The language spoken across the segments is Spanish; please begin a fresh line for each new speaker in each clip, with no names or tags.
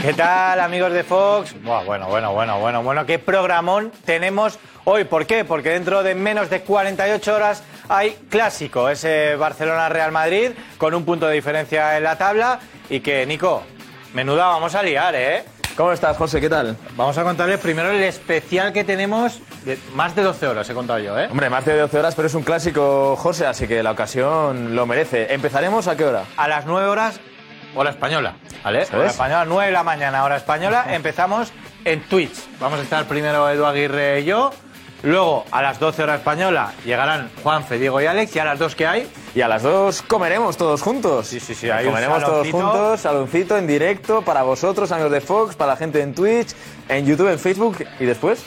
¿Qué tal, amigos de Fox? Buah, Bueno, bueno, bueno, bueno, bueno, qué programón tenemos hoy. ¿Por qué? Porque dentro de menos de 48 horas hay clásico, ese Barcelona-Real Madrid, con un punto de diferencia en la tabla. Y que, Nico, menuda vamos a liar, ¿eh?
¿Cómo estás, José? ¿Qué tal?
Vamos a contarles primero el especial que tenemos de más de 12 horas, he contado yo, ¿eh?
Hombre, más de 12 horas, pero es un clásico, José, así que la ocasión lo merece. ¿Empezaremos a qué hora?
A las 9 horas, hora española. ¿Vale?
¿Sabes?
Hora española, 9 de la mañana, hora española. Empezamos en Twitch. Vamos a estar primero Edu Aguirre y yo. Luego, a las 12 horas española, llegarán Juanfe, Diego y Alex. Y a las 2 que hay,
Y a las dos comeremos todos juntos.
Sí, sí, sí, hay un
comeremos todos
saloncito.
juntos, saloncito en directo para vosotros, amigos de Fox, para la gente en Twitch, en YouTube, en Facebook y después.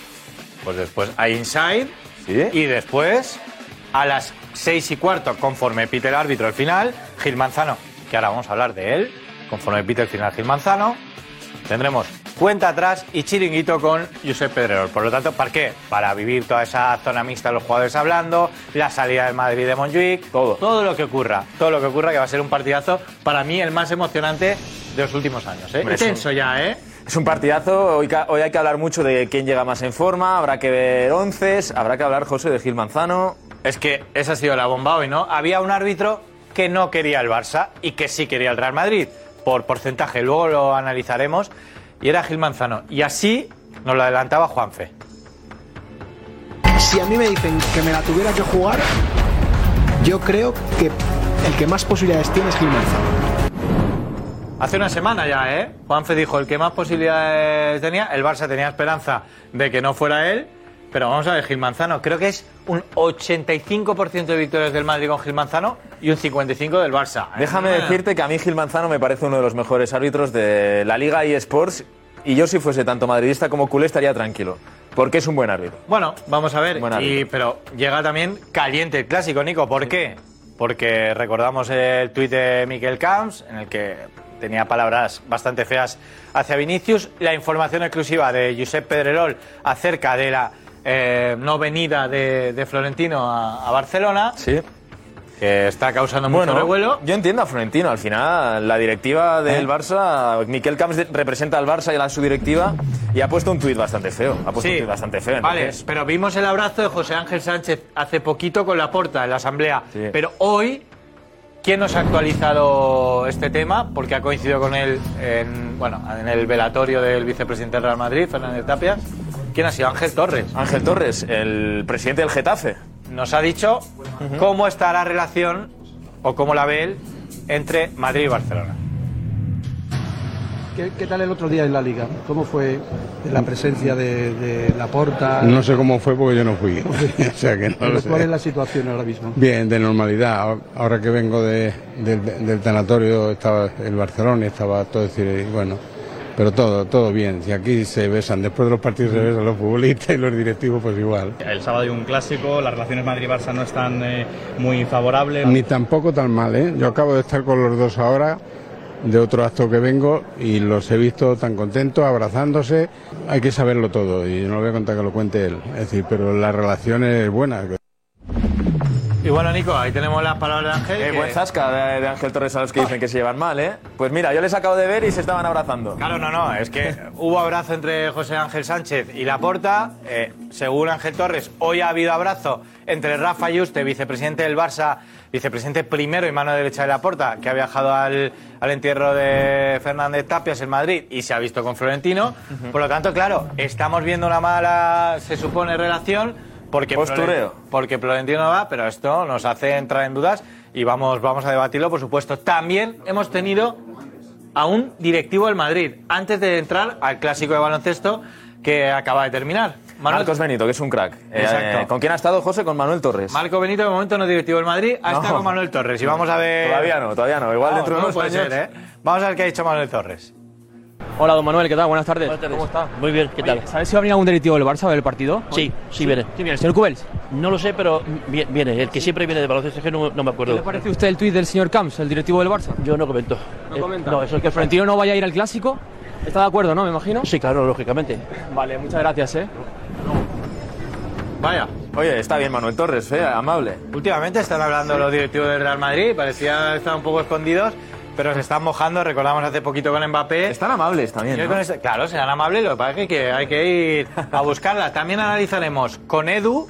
pues después hay Inside.
Sí.
Y después, a las 6 y cuarto, conforme pite el árbitro al final, Gil Manzano, que ahora vamos a hablar de él. Conforme pite el final Gil Manzano, tendremos cuenta atrás y chiringuito con Josep Pedrerol. Por lo tanto, ¿para qué? Para vivir toda esa zona mixta de los jugadores hablando, la salida del Madrid de Montjuic,
Todo.
todo lo que ocurra, todo lo que ocurra que va a ser un partidazo para mí el más emocionante de los últimos años, ¿eh?
Hombre, es un-
Intenso ya, ¿eh?
Es un partidazo, hoy, ca- hoy hay que hablar mucho de quién llega más en forma, habrá que ver once, habrá que hablar, José, de Gil Manzano.
Es que esa ha sido la bomba hoy, ¿no? Había un árbitro que no quería el Barça y que sí quería el Real Madrid, por porcentaje, luego lo analizaremos, y era Gil Manzano. Y así nos lo adelantaba Juanfe.
Si a mí me dicen que me la tuviera que jugar, yo creo que el que más posibilidades tiene es Gil Manzano.
Hace una semana ya, ¿eh? Juanfe dijo el que más posibilidades tenía, el Barça tenía esperanza de que no fuera él, pero vamos a ver, Gil Manzano, creo que es un 85% de victorias del Madrid con Gil Manzano y un 55% del Barça.
Déjame
Ah.
decirte que a mí Gil Manzano me parece uno de los mejores árbitros de la Liga y Sports y yo si fuese tanto madridista como culé estaría tranquilo, porque es un buen árbitro.
Bueno, vamos a ver.
Buen
Y,
árbitro.
pero llega también caliente el clásico, Nico. ¿Por qué? Porque recordamos el tuit de Miquel Camps, en el que tenía palabras bastante feas hacia Vinicius. La información exclusiva de Josep Pedrerol acerca de la eh, no venida de, de Florentino a, a Barcelona,
Sí.
que está causando
Bueno,
mucho revuelo. ¿Eh?
yo entiendo a Florentino. Al final, la directiva del Barça, Miquel Camps de- representa al Barça y a la subdirectiva y ha puesto un tuit bastante feo. Ha puesto un tuit bastante feo.
Vale,
entonces-
pero vimos el abrazo de José Ángel Sánchez hace poquito con la porta en la asamblea.
Sí.
Pero hoy, ¿quién nos ha actualizado este tema? Porque ha coincidido con él en, bueno, en el velatorio del vicepresidente del Real Madrid, Fernández Tapia. ¿Quién ha sido? Ángel Torres.
Ángel Torres, el presidente del Getafe.
Nos ha dicho cómo está la relación o cómo la ve él entre Madrid y Barcelona.
¿Qué, qué tal el otro día en la liga? ¿Cómo fue la presencia de, de Laporta?
No sé eh. cómo fue porque yo no fui. o sea que no lo
¿Cuál es
sé.
la situación ahora mismo?
Bien, de normalidad. Ahora que vengo de, del, del tanatorio estaba el Barcelona y estaba todo decir, bueno, pero todo, todo bien. Si aquí se besan, después de los partidos se besan los futbolistas y los directivos, pues igual.
El sábado hay un clásico, las relaciones Madrid-Barça no están eh, muy favorables.
Ni tampoco tan mal, ¿eh? Yo acabo de estar con los dos ahora, de otro acto que vengo, y los he visto tan contentos, abrazándose. Hay que saberlo todo, y no lo voy a contar que lo cuente él. Es decir, pero la relación es buena.
Y bueno, Nico, ahí tenemos las palabras de Ángel.
Eh,
que-
buen zasca de, de Ángel Torres a los que dicen que se llevan mal, ¿eh? Pues mira, yo les acabo de ver y se estaban abrazando.
Claro, no, no, es que Eh, hubo abrazo entre José Ángel Sánchez y Laporta. Eh, según Ángel Torres, hoy ha habido abrazo entre Rafa Yuste, vicepresidente del Barça, vicepresidente primero y mano derecha de Laporta, que ha viajado al, al entierro de Fernández Tapias en Madrid y se ha visto con Florentino. Por lo tanto, claro, estamos viendo una mala, se supone, relación. Porque
Postureo.
Floren- porque Florentino va, pero esto nos hace entrar en dudas y vamos, vamos a debatirlo, por supuesto. También hemos tenido a un directivo del Madrid antes de entrar al clásico de baloncesto que acaba de terminar. Manuel-
Marcos Benito, que es un crack. Eh,
Exacto.
¿Con quién ha estado José? Con Manuel Torres.
Marco Benito, de momento no es directivo del Madrid, ha
No.
estado con Manuel Torres. Y vamos a ver.
Todavía no, todavía no. Igual
Vamos,
dentro de
no
unos
puede
años.
ser, ¿eh? Vamos a ver qué ha dicho Manuel Torres.
Hola, don Manuel, ¿qué tal? Buenas tardes. ¿Cómo está?
Muy bien, ¿qué tal?
¿Sabes si va a venir algún directivo del Barça a ver el partido?
Sí, sí viene.
¿Quién viene? ¿El señor Cubels?
No lo sé, pero vi- viene. El que siempre viene de baloncesto es que no, no me
¿Qué le
acuerdo.
parece a usted el tuit del señor Camps, el directivo del Barça?
Yo no comento.
No
Eh,
comenta.
No, eso es
¿Que el Florentino no vaya a ir al Clásico? ¿Está de acuerdo, no? Me imagino.
Sí, claro, lógicamente.
Vale, muchas gracias, ¿eh?
Vaya.
Oye, está bien Manuel Torres, ¿eh? amable.
Últimamente están hablando los directivos del Real Madrid, parecía estar un poco escondidos, pero se están mojando, recordamos hace poquito con Mbappé.
Están amables también.
Yo
¿no?
con este- claro, serán amables, lo que pasa es que hay que ir a buscarla. También analizaremos con Edu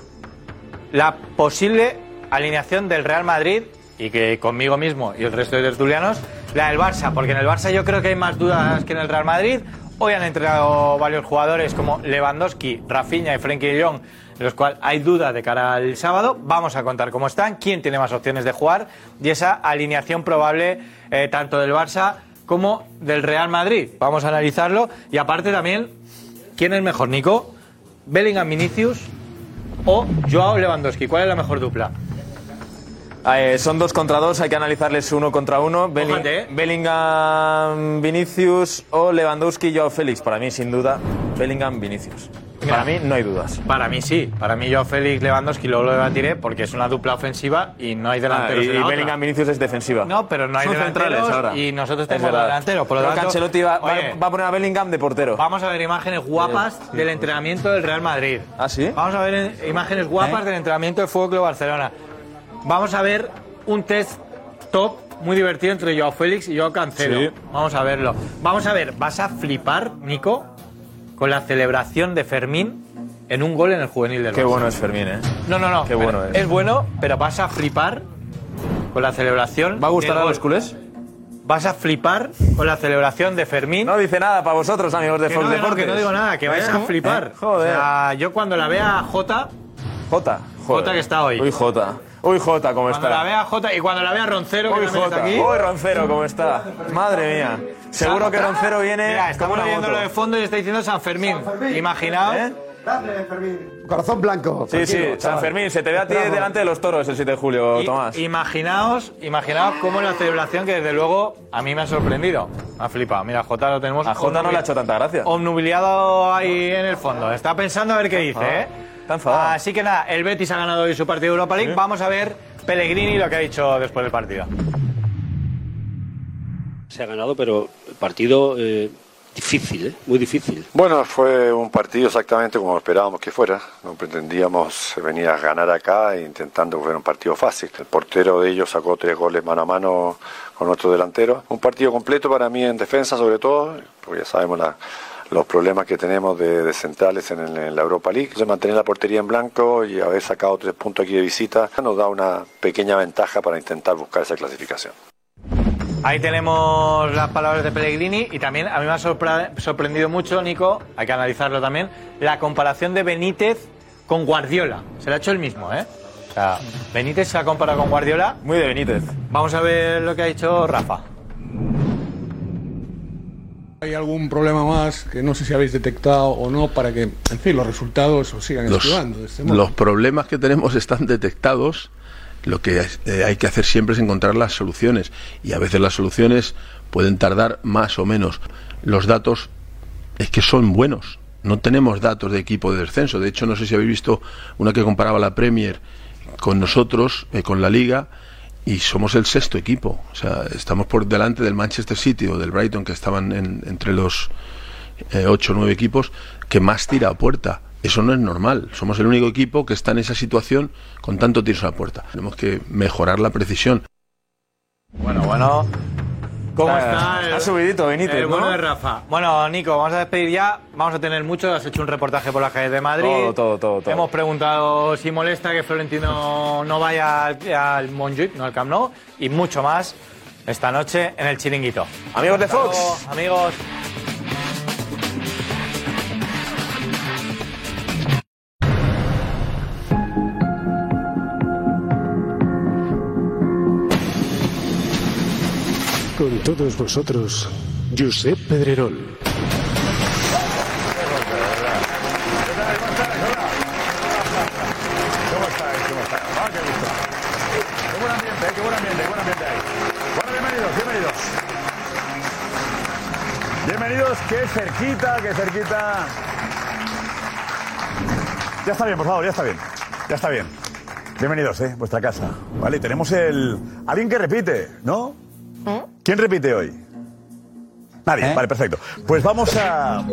la posible alineación del Real Madrid y que conmigo mismo y el resto de tertulianos, la del Barça, porque en el Barça yo creo que hay más dudas que en el Real Madrid. Hoy han entrenado varios jugadores como Lewandowski, Rafinha y Frenkie de Jong, de los cuales hay duda de cara al sábado. Vamos a contar cómo están, quién tiene más opciones de jugar y esa alineación probable eh, tanto del Barça como del Real Madrid. Vamos a analizarlo y aparte también, ¿quién es mejor, Nico? Bellingham Vinicius o Joao Lewandowski. ¿Cuál es la mejor dupla?
Eh, son dos contra dos, hay que analizarles uno contra uno. Belling-
Ojate, eh.
Bellingham, Vinicius o Lewandowski, Joao Félix. Para mí, sin duda, Bellingham, Vinicius. Para mí, no hay dudas.
Para mí sí. Para mí Joao Félix Lewandowski luego lo debatiré porque es una dupla ofensiva y no hay
Ah,
delanteros.
y
en la otra.
Bellingham, Vinicius es defensiva.
No, pero no hay
Son
delanteros
centrales ahora.
y nosotros
Es
tenemos
verdad.
delanteros, por lo
Creo que
tanto-
Ancelotti va, va-
Oye.
va a poner a Bellingham de portero.
Vamos a ver imágenes guapas del entrenamiento del Real Madrid.
¿Ah, sí? ¿Eh?
Vamos a ver en- imágenes guapas del entrenamiento del Fútbol Club Barcelona. Vamos a ver un test top muy divertido entre Joao Félix y Joao Cancelo.
Sí.
Vamos a verlo. Vamos a ver, vas a flipar, Nico, con la celebración de Fermín en un gol en el juvenil del
Qué
Barça.
bueno es Fermín, ¿eh?
No, no, no.
Qué bueno
pero-
es.
Es bueno, pero vas a flipar con la celebración.
¿Va a gustar
del
a
gol.
los culés?
Vas a flipar con la celebración de Fermín.
No dice nada para vosotros, amigos de
Que no,
Fox
que no,
Deportes.
que no digo nada, que vais
¿Eh?
a flipar.
¿Eh? Joder.
O sea, yo cuando la vea a Jota,
Jota.
Jota que está hoy.
Uy, Jota. Uy, Jota, ¿cómo
cuando
está?
la vea a Jota y cuando la vea a Roncero, que
Uy,
también
Jota.
está aquí.
Uy, Roncero, ¿cómo está? Madre mía. Seguro que Roncero viene
Mira,
como
estamos
una
leyéndolo de
moto.
fondo y está diciendo San Fermín. Imaginaos.
¿Eh?
Corazón blanco.
Sí, sí,
tranquilo,
San
chaval.
Fermín, se te ve a ti delante de los toros el 7 de julio,
i-
Tomás.
Imaginaos, imaginaos cómo es la celebración que desde luego a mí me ha sorprendido. Me ha flipado. Mira, a Jota lo tenemos.
A Jota no le ha
omnubil-
hecho tanta gracia.
Omnubiliado ahí en el fondo. Está pensando a ver qué dice,
Ah,
¿eh?
está enfadado.
Así que nada, el Betis ha ganado hoy su partido de Europa League. Vamos a ver Pellegrini lo que ha dicho después del partido.
Se ha ganado, pero partido eh, difícil, ¿eh? muy difícil.
Bueno, fue un partido exactamente como esperábamos que fuera. No pretendíamos eh, venir a ganar acá intentando que fuera un partido fácil. El portero de ellos sacó tres goles mano a mano con nuestro delantero. Un partido completo para mí en defensa sobre todo, porque ya sabemos la- los problemas que tenemos de, de centrales en, el- en la Europa League. Entonces mantener la portería en blanco y haber sacado tres puntos aquí de visita nos da una pequeña ventaja para intentar buscar esa clasificación.
Ahí tenemos las palabras de Pellegrini y también a mí me ha sorpra- sorprendido mucho, Nico, hay que analizarlo también, la comparación de Benítez con Guardiola. Se la ha hecho el mismo, ¿eh? O sea, Benítez se ha comparado con Guardiola.
Muy de Benítez.
Vamos a ver lo que ha dicho Rafa.
¿Hay algún problema más que no sé si habéis detectado o no para que, en fin, los resultados os sigan
los,
esquivando? de este modo?
los problemas que tenemos están detectados. Lo que eh, hay que hacer siempre es encontrar las soluciones. Y a veces las soluciones pueden tardar más o menos. Los datos es que son buenos. No tenemos datos de equipo de descenso. De hecho, no sé si habéis visto una que comparaba la Premier con nosotros, eh, con la Liga, y somos el sexto equipo. O sea, estamos por delante del Manchester City o del Brighton, que estaban en- entre los eh, ocho o nueve equipos que más tira a puerta. Eso no es normal. Somos el único equipo que está en esa situación con tanto tiros a la puerta. Tenemos que mejorar la precisión.
Bueno, bueno. ¿Cómo
Está-
está?
está subidito Benítez,
El bueno
¿no?
de Rafa. Bueno, Nico, vamos a despedir ya. Vamos a tener mucho. Has hecho un reportaje por las calles de Madrid.
Todo, todo, todo, todo.
Hemos preguntado si molesta que Florentino no vaya al, al Montjuic, no al Camp Nou. Y mucho más esta noche en el Chiringuito.
Amigos de
Hasta
Fox.
luego, amigos.
Con todos vosotros, Josep Pedrerol.
Ah, Qué buen ambiente, qué buen ambiente, qué buen ambiente. Bueno, bienvenidos, bienvenidos.
Bienvenidos, qué cerquita, qué cerquita. Ya está bien, por favor, ya está bien. Ya está bien. Bienvenidos, eh, vuestra casa. Vale, y tenemos el. Alguien que repite, ¿no? ¿Quién repite hoy? Nadie, vale, perfecto. Pues vamos a.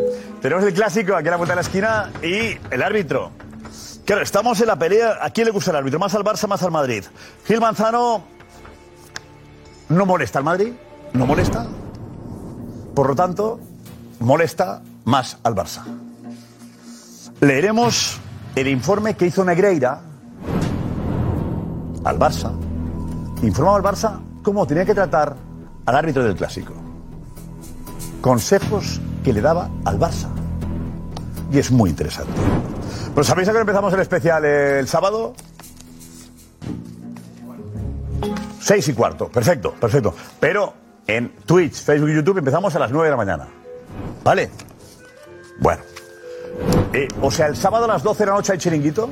Tenemos el clásico aquí a la vuelta de la esquina y el árbitro. Claro, estamos en la pelea. ¿A quién le gusta el árbitro? ¿Más al Barça, más al Madrid? Gil Manzano. ¿No molesta al Madrid? ¿No molesta? Por lo tanto, molesta más al Barça. Leeremos el informe que hizo Negreira al Barça. Informaba al Barça cómo tenía que tratar al árbitro del clásico. Consejos que le daba al Barça. Y es muy interesante. Pues sabéis a qué hora empezamos el especial eh, el sábado. Seis y cuarto. Perfecto, perfecto. Pero en Twitch, Facebook y YouTube empezamos a las 9 de la mañana. ¿Vale? Bueno. Eh, o sea, el sábado a las 12 de la noche hay chiringuito.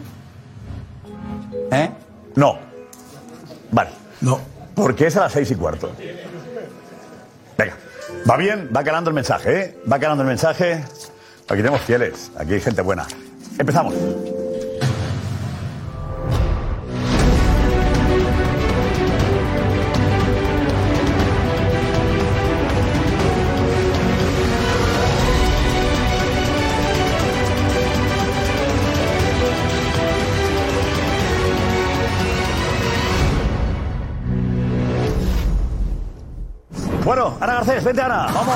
¿Eh? No. Vale. No. Porque es a las seis y cuarto. Venga. Va bien, va calando el mensaje, ¿eh? Va calando el mensaje. Aquí tenemos fieles, aquí hay gente buena. Empezamos. Bueno, Ana Garcés, vente Ana, vamos.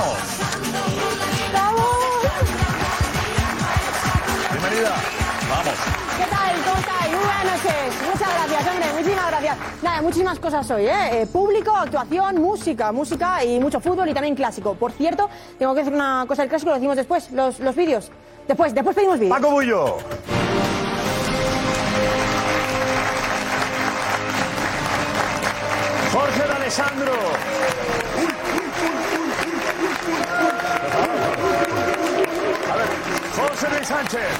Bienvenida. Vamos.
¿Qué tal? ¿Cómo estáis? Muy buenas noches. Muchas gracias, hombre. Muchísimas gracias. Nada, muchísimas cosas hoy, ¿eh? Eh, Público, actuación, música, música y mucho fútbol y también clásico. Por cierto, tengo que hacer una cosa del clásico, lo decimos después, los, los vídeos. Después, después pedimos vídeos.
Paco Bullo. Jorge de Alessandro. José Luis Sánchez.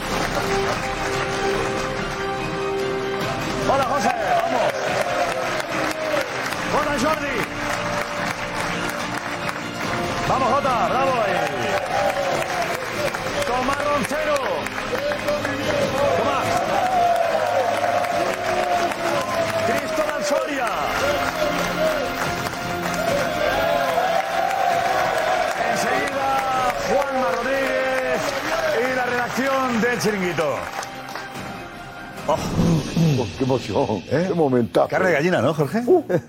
Hola José, vamos. Hola Jordi. Vamos Jota, bravo. ahí. Tomás Roncero. Tomás. Cristóbal Soria. Enseguida Juanma Rodríguez y la redacción del Chiringuito. Oh,
¡Qué emoción! ¡Qué
¿Eh?
momentazo! Uh,
Carne de gallina, ¿no, Jorge?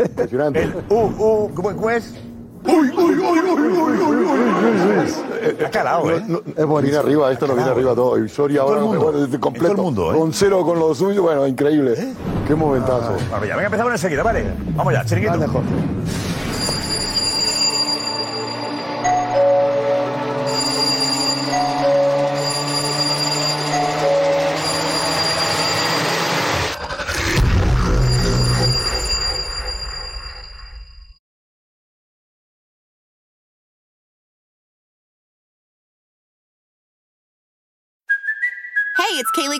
impresionante.
El U, U, Uh, ¿cómo cómo es?
¡Uy, uy, uy, uy, uy, uy,
Ha calado, ¿eh?
Bueno, viene arriba, esto lo viene arriba todo. Y Soria
Todo el
ahora
mundo.
bueno, desde
Todo
completo.
el mundo, ¿eh?
Con cero con lo suyo, bueno, increíble. ¡Qué momentazo!
Maravilla. Venga, empezamos enseguida, ¿vale? Vamos ya, Chiringuito.
Hey, it's Kaylee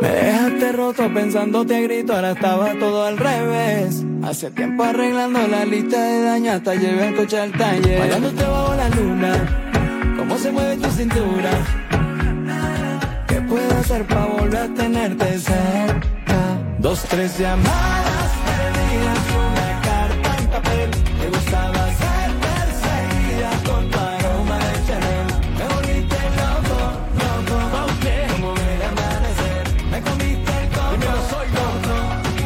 Me dejaste roto pensándote a grito, ahora estaba todo al revés. Hace tiempo arreglando la lista de daño hasta llevé el coche al taller. Bailándote bajo la luna, cómo se mueve tu cintura. ¿Qué puedo hacer para volver a tenerte cerca? Dos, tres llamadas perdidas, una carta en papel. Me gustaba ser perseguida con tu aroma de Chanel. Me volviste loco, loco, ¿pa' qué? Como ver amanecer. Me comiste el coco, yo soy loco.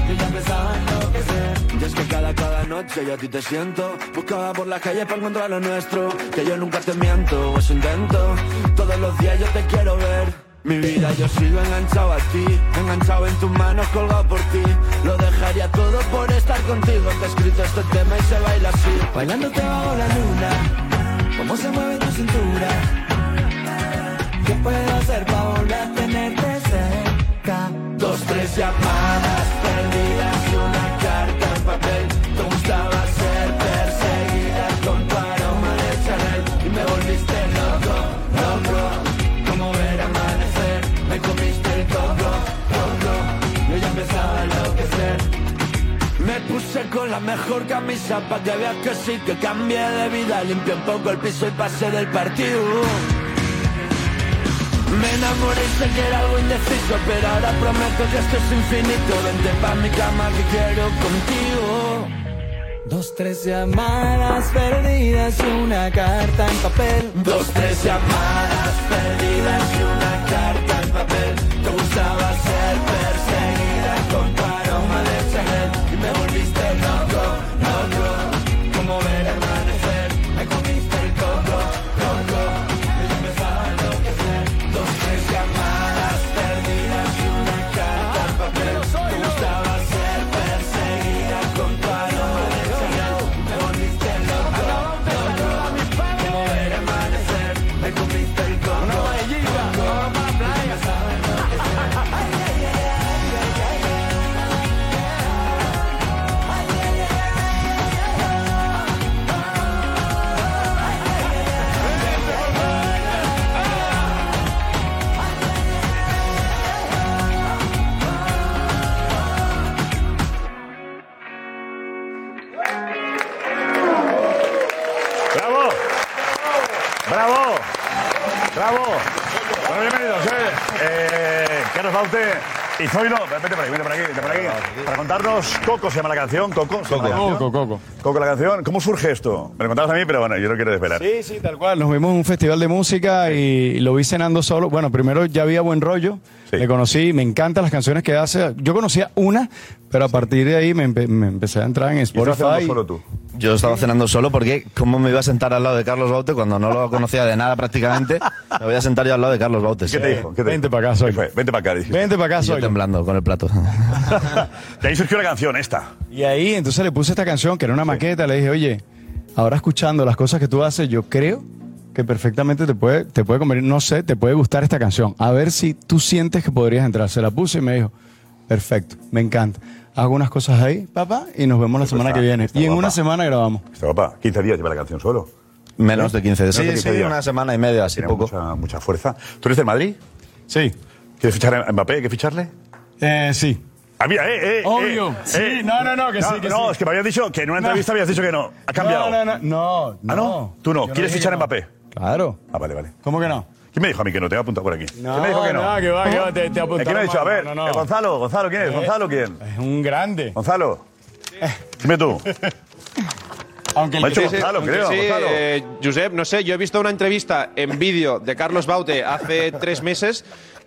Yo ya empezaba a enloquecer. Y es que cada, cada noche
noche yo a ti te siento. Buscaba por las calles para encontrar lo nuestro. Que yo nunca te miento, o eso intento. Todos los días yo te quiero ver. Mi vida yo sigo enganchado a ti, enganchado en tus manos, colgado por ti. Lo dejaría todo por estar contigo. Te he escrito este tema y se baila así.
Bailándote bajo la luna, cómo se mueve tu cintura. ¿Qué puedo hacer para volver a tenerte cerca?
Dos, tres llamadas perdidas y una carta en papel. Te gustaba ser perseguida con paloma de Chanel y me volviste loco, loco. Como ver amanecer, me comiste el coco, coco. Yo ya empezaba a enloquecer. Me puse con la mejor camisa para que veas que sí, que cambié de vida. Limpié un poco el piso y pasé del partido. Me enamoré y sé que era algo indeciso Pero ahora prometo que esto es infinito Vente pa' mi cama que quiero contigo
Dos, tres llamadas perdidas y una carta en papel.
Dos, tres llamadas perdidas y una carta en papel Te gustaba ser perseguida con paloma de Chanel Y me volviste loco, loco Como ver amanecer, me comiste el coco, coco Y yo empezaba a enloquecer Dos, tres llamadas perdidas y una carta en papel Te gustaba ser perseguida con paloma de Chanel Y me volviste loco, loco Como ver amanecer, me comiste el coco, coco Y yo empezaba a enloquecer
¡Bravo! ¡Bravo! ¡Bravo! Oh, Bueno, bienvenidos, ¿eh? eh Carlos Baute y Zoilo. Vete por aquí, vete por aquí, vete por aquí. Para contarnos, Coco se llama la canción. Coco, ¿se llama la canción?
Coco, Coco.
Coco, la canción. ¿Cómo surge esto? Me lo contabas a mí, pero bueno, yo no quiero desvelar.
Sí, sí, tal cual. Nos vimos en un festival de música y lo vi cenando solo. Bueno, primero ya había buen rollo. Le conocí, me encantan las canciones que hace. Yo conocía una, pero a partir de ahí me, empe- me empecé a entrar en Spotify.
tú?
Yo estaba cenando solo porque, ¿cómo me iba a sentar al lado de Carlos Baute cuando no lo conocía de nada prácticamente? Me voy a sentar yo al lado de Carlos Baute.
¿Qué te dijo? ¿Qué te
Vente
para acá, soy. Vente para acá, dijiste.
Vente para acá,
Yo
soy.
temblando con el plato.
De ahí surgió la canción, esta.
Y ahí entonces le puse esta canción, que era una maqueta, le dije, oye, ahora escuchando las cosas que tú haces, yo creo que perfectamente te puede, te puede convenir, no sé, te puede gustar esta canción. A ver si tú sientes que podrías entrar. Se la puse y me dijo, perfecto, me encanta. Hago unas cosas ahí, papá, y nos vemos la semana que viene. Y en una semana grabamos.
Está guapa. 15 días lleva la canción solo.
Menos de 15
Menos
días. Sí,
de 15
sí,
días.
una semana y media, así
Tiene Mucha, mucha fuerza. ¿Tú eres del Madrid?
Sí.
¿Quieres fichar a Mbappé? ¿Hay que ficharle?
Eh, sí.
Había, eh, eh.
Obvio.
eh,
Sí,
eh.
no, no, no, que sí, que
no,
sí.
es que me habías dicho que en una
No.
entrevista habías dicho que no. Ha cambiado.
No, no, no. no,
Ah, no. Tú no.
Yo
¿Quieres
dije
fichar
que
a
no.
Mbappé?
Claro.
Ah, vale, vale.
¿Cómo que no?
¿Quién me dijo a mí que no? Te he apuntado por aquí. ¿Quién me dijo que no?
No, que va, que va, te- te apuntaron
¿Quién me ha dicho? A
mal,
ver,
no, no.
eh, Gonzalo, Gonzalo, ¿quién es?
Eh,
¿Gonzalo quién?
Es un grande.
Gonzalo. Dime tú.
Aunque
el Me ha dicho que- Gonzalo,
aunque
creo,
sí,
Gonzalo.
eh, Josep, no sé, yo he visto una entrevista en vídeo de Carlos Baute hace tres meses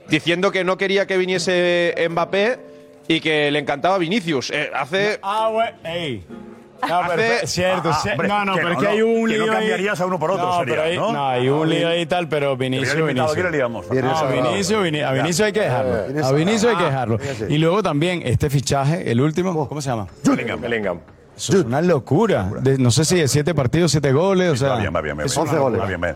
diciendo que no quería que viniese Mbappé y que le encantaba Vinicius. Eh, hace.
Ah, güey, ey. No,
Hace-
pero, cierto,
Ah,
cier-
hombre,
no, no,
que
pero
no,
es que
no,
hay un
que no
lío ahí.
cambiarías a uno por otro,
no,
sería,
pero hay,
¿no?
¿no? hay un
Ah,
lío
Vin-
ahí y tal, pero Vinicio,
hubieran invitado,
Vinicio.
¿a quién le liamos?
No,
Ah,
Vinicio, Vini- a Vinicio hay que dejarlo. A Vinicio
Ah.
hay que dejarlo. Y luego también este fichaje, el último, ¿cómo se llama?
Bellingham.
Eso es una locura. De- no sé si de siete partidos, siete goles, o sea.
bien, va bien, va
es
bien.
una
Va
locura.
bien, va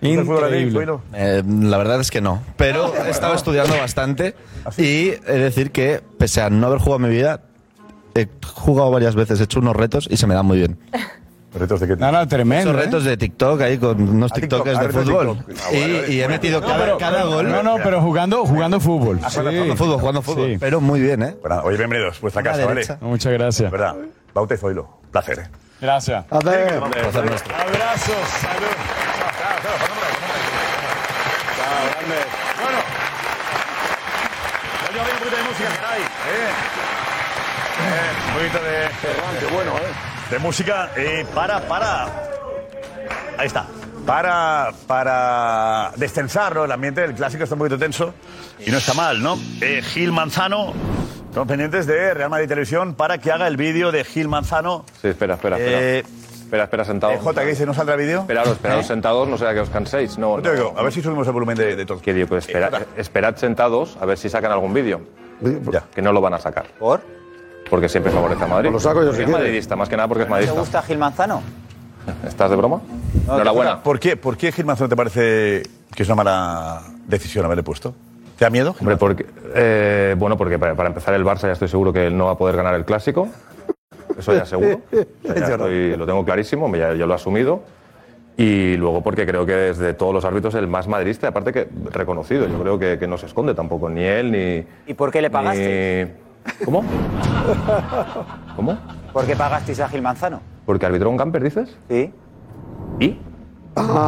bien.
Increíble.
Eh, la verdad es que no. Pero he estado estudiando bastante
¿Ah,
y he de decir que, pese a no haber jugado en mi vida, he jugado varias veces, he hecho unos retos y se me dan muy bien.
¿Retos de qué?
No, no, tremendo.
Esos retos de TikTok ahí con unos TikTokers de
retos de
fútbol.
TikTok.
Y- y, he metido cada, cada gol.
No, no, pero jugando, jugando fútbol.
Ah, jugando fútbol, jugando fútbol. Pero muy bien, ¿eh?
Bueno, oye, bienvenidos. Vuestra
Una
casa, ¿vale?
derecha.
Muchas gracias.
verdad. Baute Zoilo. Placer, ¿eh?
Gracias.
Abrazos, salud. Bueno. Oye, un poquito de música, caray. ¿eh? Eh, un poquito de... bueno, De música. eh, para, para. Ahí está. Para, para destensar, ¿no? El ambiente del clásico está un poquito tenso. Y no está mal, ¿no? Eh, Gil Manzano Estamos pendientes de Real Madrid Televisión para que haga el vídeo de Gil Manzano.
Sí, espera, espera, espera. espera, espera, sentado.
Eh, Jota, ¿qué dice? ¿No saldrá vídeo? ¿Eh?
Esperaros, esperaros sentados, no sea que os canséis. No,
te oigo. A ver si subimos el volumen de, todo. Eh,
Que digo, que espera- eh, esperad sentados a ver si sacan algún vídeo. Que no lo van a sacar. ¿Por? Porque siempre favorece a Madrid.
Pues lo saco yo
Porque
si
es
quieres.
madridista, más que nada porque es
¿Te
madridista.
gusta Gil Manzano?
¿Estás de broma? Enhorabuena.
¿Por qué, ¿Por qué Gil Manzano te parece que es una mala decisión haberle puesto? ¿Te da miedo?
Hombre, porque, eh, bueno, porque para, para empezar el Barça ya estoy seguro que él no va a poder ganar el Clásico. Eso ya seguro. O sea, ya estoy- lo tengo clarísimo, ya, ya lo he asumido. Y luego porque creo que desde todos los árbitros el más madridista, aparte que reconocido, yo creo que, que no se esconde tampoco, ni él, ni...
¿Y por qué le pagaste?
ni- ¿Cómo? ¿Cómo?
¿Por qué pagasteis a Gil Manzano?
¿Porque arbitró un camper, dices?
Sí.
¿Y?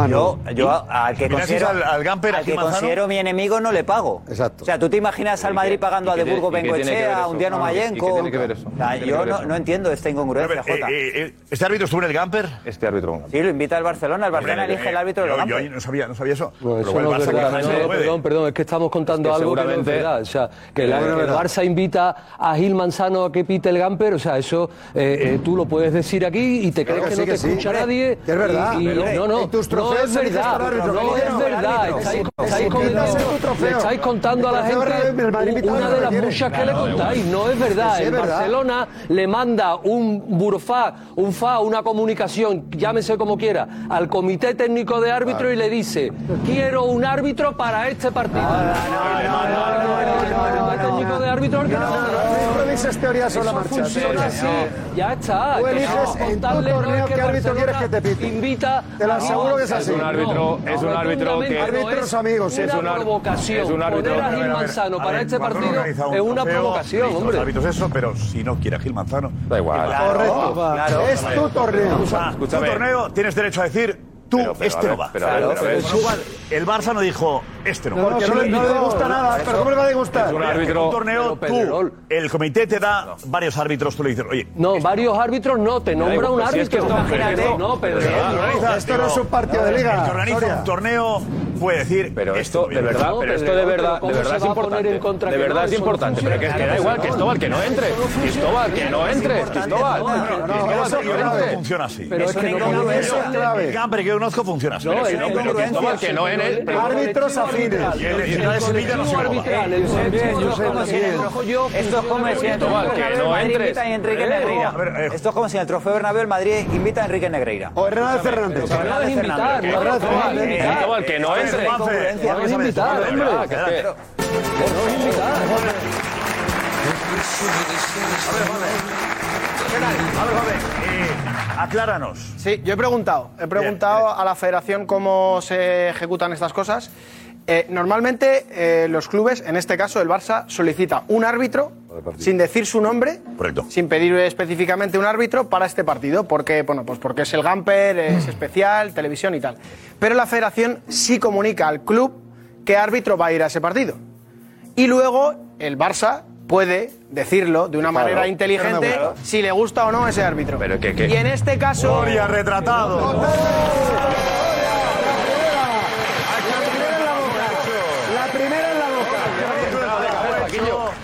yo, yo a- al que,
¿Mirasteis
considero,
al- al Gamper, a
al
Gil
que
Manzano?
considero mi enemigo no le pago. Exacto. O sea, ¿tú te imaginas al Madrid pagando a
y qué
De Burgo
tiene- y qué tiene que ver
Bengoechea, a
eso?
Undiano
No, no, ¿y qué
Mayenco?
tiene que ver eso?
O sea,
¿Qué tiene que
yo
ver
no,
eso?
no entiendo esta incongruencia,
Pero, eh,
Jota.
eh, eh, ¿Este árbitro estuvo en el Gamper?
Este árbitro. un
Sí, lo invita al Barcelona. El Barcelona
Hombre,
elige el
eh,
árbitro del
yo-
Gamper.
Yo no sabía, no sabía eso. Pero
Pues Eso
bueno,
no
el
es
Barça
verdad.
con Manzano
No,
lo puede.
perdón, perdón, es que estamos contando
Es que
algo que no es
seguramente-
verdad. O sea, que el,
No, no es
el
verdad.
Barça invita a Gil Manzano a que pite el Gamper, o sea, eso eh, eh, tú lo puedes decir aquí y te
Claro
crees
que
que, no
sí,
te
que sí.
escucha
Hombre,
nadie.
que es verdad.
Y, y-
Hombre,
no, no,
en tus
no
trofeos
es
se dice
verdad.
al árbitro,
No
que
es
no, el
verdad.
árbitro.
Estáis,
Te
estáis
sientas
contando-
en tu trofeo.
le estáis contando a la
El trofeo
gente
del Madrid invitado
una
no
de
lo
las
quiere.
muchas que le
Claro,
contáis. No es verdad.
Sí, es
El
verdad.
Barcelona. Barcelona le manda un burfá, un fa, una comunicación, llámese como quiera, al comité técnico de árbitro y le dice, quiero un árbitro para este partido.
Ah,
El técnico de árbitro al que no.
improvises teorías sobre la
Eso
marcha.
funciona
Sí,
así,
señor.
ya está.
Tú
Que
eliges
no,
en tu
contarle no
torneo
es que
qué árbitro
Barcelona
quieres que te pite.
Invita
Te lo
a-
aseguro que es así.
No,
Es un árbitro-
no,
es un árbitro
rotundamente
que-
no es
Árbitros amigos, sí.
Una
Es un ar-
provocación.
es un árbitro-
Poner
A
a
ver,
Gil
a ver,
Manzano
a
para
ver,
este
cuando uno
partido
organiza
es una
trofeo,
provocación,
listo,
hombre.
Los árbitros eso, pero si no quiere Gil Manzano. Da
igual.
Correcto. Claro. Es tu torneo.
Ah, tu
Escúchame.
torneo, tienes derecho a decir, tú,
pero,
este
a
no
ver,
va.
pero, a ver, pero, a ver.
Con lo cual, el Barça no dijo, este no va.
Porque no, le- no le gusta nada, pero ¿cómo le va a gustar?
Es un árbitro. Un torneo,
Pero, Pedrerol.
tú, el comité te da varios árbitros, tú le dices, oye.
No, varios árbitros no, te nombra un árbitro. No, pero
partido
de liga,
El que organiza
Soria.
un torneo puede decir.
Pero esto, de verdad,
No,
pero esto de
Pedrerol, pero
verdad,
¿cómo
de
se
verdad es
va a poner
importante.
en contra
De
que no?
verdad es
Eso no
importante, pero que es que
funciona.
da igual,
Claro,
Cristóbal, que no
eso no
entre.
funciona.
Cristóbal, que no
Es
entre.
importante,
Cristóbal,
no, no,
Cristóbal,
no, no,
Eso,
eso
yo
no
creo que
vale.
funciona así.
Pero es que no puede ser clave.
El camper que yo conozco funciona así.
No,
Pero
es
si no,
que
pero
congruencia,
Cristóbal, que no en
señores.
él.
Árbitros afines.
Y el- y el de Sevilla no se
Colectivo
conoce.
arbitral, el Sevilla, yo sé, así es.
Esto es como si en el
Cristóbal,
trofeo
que
Bernabéu
no
Madrid
entres.
invita a Enrique
Eh,
Negreira.
a ver,
Esto es como si en el trofeo Bernabéu el Madrid invita a Enrique Negreira. O Hernández Fernández. Hernández Fernández.
invitar, no, no, no, no, no,
Cristóbal, que no
Eh, eh, Juanfe,
entre. Que no es
Juanfe,
invitar,
Juanfe,
hombre.
Ah,
Juanfe,
Que es que-
Acláranos.
Sí, yo he preguntado. He preguntado a la federación cómo se ejecutan estas cosas. Eh, normalmente eh, los clubes, en este caso el Barça, solicita un árbitro sin decir su nombre, sin pedir específicamente un árbitro para este partido, porque bueno, pues porque es el Gamper,
Mm.
es especial, televisión y tal. Pero la federación sí comunica al club qué árbitro va a ir a ese partido. Y luego el Barça puede decirlo de una
Claro.
manera inteligente
Claro.
si le gusta o no ese árbitro.
Pero que- que-
Y en este caso.
Gloria, retratado.
La primera en la boca.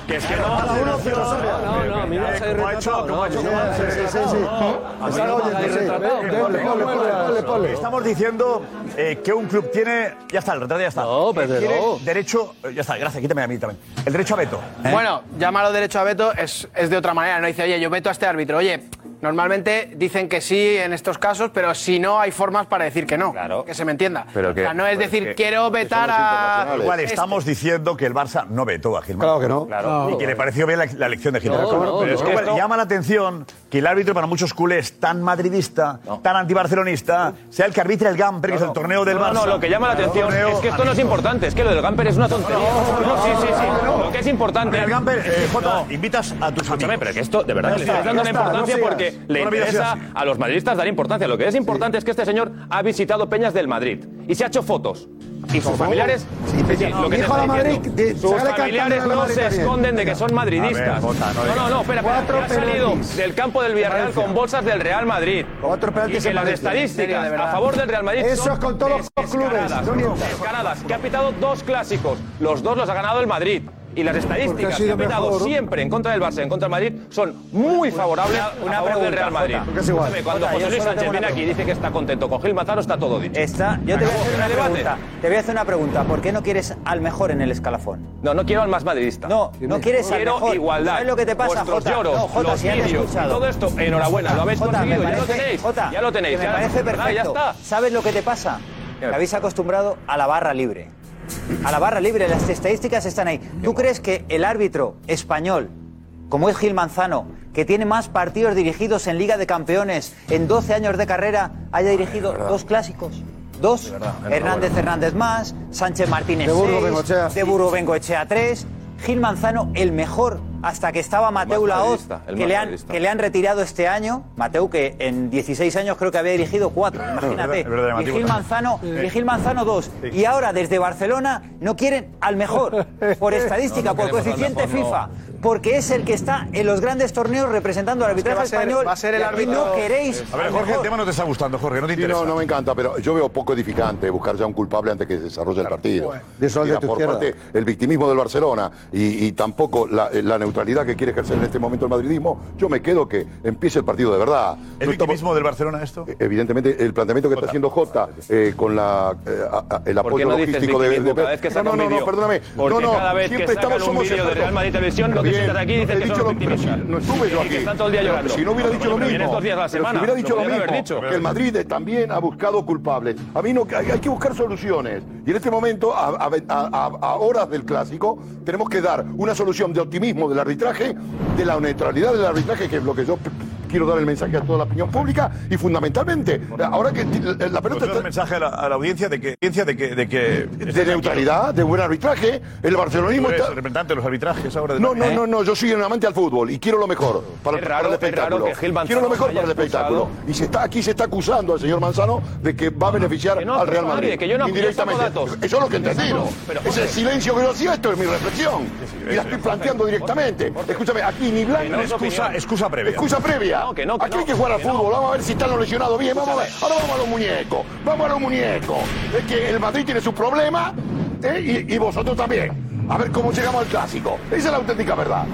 Que es que no va a uno,
No, no, a mí me vais a ir retratado, no, yo no voy a ser
Sí, sí,
retratado,
sí.
no. A mí no me vais a ir retratado, que ponle, ponle, ponle, ponle.
Estamos diciendo eh, que un club tiene. Ya está, el retrato ya está. No, pues
Pedro.
Derecho. eh, Ya está, gracias, quítame a mí también. El derecho a veto. ¿eh?
Bueno, llamarlo derecho a veto es, es de otra manera. No dice, oye, yo veto a este árbitro. Oye, normalmente dicen que sí en estos casos, pero si no, hay formas para decir que no. Que se me entienda.
Pero que-
O sea, no es
pues
decir,
que-
quiero vetar a.
Igual
este.
estamos diciendo que el Barça no vetó a Gilman. Claro que no.
No.
Y que le pareció bien la, la elección de Gilman.
No, no,
Pero es
no.
que
Esto-
llama la atención que el árbitro para muchos culés tan madridista, tan antibarcelonista, sea el que arbitra el Gamper, que es el torneo del
No,
Barça.
no, lo que llama la atención
Torneo
es que esto no es importante, es que lo del Gamper es una tontería. No, sí, sí, sí. Lo que es importante.
El Gamper, eh, Jota, invitas a tus amigos.
pero que esto de verdad
Ya
que le
está,
estáis dando una
ya está,
importancia
no sigas.
porque le
No lo miras
interesa
así.
a los madridistas dar importancia. Lo que es importante es que este señor ha visitado Peñas del Madrid y se ha hecho fotos. Y sus familiares. Sí, sí, lo que te
Dijo a
estoy
la Madrid,
diciendo.
di-
Sus
sácale
familiares
cantando a la
no
Madrid
se
también.
esconden de que son
A ver,
madridistas.
Jota, no
No, no, no, espera, espera.
Cuatro
que Ha salido
penaltis.
del campo del Villarreal con bolsas del Real Madrid.
Cuatro
Y
penaltis
que
en
las
Valencia. En
estadísticas
serio, de
a favor
verdad.
del Real Madrid.
Eso
son
es con todos los clubes,
descaradas,
no mientas.
descaradas, que ha pitado dos clásicos. Los dos los ha ganado el Madrid. y las estadísticas
sido
que ha aplicado
mejor.
siempre en contra del Barça, en contra del Madrid, son muy favorables
Una- una
a favor del
pregunta,
Real Madrid.
Jota, porque es igual.
Escúchame, Cuando
Jota, yo
José Luis
solo tengo
Sánchez
una
viene aquí y
pregunta.
dice que está contento con Gil Mazaro, está todo dicho.
Está, yo te voy a hacer una
debate.
pregunta. Te voy a hacer una pregunta. ¿Por qué no quieres al mejor en el escalafón?
No, no quiero al más madridista. No,
no quieres al
quiero
mejor.
igualdad.
¿Sabes lo que te pasa,
Vuestros
Jota?
lloros,
No, Jota,
los
si ya te he
vídeos,
escuchado.
todo esto, enhorabuena, lo habéis
Jota,
conseguido,
me
ya lo
parece-
tenéis,
Jota,
ya lo tenéis,
que
ya-
me parece
nada,
perfecto.
ya está.
¿Sabes lo que te pasa? Que habéis acostumbrado a la barra libre. A la barra libre, las estadísticas están ahí. ¿Tú crees que el árbitro español, como es Gil Manzano, que tiene más partidos dirigidos en Liga de Campeones en 12 años de carrera, haya dirigido dos clásicos? Dos, Hernández
enhorabuena.
Hernández más, Sánchez Martínez
De Burgo
seis,
Bengoechea.
de Burgo Bengoechea tres, Gil Manzano el mejor hasta que estaba Mateu
más
Laoz,
madridista, el
que
más
le, han,
madridista.
que le han retirado este año. Mateu, que en 16 años creo que había dirigido cuatro, imagínate.
es verdad,
y
llamativo
Gil
también.
Manzano,
Sí.
y Gil Manzano dos. Y ahora desde Barcelona no quieren al mejor, por estadística,
No, no
por
queremos al
coeficiente
mejor,
FIFA, porque es el que está en los grandes torneos representando al
Es que
arbitraje
va a ser-
español.
va a ser el
y aquí
árbitro-
no queréis.
A ver,
al
Jorge,
mejor.
el tema
no te está gustando, Jorge, no te
interesa. no, no me encanta, pero yo veo poco edificante buscar ya un culpable antes que se desarrolle el partido.
De eso
Y
de
la-
tu
por
izquierda.
parte, el victimismo del Barcelona y, y tampoco la, la neutralidad que quiere ejercer en este momento el madridismo, yo me quedo que empiece el partido de verdad.
¿El victimismo del Barcelona esto?
Evidentemente, el planteamiento que está haciendo Jota eh, con la, eh, a- a-
¿Por
el
qué
apoyo
no dices
logístico de,
victimismo
de-
cada vez que
No,
saca
no,
un
no,
vídeo?
no, perdóname.
Porque
no, no,
cada vez que
siempre
sacan
estamos,
un
somos
vídeo de
expertos.
Real Madrid Televisión, lo que
Bien,
sientas aquí
he
dices que
dicho
son
lo-
victimistas.
No estuve yo
Y
aquí.
que están todo el día
Pero
llorando.
Si no hubiera
Pero
dicho lo
bueno, vienes
mismo.
dos días a la
pero si
semana,
hubiera
lo
dicho lo
podría haber
mismo.
dicho.
Que el Madrid también ha buscado culpables. A mí no, hay, hay que buscar soluciones. Y en este momento, a, a- a- a horas del clásico, tenemos que dar una solución de optimismo del arbitraje, de la neutralidad del arbitraje, que es lo que yo quiero dar el mensaje a toda la opinión pública y fundamentalmente ahora que la- la pelota
un mensaje a la, a la audiencia de que audiencia de que de que
de neutralidad, de buen arbitraje, el barcelonismo
Tú eres
está
representante de los arbitrajes ahora de ¿eh?
no, no,
¿eh?
no, no, yo soy un amante al fútbol y quiero lo mejor para,
Es
para
raro-
el
es raro
espectáculo.
que Gil Manzano
quiero lo mejor
haya
para el espectáculo.
expulsado.
Y se está, aquí se está acusando al señor Manzano de que va a beneficiar
que no
al Real
acusa a nadie,
Madrid.
que yo no- yo
indirectamente.
saco datos.
Eso es lo que
Yo
entendí,
saco-
¿no?
pero,
Es el
Jorge.
silencio que yo hacía, esto es mi reflexión. y la estoy planteando directamente. Escúchame, aquí ni blanco.
Que no es
Excusa-
opinión.
excusa previa. Excusa previa.
No, que no, que
aquí hay
no,
que jugar al
que no.
fútbol. Vamos a ver si están los lesionados bien. Vamos a ver. Ahora vamos a los muñecos. Vamos a los muñecos. Es que el Madrid tiene sus problemas ¿eh? y, y vosotros también. A ver cómo llegamos al clásico. Esa es la auténtica verdad.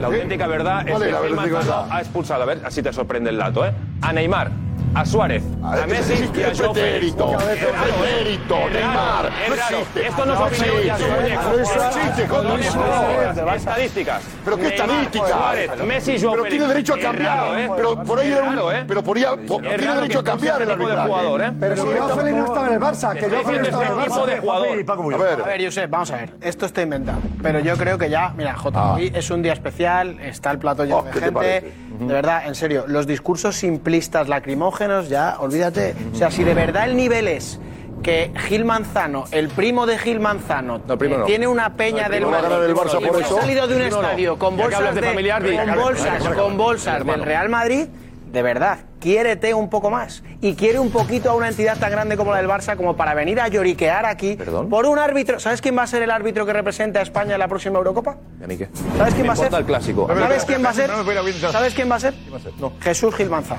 La auténtica verdad es
¿Cuál
que
es la
Gil
auténtica
Manzano
verdad?
ha expulsado, a ver, así te sorprende el dato, ¿eh? A Neymar, a Suárez, a Messi y a
Es
Joao Félix.
pretérito,
Es
es
raro, ¿eh?
pretérito,
Es raro,
Neymar,
es
no
raro.
existe.
Esto no es opinión, ya es un muñeco.
No existe,
Con
Jota,
estas
por favor.
estadísticas, Estadísticas.
Pero qué
Neymar,
pues,
estadística.
Suárez, Messi y Joao
Pero tiene
Félix.
derecho a
Es
cambiar.
raro, ¿eh?
Pero por ahí
Es
era un-
raro, ¿eh?
Pero por ahí por-
Es
tiene
raro
derecho a
que
cambiar el
este tipo de
arbitraje.
jugador, ¿eh?
Pero si Joao Félix no estaba en el Barça, que Joao Félix no estaba en el Barça. A ver, Josep, vamos a ver. Esto está inventado. Pero yo creo que ya, mira, Jota,
Ah.
hoy es un día especial, está el plato lleno
Oh,
de
¿qué te
gente.
parece?
De verdad, en serio, los discursos simplistas, lacrimógenos, ya, olvídate. O sea, si de verdad el nivel es que Gil Manzano, el primo de Gil Manzano,
primo
eh,
no.
tiene una peña
No, el
del
primo no,
Madrid,
el primo no, el
y
primo
fue
no.
salido de un
El primo no.
estadio con
Ya que
bolsas
hablas de
de-
familiar, di-
con bolsas,
Venga,
con bolsas del
hermano.
Real Madrid, de verdad, quiérete un poco más. Y quiere un poquito a una entidad tan grande como la del Barça como para venir a lloriquear aquí por un árbitro. ¿Sabes quién va a ser el árbitro que represente a España en la próxima Eurocopa?
¿Y a mí qué?
¿Sabes quién
Me
va a ser?
importa el clásico.
¿Sabes quién va a ser?
No me voy a ir a Windsor.
¿Sabes quién va a ser? Jesús Gil Manzano.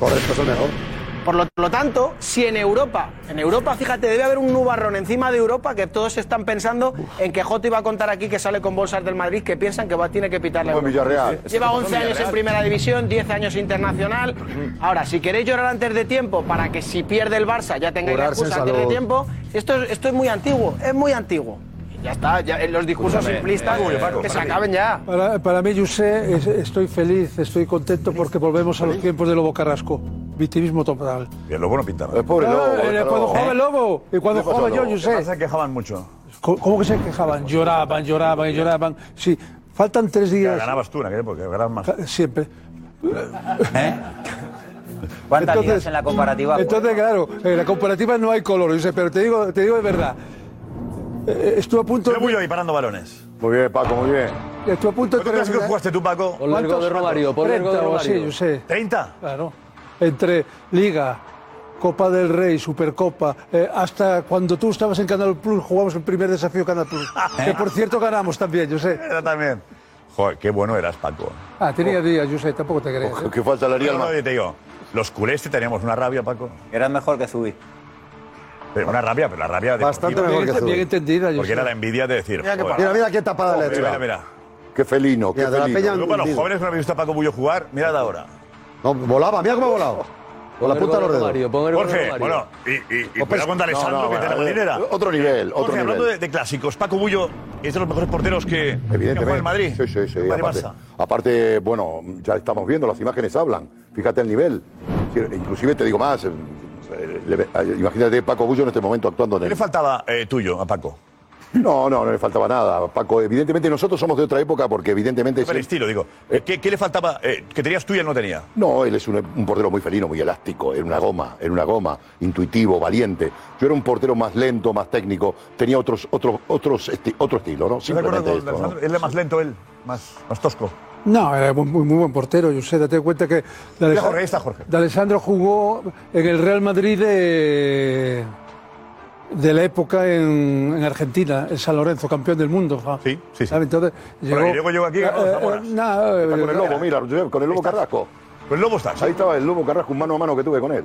Por lo, por lo tanto, si en Europa, en Europa, fíjate, debe haber un nubarrón encima de Europa que todos están pensando en que Jota iba a contar aquí que sale con bolsas del Madrid, que piensan que va, tiene que pitar la
Como en
Europa.
Villarreal.
Lleva
Como en
11 años en
Villarreal.
Primera División, 10 años internacional. Ahora, si queréis llorar antes de tiempo para que si pierde el Barça ya tengáis la
Curarse
excusa
en
antes de
salud.
tiempo, esto, es- esto es muy antiguo, es muy antiguo. Ya está, ya, eh, los discursos
Escúchame,
simplistas
eh, Paco,
que se
para ti.
acaben ya.
Para, para mí, José, es- estoy feliz, estoy contento porque volvemos a los tiempos de Lobo Carrasco. Victimismo total.
Y el lobo no pintaba.
El pobre Lobo, Ah, el-
eh,
el- cuando jugaba el Lobo, y cuando jugaba yo, Josep.
Se quejaban mucho.
Co- ¿Cómo que se quejaban? Lloraban, lloraban, lloraban. Sí, faltan tres
Ya
días.
ganabas tú en aquella época, ganabas más. ¿Eh?
Ca- Siempre.
¿Cuántas ligas en la comparativa?
Entonces, claro, en la comparativa no hay color, Josep, pero te digo, te digo de verdad. Eh, estuve a punto
Yo voy ahí parando balones.
Muy bien, Paco, muy bien. Estuve a punto de
¿Cuántos clásicos
terminar-
jugaste tú, Paco?
Por largo de Romario, por largo de 30 o así, Romario. yo sé.
¿30?
Claro. Entre Liga, Copa del Rey, Supercopa, eh, hasta cuando tú estabas en Canal Plus, jugamos el primer desafío Canal Plus.
¿Eh?
Que por cierto ganamos también, yo sé.
Era también. Joder, qué bueno eras, Paco.
Ah,
Oh.
tenía días, yo sé, tampoco te crees. ¿eh?
Que fue salario no, no, te digo, los culés te teníamos una rabia, Paco.
Eras mejor que Zubí.
Pero una rabia, pero la rabia de
Bastante mejor que Bien Zubí. entendida, yo
Porque
sé.
era la envidia de decir.
Mira qué
joder,
parada.
mira,
Mira, mira qué tapada le ha
mira,
hecho.
mira.
Qué felino, qué
Mira, de la
felino.
Peña han Yo para los hundido. jóvenes que no han visto a Paco Bullo jugar, mirad ahora.
No, volaba, mira cómo ha volado. Con la punta de los dedos.
Jorge, bueno, y, y, y
No,
cuidado
pues-
con Alessandro,
no, no,
que
bueno,
te la marinera.
Otro nivel, otro
Jorge, hablando
nivel.
de, de clásicos, Paco Bullo es de los mejores porteros que, que juega
Evidentemente.
en Madrid.
Sí, sí, sí.
Madrid
Aparte,
Barça.
aparte, bueno, ya estamos viendo, las imágenes hablan. Fíjate el nivel. Sí, Inclusive te digo más. eh, le- Imagínate Paco Bullo en este momento actuando en
¿Qué
el
le faltaba eh, tuyo a Paco?
No, no, no le faltaba nada. Paco, evidentemente nosotros somos de otra época porque evidentemente...
Por el estilo, digo. ¿Qué, qué le faltaba eh, que tenías tú y él no tenía?
No, él es un, un portero muy felino, muy elástico, era una goma, era una goma, intuitivo, valiente. Yo era un portero más lento, más técnico, tenía otros, otros, otros esti- otro estilo, ¿no?
Yo me acuerdo
Simplemente
con
esto, ¿no?
Alessandro, él es más lento, él, más, más tosco.
No, era muy, muy- muy buen portero, yo sé, date cuenta que de
Mira,
Alesa-
Jorge, ahí está Jorge.
de Alessandro jugó en el Real Madrid de, de la época en, en Argentina, en San Lorenzo, campeón del mundo. Sí, sí, Entonces, llegó, Eh,
Bueno, y luego llegó aquí, ganó los Zamoras.
nada,
Está
eh,
con el lobo, mira, yo- con el lobo Carrasco.
Con el lobo está.
Ahí estaba el lobo Carrasco, un mano a mano que tuve con él.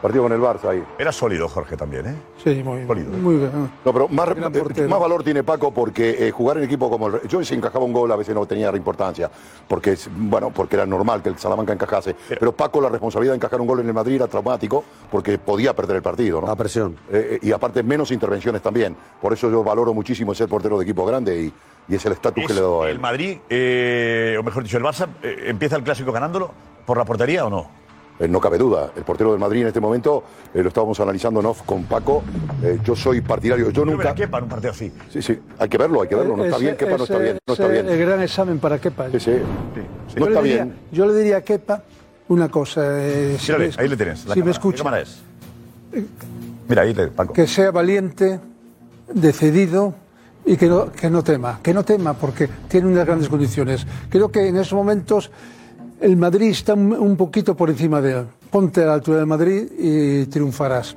Partido con el Barça ahí.
Era sólido, Jorge, también, ¿eh?
Sí, muy, muy bien.
No, pero más,
Gran
eh,
portero.
más valor tiene Paco porque eh, jugar en equipo como el. Re- Yo si encajaba un gol a veces no tenía importancia, porque es- bueno, porque era normal que el Salamanca encajase. Pero, Paco la responsabilidad de encajar un gol en el Madrid era traumático porque podía perder el partido. ¿no? La presión. y aparte menos intervenciones también. Por eso yo valoro muchísimo ser portero de equipo grande y, y es el estatus que le doy a él.
El Madrid, eh, o mejor dicho, el Barça, eh, empieza el clásico ganándolo por la portería o no?
Eh, no cabe duda, el portero del Madrid en este momento, eh, lo estábamos analizando en off con Paco, eh, yo soy partidario, yo nunca...
¿Qué para un partido así?
Sí, sí, hay que verlo, hay que verlo, no está
Eh, Ese-
bien, Kepa no está
ese-
bien, no está
ese
bien.
El gran examen para Kepa. ¿eh?
Sí, sí.
Yo
No
le
está
diría-
bien.
Yo le diría a Kepa una cosa. eh, si
Mírale,
me-
ahí le tienes. la
Si me
cámara. ¿Qué
escucha.
cámara es? Mira, ahí le Paco.
que sea valiente, decidido y que no, que no tema, que no tema porque tiene unas grandes condiciones. Creo que en esos momentos el Madrid está un, un poquito por encima de él. Ponte a la altura del Madrid y triunfarás.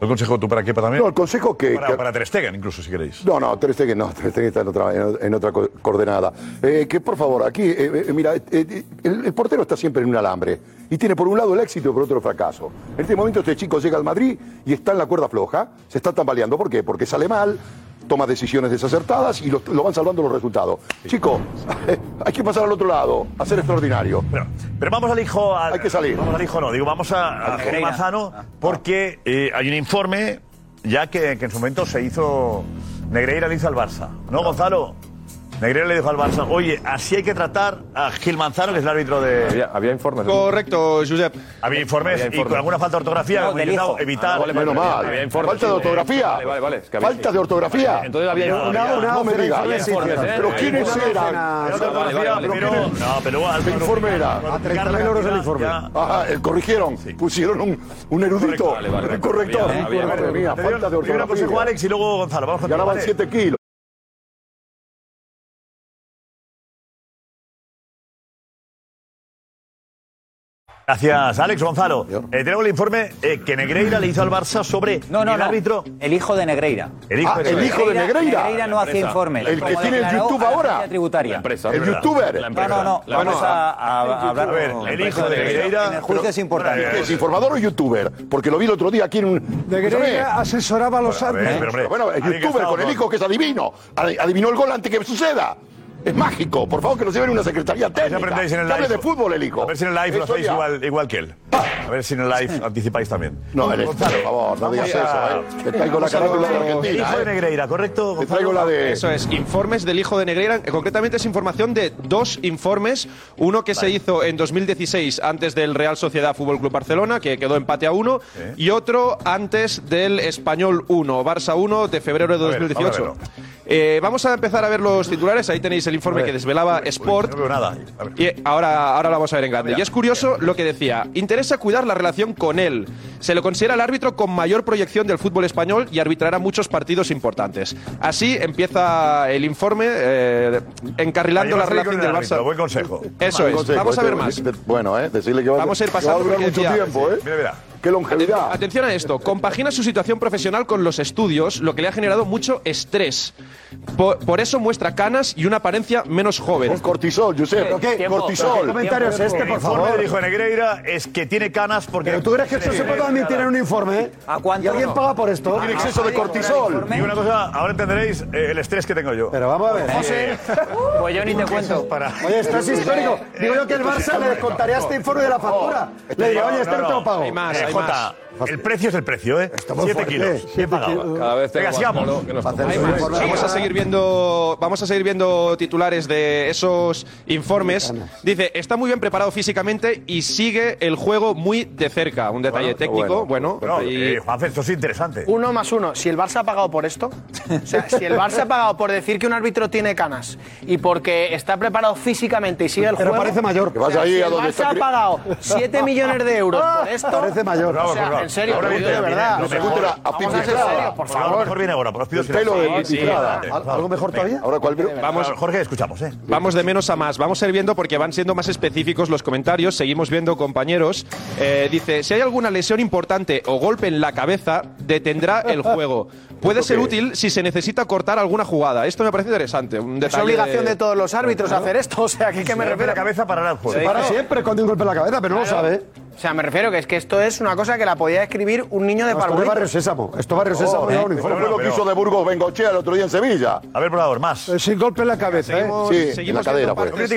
¿El consejo tú para Kepa también?
No, el consejo que-
Para,
que-
para Ter Stegen, incluso, si queréis.
No, no, Ter Stegen no, Ter Stegen está en otra, en, en otra co- coordenada. Eh, que por favor, aquí, eh, eh, mira, eh, eh, el, el portero está siempre en un alambre y tiene por un lado el éxito y por otro el fracaso. En este momento este chico llega al Madrid y está en la cuerda floja, se está tambaleando, ¿por qué? Porque sale mal, toma decisiones desacertadas y lo, lo van salvando los resultados. Chico, hay que pasar al otro lado, a ser extraordinario.
Pero, pero vamos al hijo. Hay
que salir.
Vamos al hijo, no. Digo, vamos a, a
Al
Jorge
Pereira.
Manzano, porque eh, hay un informe ya que, que en su momento se hizo. Negreira le hizo al Barça. ¿No, Gonzalo? Negreira le dijo al Barça, oye, así hay que tratar a Gil Manzano, que es el árbitro de.
Había, había informes.
Correcto, Josep. Había informes,
Había
y con
informes.
alguna falta de ortografía
No,
hemos
del
intentado
hijo.
evitar.
Ah, vale, vale,
Menos
había-
mal.
había informes,
Falta de
sí.
ortografía.
Vale, vale, vale, es que había-
Falta de ortografía.
Entonces había una- una
no me
ofensa,
digas.
había informes, ¿eh?
Pero quiénes
Había
eran.
una- Vale,
Pero
vale, vale,
quiénes-
pero-
No, pero bueno,
El informe era.
A 30.000 euros el informe.
Ajá, Ah, el corrigieron. Pusieron un, un erudito. un corrector.
Había- había-
Madre mía,
Te
falta de
digo- Primero consejo
ortografía.
Alex y luego Gonzalo. Vamos contigo,
Ganaban
¿vale?
7 kilos.
Gracias, Alex Gonzalo. Eh, tenemos el informe eh, que Negreira le hizo al Barça sobre
No, no,
el
no.
árbitro.
El hijo de Negreira.
El hijo,
Ah,
de,
el
Negreira.
hijo de Negreira. Negreira no
La
hacía
empresa.
informes.
La
El
empresa.
que tiene el Como declaró YouTube a la ahora. agencia tributaria.
La empresa,
El
es verdad.
youtuber.
La empresa.
No, no, no.
Bueno,
Vamos a- a- a hablar
a ver,
con-
el hijo de Negreira.
En el juicio es importante.
¿Qué ¿Es informador o youtuber? Porque lo vi el otro día aquí en un. Escúchame.
Negreira asesoraba a los árbitros.
Bueno, el youtuber con el hijo que es adivino. Adi- Adivinó el gol antes que suceda. Es mágico. Por favor, que lo lleven a una secretaría
A ver si
técnica.
aprendéis en el
Que hable
live.
de fútbol el hijo.
A ver si en el live lo
Eso
hacéis
ya.
igual, igual que él. A ver si en el live anticipáis también.
No, Alex, por favor, no
Vamos
digas
a-
eso, ¿eh? Te traigo la
Vamos a
carátula de
ver,
Argentina,
Hijo de
¿eh?
Negreira, ¿correcto? Gonzalo?
Eso es, informes del hijo de Negreira. Eh, Concretamente es información de dos informes. Uno que se hizo en 2016 antes del Real Sociedad Fútbol Club Barcelona, que quedó empate a uno.
¿Eh?
Y otro antes del Español 1, Barça 1, de febrero de
A ver,
2018.
vamos a
Eh, vamos a empezar a ver los titulares. Ahí tenéis el
A
informe
ver.
que desvelaba Sport.
pues, No veo nada. A ver.
Y ahora, ahora lo vamos a ver en grande. Y es curioso lo que decía. Interesa cuidar la relación con él. Se lo considera el árbitro con mayor proyección del fútbol español y arbitrará muchos partidos importantes. Así empieza el informe eh, encarrilando la
Llevarse bien con
relación del
el
Barça.
árbitro, Buen consejo.
Eso
Mal
es.
consejo,
Vamos a ver
este-
más.
este- Bueno, ¿eh? Decirle que va
Vamos a ir
que va
pasando
durar
porque
mucho
decía-
tiempo, ¿eh?
Mira, mira.
¡Qué longevidad!
Atención a esto. Compagina su situación profesional con los estudios, lo que le ha generado mucho estrés. Por, por eso muestra canas y una apariencia menos joven.
cortisol, Josep.
¿Pero
qué? Tiempo, Cortisol.
Eh, ¿Qué comentario es este, por
El
favor?
informe
dijo Negreira es que tiene canas porque...
¿Pero tú crees que esto se puede admitir en un
informe? ¿eh?
¿A cuánto?
¿Y alguien paga por esto?
Tiene exceso de cortisol.
Y una cosa, ahora entenderéis eh, el estrés que tengo yo. Pero
vamos a ver.
José, Eh,
Pues yo ni te cuento.
Oye,
estás histórico. Digo yo que el Barça le descontaría este informe de la factura. Le diría, oye, este no te lo pago.
Eh, Jota, el precio es el precio, ¿eh?
muy
7
fuerte.
kilos.
Siete
Bien pagado.
kilos. Cada vez
Venga,
tengo
sigamos.
más Vamos a seguir viendo, vamos a seguir viendo titulares de esos informes. Dice, está muy bien preparado físicamente y sigue el juego muy de cerca. Un detalle técnico, bueno.
No,
y-
eh, Juanfe, esto es interesante.
Uno más uno. Si el Barça ha pagado por esto, o sea, si el Barça ha pagado por decir que un árbitro tiene canas y porque está preparado físicamente y sigue el
Pero
juego.
parece mayor.
Que vas ahí a donde está. Ah. ha pagado 7 millones de euros pues por esto.
Parece mayor.
O sea, en serio, lo digo de verdad. Vamos a ser serios, por
Lo
favor.
mejor viene ahora, por los pidos
El pelo
finales.
de- Sí, sí. Pitrada.
Vale,
¿Al-
vale.
algo mejor
Venga.
todavía? Ahora, ¿cuál veo? Vamos.
Jorge, escuchamos, ¿eh?
Vamos de menos a más. Vamos a ir viendo porque van siendo más específicos los comentarios. Seguimos viendo, compañeros. Eh, dice: Si hay alguna lesión importante o golpe en la cabeza, detendrá el juego. Puede ser útil si se necesita cortar alguna jugada. Esto me parece interesante. Un
Es
detalle
obligación de todos los árbitros hacer esto. O sea, ¿qué, qué me refiero?
cabeza para el
juego.
para
Sí, claro.
siempre esconde un golpe en la cabeza, pero no lo
Claro.
sabe. ¿eh?
O sea, me refiero que es que esto es una cosa que la podía escribir un niño de
No, esto no es
parvulito.
barrio sésamo. Esto es barrio sésamo.
Oh,
ya
eh,
un informe.
pero fue lo que hizo de Burgos Bengochea el otro día en Sevilla.
A ver, por favor, más.
Sin golpe en la cabeza, ¿eh?
Seguimos-
Sí, en la
seguimos
cadera,
viendo
pues.
partes de-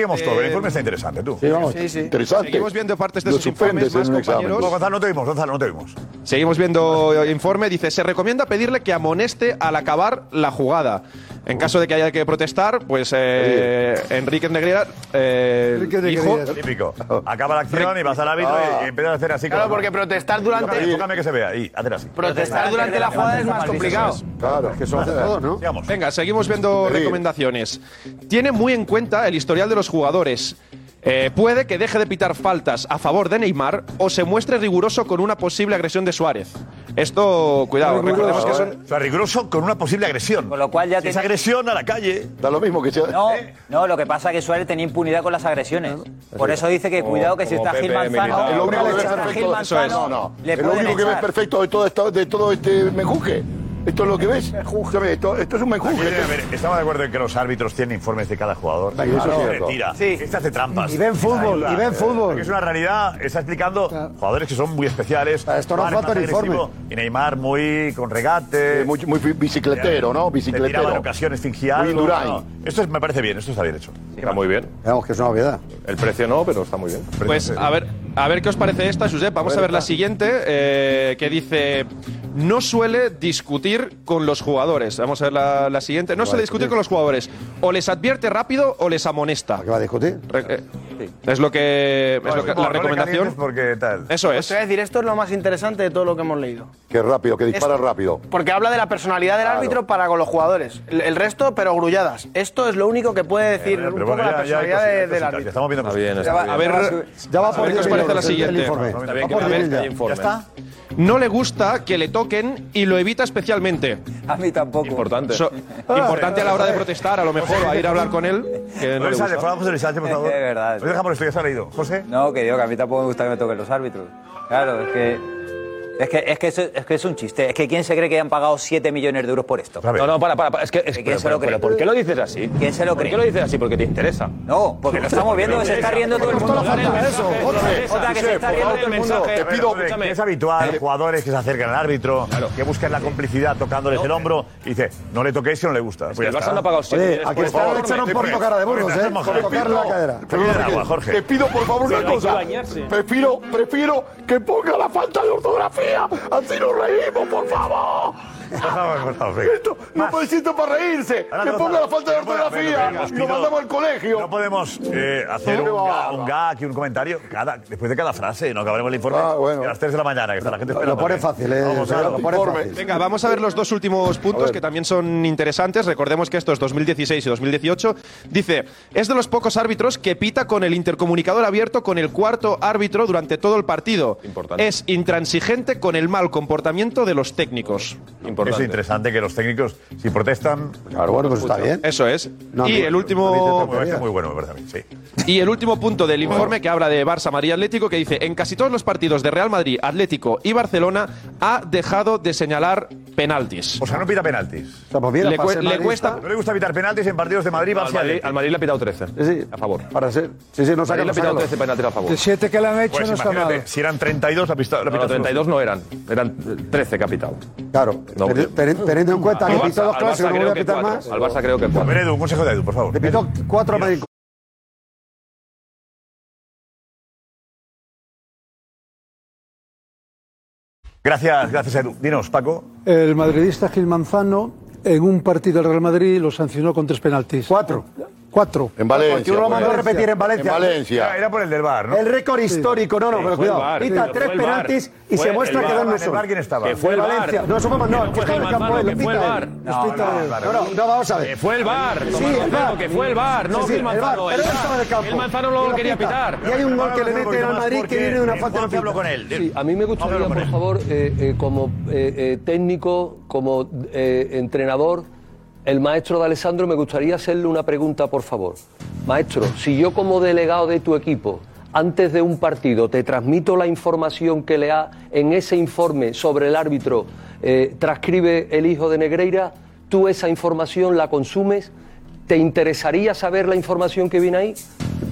interesante, tú.
Sí, vamos.
Sí, sí.
Interesante.
Seguimos viendo partes de
Lo
esos informes
suspendes en
más,
un examen.
compañeros.
No, Gonzalo, no te vimos, Gonzalo, no te vimos.
Seguimos viendo eh, informe. Dice, se recomienda pedirle que amoneste al acabar la jugada. En caso de que haya que protestar, pues eh, Enrique Negreira eh, dijo...
Típico. Acaba la acción y vas al árbitro
Ah,
Ah.
y- y empiezas a hacer así.
Claro,
con la
porque
mano.
protestar durante-
Tócame, Tócame que se vea ahí, hacer así.
Protestar durante la jugada es más complicado.
Claro, es que eso hace todo, ¿no?
Venga, seguimos viendo recomendaciones. Tiene muy en cuenta el historial de los jugadores. Eh, puede que deje de pitar faltas a favor de Neymar o se muestre riguroso con una posible agresión de Suárez. Esto, cuidado, recordemos que
¿eh?
son...
O sea, riguroso con una posible agresión. Con lo cual ya
tiene-
Es agresión a la calle.
Da lo mismo que sea.
No, no, lo que pasa es que Suárez tenía impunidad con las agresiones. Por eso dice que cuidado que si
Como
está Gil
Pepe,
Manzano,
Militao. Es lo único que
si
ves
está Gil
perfecto. Eso es.
Manzano,
No, no.
le
Es lo
pueden
único que ves
echar.
perfecto de todo, esta- de todo este menjuje. Esto es lo que ves. Escúchame, esto, esto es un
Aquí,
menjuje.
a ver, estamos de acuerdo en que los árbitros tienen informes de cada jugador.
Venga, eso es
Claro,
cierto.
mentira.
Sí.
Este hace trampas.
Y ven fútbol,
Ayuda.
y ven
Eh,
fútbol.
que Es una realidad. Está explicando jugadores que son muy especiales.
Esto no
Van
falta
más
el informe.
agresivo. Y Neymar muy con regate.
Sí, muy- muy bicicletero, ¿no? Bicicletero.
Le tiraba en ocasiones, fingía
Muy
algo.
Indurain.
No, Esto es- me parece bien, esto está bien hecho.
Está muy bien.
Vamos, que es una obviedad.
El precio no, pero está muy bien.
Pues a ver, a ver qué os parece esta, Josep. Vamos a ver la siguiente, eh, que dice. No suele discutir con los jugadores. Vamos a ver la, la siguiente. No suele discutir con los jugadores. O les advierte rápido o les amonesta. ¿Qué va a discutir? es lo que. Es lo que- la recomendación.
Porque tal.
Eso
Os voy a decir, esto es lo más interesante de todo lo que hemos leído.
Que rápido, que dispara
Esto.
rápido.
Porque habla de la personalidad del
Claro.
árbitro para con los jugadores. El, el resto, pero grulladas. Esto es lo único que puede decir un poco la personalidad de- del árbitro.
Estamos viendo
Ya va- a ver,
ya va
a
por
ver qué os
10.000
parece la
euros el- el
siguiente.
informe.
A
Va
ver,
por
a ver,
10.000 ya.
el
¿Ya
informe.
está?
No le gusta que le toquen y lo evita especialmente.
A mí tampoco.
Importante. importante a la
Ah,
hora de protestar, a lo mejor, a ir a hablar con él. Que no le
Luis
gusta.
Alde, fuera José Luis Alde, por favor.
De verdad.
Lo dejamos esto, ya se ha leído. José.
No, que digo que a mí tampoco me gusta que me toquen los árbitros. Claro, es que. Es que, es, que eso- es que es un chiste. Es que ¿quién se cree que han pagado 7 millones de euros por esto?
No, no, para, para, para, Es que, es-
¿Quién
pero,
se
pero-
lo cree?
pero ¿por qué lo dices así?
¿Quién se lo cree?
¿Por qué lo dices así? Porque te interesa.
No, porque lo estamos viendo que se está riendo todo el mundo. Otra que se está riendo todo el mundo.
Te pido, que es habitual, jugadores que se acercan al árbitro, que buscan la complicidad tocándoles el hombro y dice, no le toquéis si no le gusta. Pues
que
ya
el Barça
está.
no ha pagado siete Oye, millones
aquí por está favor. echaron por tocar a De Burgos,
Venga,
¿eh?
estamos
Por
mojando.
tocar la cadera.
Te pido agua, Jorge.
Te pido, por
Pero
favor, una
hay que
cosa.
bañarse.
Prefiero, prefiero que ponga la falta de ortografía. Así nos reímos, por favor.
Por favor, por favor, venga.
Esto, no necesito para reírse.
Ahora
que
no,
ponga
no,
la falta de
no puedo
ortografía.
hacerlo, pues venga,
Lo
pido.
mandamos al colegio.
No podemos eh, hacer un,
Qué
ga-
barba.
un gag y un comentario cada, después de cada frase. No acabaremos el informe a las 3 de la mañana, que está la gente esperando.
pone fácil, ¿eh?
Vamos,
Lo
claro.
pone fácil.
Venga, vamos a ver los dos últimos puntos que también son interesantes. Recordemos que esto es 2016 y 2018. Dice, es de los pocos árbitros que pita con el intercomunicador abierto con el cuarto árbitro durante todo el partido.
Importante.
Es intransigente con el mal comportamiento de los técnicos.
Es
importante.
interesante que los técnicos, si protestan.
Claro, bueno, pues está bien.
Eso es.
No,
y
muy-
el último.
Me parece muy bueno, me parece a mí, sí.
Y el último punto del informe que habla de Barça María Atlético, que dice, en casi todos los partidos de Real Madrid, Atlético y Barcelona ha dejado de señalar penaltis. O
sea, no pita penaltis.
pues
le, cue- le cuesta...
No le gusta evitar penaltis en partidos de Madrid,
Al
Barça.
Madrid, al Madrid le ha pitado 13. A favor.
Para ser. Sí, sí,
no, sácalo,
le ha pitado
sácalo.
13 penaltis a favor.
De siete
que le han
hecho, no está
Pues imagínate,
mal.
Si eran 32, la pista. La
No, 32 no eran, eran 13 que ha pitado.
Claro,
pero-
Ten- Teniendo en cuenta que
Al
pito
Barça-
dos
al
clases, no
Barça
voy
creo
a
que
pitar
cuatro.
más.
Al Barça creo que cuatro.
A ver, Edu, un consejo de Edu, por favor.
Le pito cuatro a Madrid.
Gracias, gracias, Edu. Dinos, Paco.
El madridista Gil Manzano en un partido del Real Madrid lo sancionó con tres penaltis. Cuatro. Cuatro.
En pues.
Porque uno lo mandó a repetir en Valencia. Era, era por el del bar, ¿no?
El récord histórico, no, no, pero cuidado. Pita tres penaltis y se muestra que
en
dan
el bar quién estaba.
Valencia. No, eso fue no, el que estaba en el campo él, pita él.
No,
Pita
no,
él.
no,
No, no, no, vamos a ver.
Que
fue el VAR,
Sí, el VAR.
que fue el VAR, no
Sí, sí,
Gil Manzano.
El VAR, pero él
VAR.
estaba en el campo.
Gil Manzano no
Y
lo quería
pita.
pitar.
Y hay un gol que le meten al Madrid que viene de una falta de pita.
Sí,
a mí me gustaría, por favor, eh, eh, como eh, eh, técnico, como eh, entrenador, el maestro de Alessandro, me gustaría hacerle una pregunta, por favor. Maestro, si yo como delegado de tu equipo, antes de un partido, te transmito la información que le ha en ese informe sobre el árbitro, eh, transcribe el hijo de Negreira, tú esa información la consumes. ¿Te interesaría saber la información que viene ahí?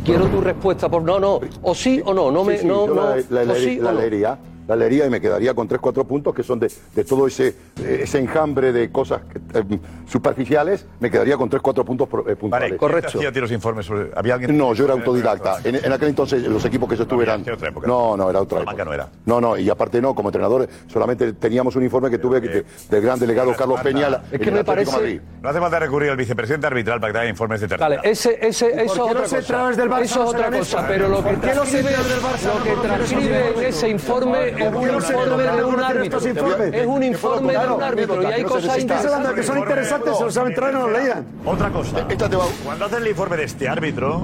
Quiero tu respuesta por no, no, o sí o no, no me,
Sí, sí,
no,
yo
no,
la, la- la-
o sí
la
o no.
leería. La leería y me quedaría con 3-4 puntos que son de, de todo ese, eh, ese enjambre de cosas que, eh, superficiales. Me quedaría con 3-4 puntos pro- eh, puntuales.
Vale, correcto. Hacía tiros informes sobre. ¿Había alguien?
No, yo era autodidacta. En, en aquel entonces los equipos que yo estuve eran. No, no, era otra época. No, no, y aparte no, como entrenador solamente teníamos un informe que tuve de- del gran
eh,
delegado Carlos Peña. la- en el Atlético Madrid.
No hace falta recurrir al vicepresidente arbitral para que haga informes de tercera.
Vale, ese, ese,
¿Y
eso
por qué
es otra
los
cosa.
centrales del Barça
eso
no
es otra
serán
cosa,
estos?
pero lo que
¿Por qué los
transcribe,
centrales del Barça
lo
no
que
conocen esos
transcribe en
informes?
ese informe
¿Por qué
es un
los
informe
centrales
de
no
un
conocen
árbitro.
estos informes?
Es un
Te puedo
informe de
contar
un árbitro y hay cosas
hablando que son interesantes, se los saben traer y no los leían.
Otra cosa. Cuando haces el informe de este árbitro,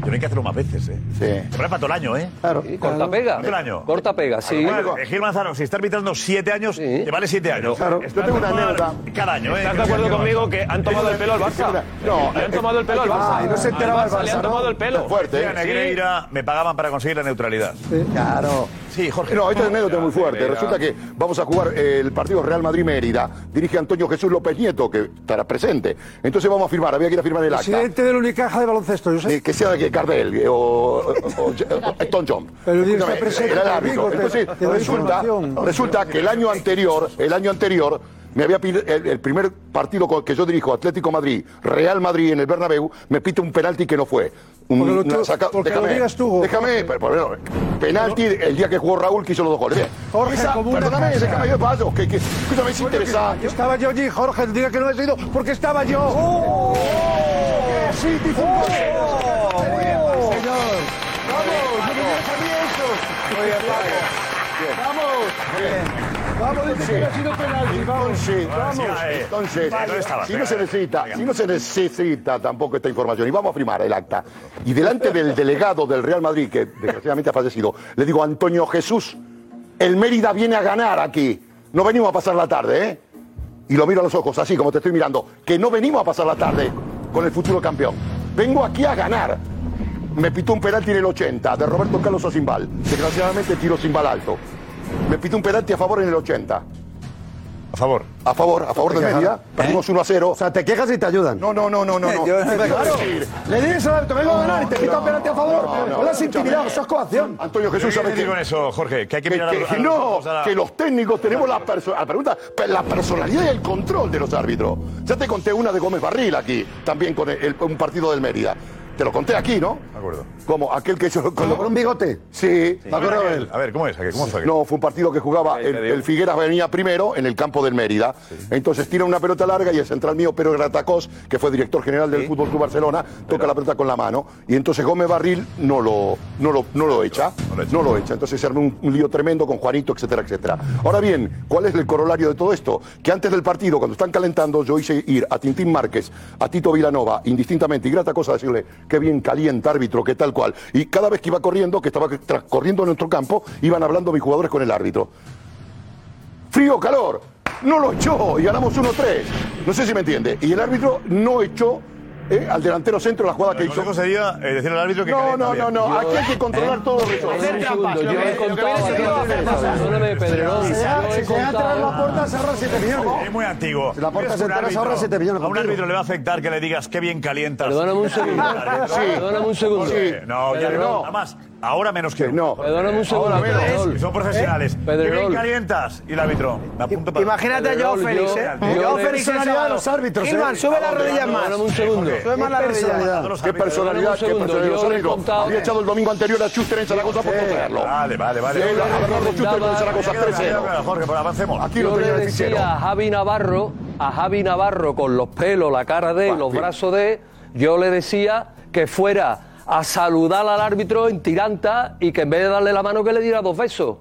yo no hay que hacerlo más veces, ¿eh? Sí. Se para todo el año, ¿eh? Claro.
Corta pega.
Todo el año.
Corta pega, sí.
Claro, Gil Manzano, si está arbitrando siete años, te vale siete años.
Claro.
Estás
Yo tengo
de
una
acuerdo-
anécdota.
Cada año, ¿eh?
¿Estás de acuerdo conmigo que han tomado el pelo al Barça?
No.
Le han tomado el pelo al Barça.
y no se enteraba
Al
el
Barça
Barça.
le han tomado
¿no?
el pelo.
Decía
Sí.
Negreira, me pagaban para conseguir la neutralidad.
Claro.
Sí, Jorge. Ah,
No, esta anécdota es muy fuerte.
Venga.
Resulta que vamos a jugar eh, el partido Real Madrid-Mérida. Dirige Antonio Jesús López Nieto, que estará presente. Entonces vamos a firmar, había que ir a firmar el acta.
Presidente del Unicaja de baloncesto, yo
Eh, Que sea de que Cardel eh, o, o, o- o- Tom John.
Pero digo,
Escúchame,
está presente
era el
conmigo,
árbitro.
te-
Entonces,
te doy
resulta,
información.
resulta que el año anterior, el año anterior, me había pide- el, el primer partido co- que yo dirijo, Atlético Madrid, Real Madrid en el Bernabéu, me pita un penalti que no fue. Un-
Porque lo
una
tú-
saca-
porque lo
déjame,
digas tú, Jorge.
Déjame, pero- pero bueno, penalti el día que jugó Raúl que hizo los dos goles. Bien.
Jorge,
Esa-
como una
perdóname,
casa.
déjame yo paso, que, que-
Oh,
escúchame, es interesante.
Estaba yo allí, Jorge, diga que no he sido porque estaba yo. ¡Oh!
Sí, dijo un gol.
Señor.
Vamos, eh. dice que no ha sido penalti, vamos. vamos. Entonces,
Vale, no estaba,
si no
venga,
se necesita, si no se necesita tampoco esta información, y vamos a firmar el acta. Y delante del delegado del Real Madrid, que desgraciadamente ha fallecido, le digo, Antonio Jesús, el Mérida viene a ganar aquí. No venimos a pasar la tarde, ¿eh? Y lo miro a los ojos, así como te estoy mirando, que no venimos a pasar la tarde con el futuro campeón. Vengo aquí a ganar. Me pitó un penalti en el 80 de Roberto Carlos Osimbal. Desgraciadamente tiro sin bal alto. Me pitó un penalti a favor en el 80.
A favor.
A favor, a favor de
Te quejas,
Mérida. Perdimos 1 a 0. O
sea, te quejas y te ayudan.
No, no, no, no, no. no.
Yo no
Venga,
claro.
decir,
Le dices al árbitro, vengo a ganar y te quita un penalti a favor.
no, no,
No, las
escúchame.
intimidad, eso es coacción.
Antonio
Yo
Jesús,
quiero
¿sabes
decir
qué?
con eso, Jorge, que hay que mirar a
que-
los-
que
a los
no,
ojos a la-
que los técnicos tenemos la, perso- la pregunta, pe- la personalidad y el control de los árbitros. Ya te conté una de Gómez Barril aquí, también con el- el- un partido del Mérida. Te lo conté aquí, ¿no? De acuerdo. Como aquel que hizo con, un bigote. Sí,
Sí.
me acuerdo de él.
A ver, ¿cómo es? aquel? ¿Cómo fue? aquel?
No, fue un partido que jugaba el, el Figueras venía primero en el campo del Mérida. Entonces tira una pelota larga y el central mío, Pedro Gratacós, que fue director general del Fútbol Club Barcelona, toca la pelota con la mano y entonces Gómez Barril no lo, no lo, no lo echa, no lo echa. Entonces se armó un, un lío tremendo con Juanito, etcétera, etcétera. Ahora bien, ¿cuál es el corolario de todo esto? Que antes del partido, cuando están calentando, yo hice ir a Tintín Márquez, a Tito Vilanova, indistintamente, y grata cosa decirle, qué bien calienta árbitro, qué tal cual. Y cada vez que iba corriendo, que estaba tras- corriendo en nuestro campo, iban hablando mis jugadores con el árbitro. Frío, calor. no lo echó y ganamos 1-3. No sé si me entiende. Y el árbitro no echó eh, al delantero centro la jugada que hizo.
sería eh, decirle al árbitro que
No,
cabeza
no, no,
bien.
no. Aquí
Yo-
hay que controlar
¿Eh?
todo los
Hacer trampas. Yo he contado
Perdóname, Pedrerol.
Si se da-
yo he
si se da
contado-
tras la puerta, se ahorra 7 millones.
Es muy antiguo.
Si la puerta
Es
se
un
entera, se
árbitro.
ahorra 7 millones
A un
contigo.
árbitro le va a afectar que le digas qué bien calientas.
Perdóname un segundo.
Árbitro.
Sí. Perdóname un segundo.
Porque- No, ya
Pedrerol.
no. Nada más. Ahora menos que no.
Perdóname un segundo,
Ahora menos.
Pedrerol.
Son profesionales.
¿Eh?
Qué bien
Pedrerol.
calientas. Y el árbitro. Me apunto para-
Imagínate a Joao Félix, ¿eh? Joao Félix el sábado. Gilman, sube las rodillas más.
Perdóname un segundo.
Sube más las rodillas.
Qué personalidad, qué personalidad. Los árbitros. Había echado el domingo anterior a Schuster en Zaragoza por no sacarlo.
Vale, vale, vale.
Sí, a Bernardo Schuster con el
Ya
Zaragoza
queda, ya
3-0.
queda, Jorge, pues avancemos.
Aquí
Yo le decía a Javi Navarro, a Javi Navarro con los pelos, la cara de, los brazos de, yo le decía que fuera a saludar al árbitro en tiranta y que en vez de darle la mano que le diera dos besos.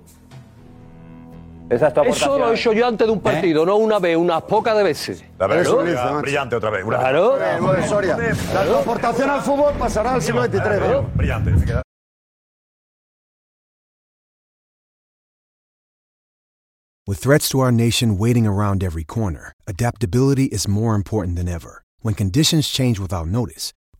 Esa es tu ¿Eh?
Eso lo he hecho yo antes de un partido, no una vez, unas pocas de veces.
La verdad,
Claro.
Soria, brillante otra vez. una vez.
Claro.
El gol de Soria. La tu aportación al fútbol pasará al siglo XXIII. ¿no?
Brillante. se queda.
With threats to our nation waiting around every corner, adaptability is more important than ever. When conditions change without notice,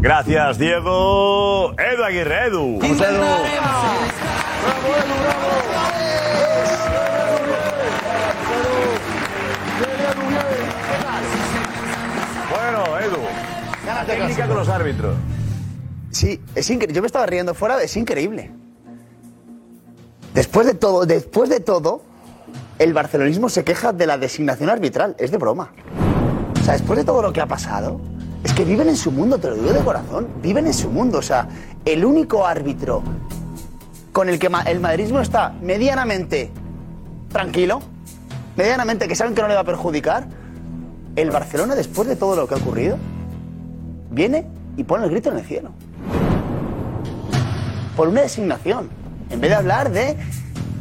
Gracias, Diego. Edu Aguirre, Edu. Bueno, Edu. Técnica con los árbitros.
Sí, es increíble. Yo me estaba riendo fuera, es increíble. Después de todo, después de todo, el barcelonismo se queja de la designación arbitral. Es de broma. O sea, después de todo lo que ha pasado, es que viven en su mundo, te lo digo de corazón. Viven en su mundo. O sea, el único árbitro con el que ma- el madridismo está medianamente tranquilo, medianamente que saben que no le va a perjudicar, el Barcelona, después de todo lo que ha ocurrido, viene y pone el grito en el cielo. Por una designación. En vez de hablar de,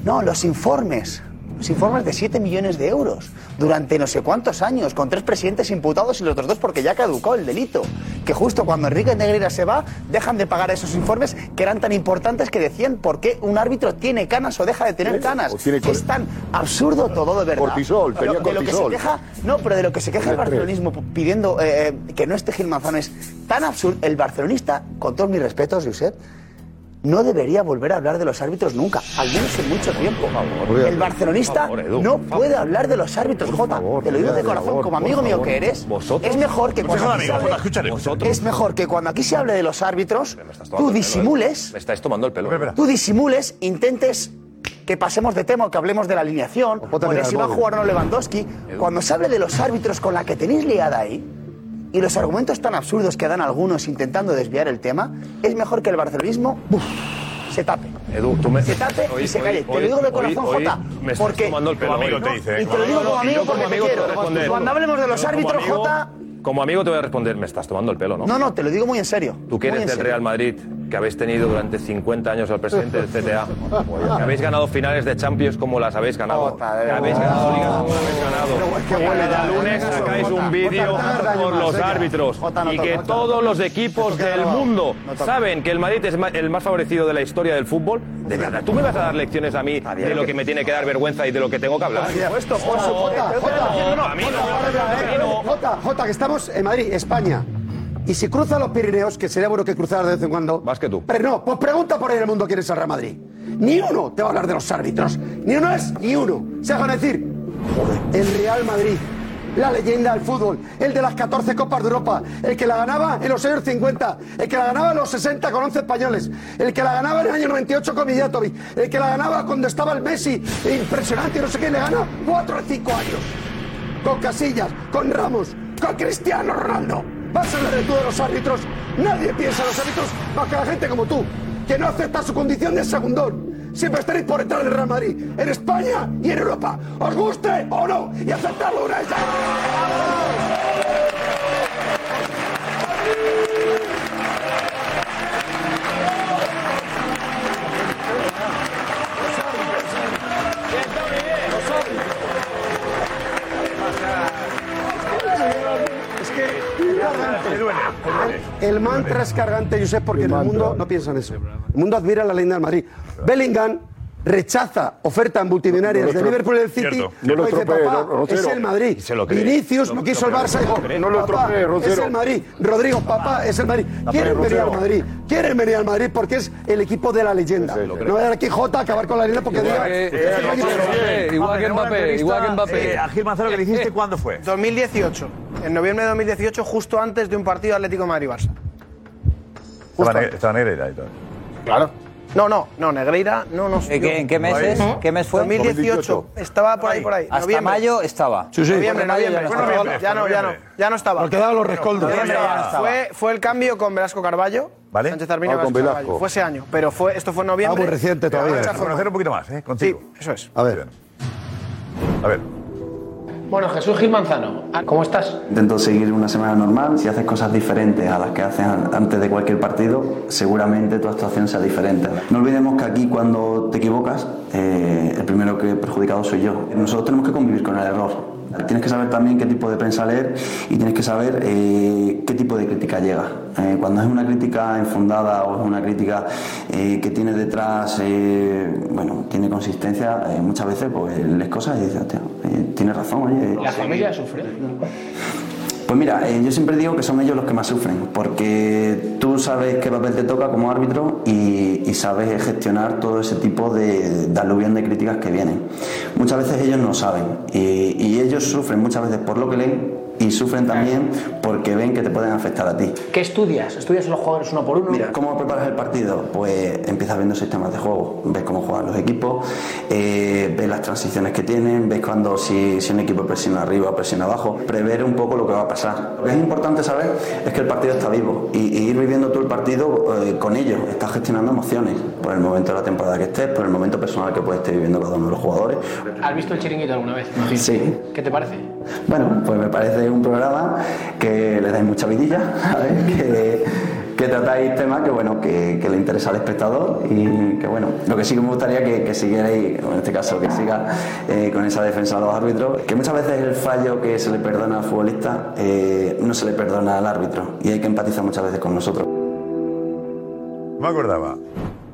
no, los informes. Los informes de 7 millones de euros durante no sé cuántos años, con tres presidentes imputados y los otros dos porque ya caducó el delito. Que justo cuando Enrique Negreira se va, dejan de pagar esos informes que eran tan importantes que decían por qué un árbitro tiene canas o deja de tener canas. Es tan absurdo todo, de verdad.
Cortisol,
Lo- de
tenía
lo que se
cortisol.
queja no, pero de lo que se queja el barcelonismo pidiendo eh, eh, que no esté Gil Manzano es tan absurdo. El barcelonista, con todos mis respetos, Josep, no debería volver a hablar de los árbitros nunca, al menos en mucho tiempo. el barcelonista no puede hablar de los árbitros, Jota. Te lo digo de
por
corazón,
favor,
como
por
amigo mío
favor.
que eres.
Vosotros.
Pues Es mejor que
No
cuando
seas
aquí
amigo,
se hable-
Jota, escúchale, vosotros.
Es mejor que cuando aquí se hable de los árbitros,
tomando
tú
el pelo, ¿eh?
disimules
Me estáis tomando el pelo.
tú disimules, intentes que pasemos de tema o que hablemos de la alineación o,
ponte a
de
mirar
si
el
va a
móvil.
jugar o no Lewandowski. Cuando se hable de los árbitros con la que tenéis liada ahí y los argumentos tan absurdos que dan algunos intentando desviar el tema, es mejor que el barcelonismo ¡buf! se tape.
Edu, tú me.
Se tape y
Hoy-
se
hoy-
calle. te
hoy-
lo digo de
hoy-
corazón,
hoy
Jota.
Me estás
Porque.
tomando el pelo.
amigo
hoy.
te dice,
Y te
¿eh?
lo digo como amigo porque te quiero. Cuando hablemos de los
Yo como
árbitros,
amigo-
Jota.
Como amigo te voy a responder, me estás tomando el pelo, ¿no?
No, no, te lo digo muy en serio.
Tú que
muy
eres
en
del
serio.
Real Madrid, que habéis tenido durante 50 años al presidente del CTA, que habéis ganado finales de Champions como las habéis ganado, que habéis ganado ligas como las habéis ganado, que cada lunes sacáis un vídeo por los árbitros y que todos los equipos del mundo saben que el Madrid es ma- el más favorecido de la historia del fútbol. De verdad, tú me vas a dar lecciones a mí de lo que me tiene que dar vergüenza y de lo que tengo que hablar.
supuesto, por supuesto.
a mí no.
Jota, Jota, que estamos en Madrid, España. Y si cruza los Pirineos, que sería bueno que cruzara de vez en cuando. Más que tú. Pero no, pues pregunta por ahí en el mundo quién es el Real Madrid. Ni uno te va a hablar de los árbitros. Ni uno es, ni uno. Se van a decir, joder, el Real Madrid. La leyenda del fútbol, el de las 14 Copas de Europa, el que la ganaba en los años 50, el que la ganaba en los 60 con 11 españoles, el que la ganaba en el año 98 con Mijatovic, el que la ganaba cuando estaba el Messi, impresionante, no sé qué, le gana 4 o 5 años con Casillas, con Ramos, con Cristiano Ronaldo. Vas a hablar de tú de los árbitros. Nadie piensa en los árbitros más que la gente como tú, que no acepta su condición de segundón. Siempre estaréis por entrar en el Real Madrid, en España y en Europa. Os guste o no, y aceptarlo una vez ya. Es que El mantra es cargante, Josep, porque en el mundo no piensan eso. El mundo admira la leyenda del Madrid. Bellingham rechaza ofertas multimillonarias
No
de
lo tro-
Liverpool y del City.
Cierto. No lo
Dice,
tropee,
papá,
Ro- Rocero.
es el Madrid.
Y se lo cree.
Vinicius
No
no
lo
quiso el
tropee,
Barça.
no lo
Dijo,
cree. No lo
"Papá,
tropee,
Es
Rocero.
el Madrid. Rodrigo, papá, es el Madrid.
No, pero
Quieren venir
Rocero.
al Madrid. Quieren venir al Madrid porque es el equipo de la leyenda.
Sí, lo creo.
No va a dar aquí Jota a acabar con la leyenda porque
Igual
diga...
que- Igual que Mbappé, igual que Mbappé.
Eh,
que le hiciste,
¿cuándo fue?
2018. En noviembre de 2018, justo antes de un partido Atlético Madrid-Barça.
Estaba, ne- estaba Negreira e- y tal.
Claro. No, no, no, Negreira, no, no.
¿En qué- en qué mes es?
¿Eh?
¿Qué mes fue?
2018. Estaba por ahí, por ahí.
Hasta
Noviembre.
mayo estaba.
Sí, sí. Noviembre,
Mayo
noviembre.
ya no estaba.
Ya no, ya no. Ya no estaba.
Porque daba los rescoldos.
Noviembre ya no
estaba.
Fue, fue el cambio con Velasco Carballo.
¿Vale?
Sánchez Arminio,
Ah, con
Velasco Carballo.
Velasco.
Fue ese año, pero fue, esto fue en noviembre.
Ah, muy reciente todavía.
Vamos a
Conocer un poquito más, ¿eh? Contigo.
Sí, eso es.
A ver. A ver.
Bueno, Jesús Gil Manzano, ¿cómo estás?
Intento seguir una semana normal. Si haces cosas diferentes a las que haces an- antes de cualquier partido, seguramente tu actuación sea diferente. No olvidemos que aquí cuando te equivocas, eh, el primero que perjudicado soy yo. Nosotros tenemos que convivir con el error. Tienes que saber también qué tipo de prensa leer y tienes que saber eh, qué tipo de crítica llega. Eh, cuando es una crítica enfundada o es una crítica eh, que tiene detrás, eh, bueno, tiene consistencia, eh, muchas veces pues lees cosas y dices, "Hostia, eh, tienes razón, oye.
sufre?
Pues mira, eh, yo siempre digo que son ellos los que más sufren, porque tú sabes qué papel te toca como árbitro y, y sabes gestionar todo ese tipo de, de aluvión de críticas que vienen. Muchas veces ellos no saben y, y ellos sufren muchas veces por lo que leen y sufren también porque ven que te pueden afectar a ti.
¿Qué estudias? ¿Estudias a los jugadores uno por uno?
Mira, ¿cómo preparas el partido? Pues empiezas viendo sistemas de juego, ves cómo juegan los equipos, eh, ves las transiciones que tienen, ves cuando si, si un equipo presiona arriba, presiona abajo, prever un poco lo que va a pasar. Lo que es importante saber es que el partido está vivo y, y ir viviendo tú el partido eh, con ellos. Estás gestionando emociones por el momento de la temporada que estés, por el momento personal que puedes estar viviendo cada uno de los jugadores.
¿Has visto el chiringuito alguna vez?
Sí.
¿Qué te parece?
Bueno, pues me parece un programa que le dais mucha vidilla, ¿sabes? Que, que tratáis temas que, bueno, que, que le interesa al espectador y que, bueno, lo que sí que me gustaría que, que siguierais, o en este caso que siga eh, con esa defensa de los árbitros, que muchas veces el fallo que se le perdona al futbolista eh, no se le perdona al árbitro y hay que empatizar muchas veces con nosotros.
No me acordaba.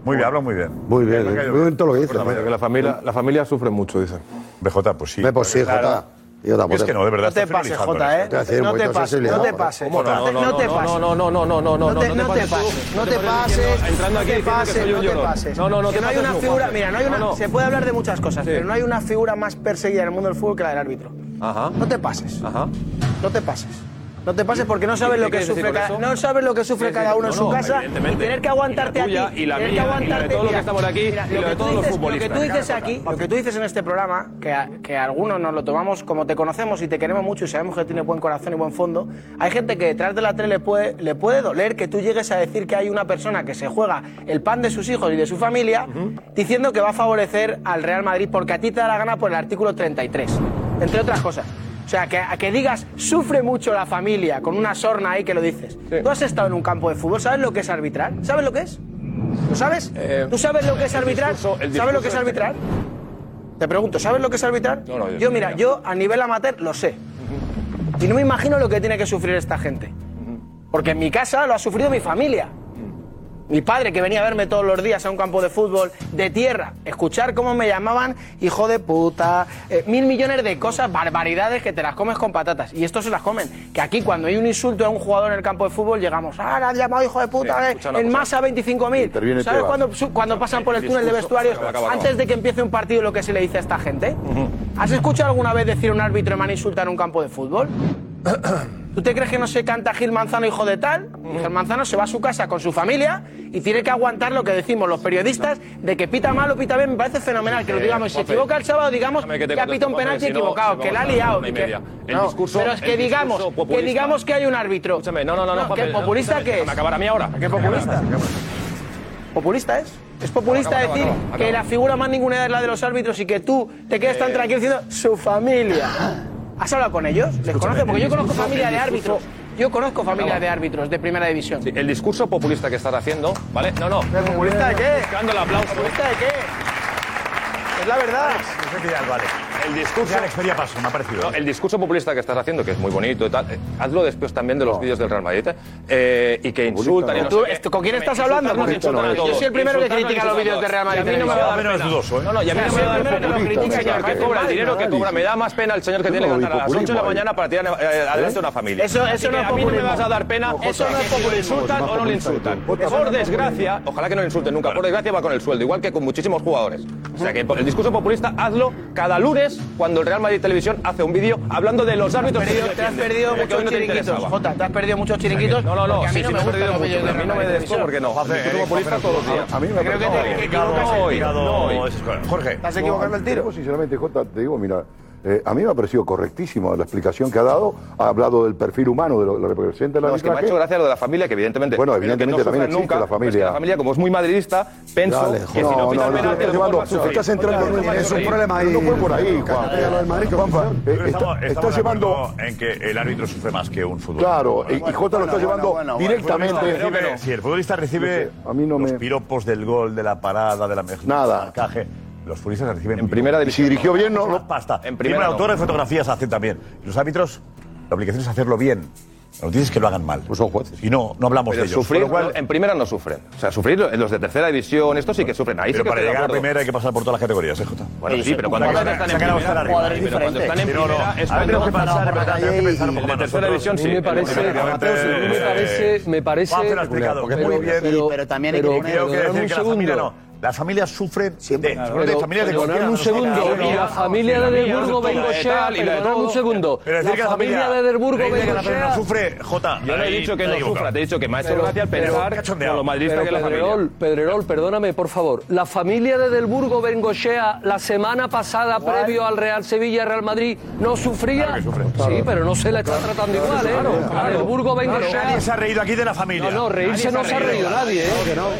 Muy bien, habla muy bien.
Muy bien,
Me ha caído
muy
bien
todo
lo que
dices, ¿eh? Que la familia, la familia sufre mucho, dicen.
BJ, pues sí.
Pues sí,
Jota.
Yo
Es que no, de verdad.
No te
está
pases,
frivolizando
Jota,
en
¿eh?
esto.
No te pases, no te pases.
¿Cómo no?
No te pases.
No, no, no, no, no, no, no,
No te-
no
no te pases, no te pases,
Entrando
no
aquí
te
diciendo que
pases,
soy un
no te
llorón.
pases.
No, no, no
Que
te
no hay
pases
una
tú,
figura,
Juanfe.
mira, no hay una,
No, no.
se puede hablar de muchas cosas,
Sí.
pero no hay una figura más perseguida en el mundo del fútbol que la del árbitro.
Ajá.
No te pases.
Ajá.
No te pases. No te pases porque no
¿Y
sabes
qué
lo que
quieres decir
sufre
con
cada,
eso?
no sabes lo que sufre
Sí, sí,
cada uno
no,
en su
no,
casa y
evidentemente.
tener que
Y
aguantarte
la tuya,
aquí
y la
tener
mía, y
que
la de
aguantarte
todos los que
mira,
estamos aquí,
mira,
y lo
que
de
tú
todos los
dices-
futbolistas.
Lo que tú dices
Venga,
aquí, lo que tú dices en este programa, que a, que a algunos nos lo tomamos como te conocemos y te queremos mucho y sabemos que tiene buen corazón y buen fondo, hay gente que detrás de la tele le puede, le puede doler que tú llegues a decir que hay una persona que se juega el pan de sus hijos y de su familia diciendo que va a favorecer al Real Madrid porque a ti te da la gana por el artículo 33, entre otras cosas. O sea, que, a que digas, sufre mucho la familia, con una sorna ahí que lo dices. Tú has estado en un campo de fútbol, ¿sabes lo que es arbitrar? ¿Sabes lo que es? ¿Lo sabes? ¿Tú sabes lo que es
Eh, el
arbitrar?
discurso- el
¿Sabes
discurso
lo que es
del-
arbitrar? Te pregunto, ¿sabes lo que es arbitrar?
no, yo
yo,
no.
mira, yo a nivel amateur lo sé. Y no me imagino lo que tiene que sufrir esta gente. Porque en mi casa lo ha sufrido mi familia. Mi padre, que venía a verme todos los días a un campo de fútbol de tierra, escuchar cómo me llamaban hijo de puta, eh, mil millones de cosas, barbaridades que te las comes con patatas. Y esto se las comen. Que aquí, cuando hay un insulto a un jugador en el campo de fútbol, llegamos, ah, le has llamado hijo de Sí, puta, eh, escucha una en cosa. masa 25.000. Interviene ¿Sabes Tebas. cuando, su- cuando pasan por el El túnel de discurso- vestuarios? Acaba, acaba, acaba. Antes de que empiece un partido, lo que se le dice a esta gente. ¿Has escuchado alguna vez decir a un árbitro me han insultado en un campo de fútbol? ¿Tú te crees que no se canta Gil Manzano, hijo de tal? Y Gil Manzano se va a su casa con su familia y tiene que aguantar lo que decimos los periodistas de que pita mal o pita bien. Me parece fenomenal que lo
Eh,
Juanfe,
digamos. Si se equivoca el sábado, digamos
déjame
que,
que te
contesto,
ha pitado un Juanfe, penalti si no, equivocado, vamos que la a ha la liado. una y y que- media.
El
No,
discurso-
pero es que
el discurso
digamos, que
populista.
digamos que hay un árbitro.
No, no, no, no,
¿Qué
Juanfe, no,
populista
escúchame,
que es?
déjame acabar a mí ahora.
¿Qué populista? ¿Populista es? Es populista
Acaba, acaba,
decir
acaba, acaba.
que la figura más ninguna es la de los árbitros y que tú te quedes tan
Eh.
tranquilo diciendo su familia. ¿Has hablado con ellos? ¿Les
Escúchame,
conoces? Porque
el
yo conozco
eh,
discurso-
familia
el
de
discurso-
árbitros Yo conozco familias de árbitros de primera división.
El discurso populista que estás haciendo, ¿vale? No, no.
¿Populista de qué?
Buscando el aplauso.
¿Populista de qué? Es la verdad.
Sé que ya, vale.
El discurso.
Ya Alex Feria paso, me ha parecido.
No, el discurso populista que estás haciendo, que es muy bonito y tal, eh, hazlo después también de los vídeos del Real Madrid. ¿eh? Eh, y que insultan y no
¿Tú,
sé qué.
esto- ¿Con quién
Me
estás
insultan,
hablando?
nos
Porque
insultan a
yo
todos.
soy el primero que
Insultan,
critica
nos
los vídeos de Real
insultan a
Madrid.
todos. Y a mí no me va a dar Menos pena. dudoso, ¿eh? No, no, y a mí
O sea,
no me
soy el
va a dar
primero
pena.
que lo critica y
Señor,
ataca.
que cobra el dinero que cobra. Me da más pena el señor que
Yo
tiene
no
que
lo
estar a las
vi
8 de la
populismo ahí.
mañana para tirar eh, adelante a una familia.
Eso- eso
Así
no
que
es
a mí no me
populismo.
vas a dar pena.
Eso no es
O le
populismo.
insultan o no le insultan.
Otra
Por
forma.
desgracia, ojalá que no le insulten nunca. Por desgracia va con el sueldo, igual que con muchísimos jugadores. O sea que el discurso populista hazlo cada lunes cuando el Real Madrid Televisión hace un vídeo hablando de los árbitros.
Te has perdido-
que
te has
defienden.
perdido
Que hoy
muchos
no te
chiringuitos,
interesaba.
Jota. Te has perdido muchos chiringuitos.
No, no, no.
porque a mí
sí,
no
sí,
me
he
gustan
perdido
los
mucho,
vídeos de
pero a mí
Real
no me
Madrid
des esto
Televisión. eh,
porque no. Discurso populista todos los días.
A mí me
Creo que te- no
parece
hoy, no hoy.
Jorge.
No, a- yo, sinceramente, Jota, te digo, mira, eh, a mí me ha parecido correctísimo la explicación que ha dado. Ha hablado del perfil humano de lo, lo que representa el
No, es Pues que me ha hecho
arbitraje.
gracia lo de la familia, que evidentemente.
Pues Bueno,
pero que
evidentemente también
sufran
existe la
pero es que
familia.
la familia, como es muy madridista, pienso
Dale,
que si
Juan.
no pitan
No, no, no,
penalti, a lo mejor
Eduardo,
va a
tú
sufrir.
estás entrando
Otra vez
en-
va a
es un
sufrir.
problema ahí, No fue por ahí, Juan. Cállate, lo del Madrid, Juanfa, eh,
Pero
está-
estamos-
está
estamos de
llevando-
acuerdo en que el árbitro sufre más que un futbolista.
Claro, y- y
Bueno,
Jota
bueno,
lo está
bueno,
llevando
bueno, bueno.
directamente.
El futbolista recibe- Si el futbolista recibe
No sé, a mí no
los
me-
piropos del gol, de la parada, de la mejor
Nada.
marcaje, los futbolistas reciben. En
primera división, si dirigió bien, no, no.
Pasta.
En
En
primera
primera.
no.
autores de fotografías hacen también. Y Los árbitros, la obligación es hacerlo bien. No tienes que lo hagan mal. Pues
son jueces.
Y no, no hablamos
Pero
de ellos.
sufrir,
Con lo cual-
no, en primera no sufren. O sea, sufrir los de tercera división, estos sí que sufren. Ahí sí
pero
que
para
estoy de
llegar a
acuerdo.
primera hay que pasar por todas las categorías, ¿eh, Jota?
Bueno, sí, pero cuando
Sacan-
están en
sacan a los
primera,
Ferrari,
jugadores
pero cuando
diferentes.
están en
Sí, no, no.
primera es
A ver,
cuando-
tenemos que pensar,
Ahora,
¿verdad?
tenemos que pensar un poco
En
más
tercera división,
nosotros.
sí.
Me parece-
A mí me parece. Me parece
Juanfe lo ha explicado,
Pero-
muy bien.
pero- pero-
Y creo que
pero dame
decir
un
que la familia
segundo.
no. Las familias sufren siempre.
Claro.
de
Pero-
familias de
pero
cualquiera
dame un
de nosotros.
segundo.
Sí,
Y la familia de
familia
Edimburgo,
nosotros,
Bengochea,
la de tal, y la de
perdonad
todo.
un segundo.
Pero decir
La
que la familia
familia de Edimburgo,
la familia de
Bengochea-
Edimburgo no sufre, Jota.
Yo no he
ahí
dicho que
te
no
equivocas.
sufra, te he dicho que me ha hecho gracia al
pero-
pensar
cachondeo.
con lo madridista
Pero
que es la familia.
Pedrerol, Pedrerol, perdóname, por favor. La familia de Delburgo Bengochea la semana pasada, previo al Real Sevilla Real Madrid, no sufría. Sí, pero no se la está tratando igual, ¿eh? a Delburgo Bengochea.
Nadie se ha reído aquí de la familia.
No, no, reírse no se ha reído nadie, ¿eh?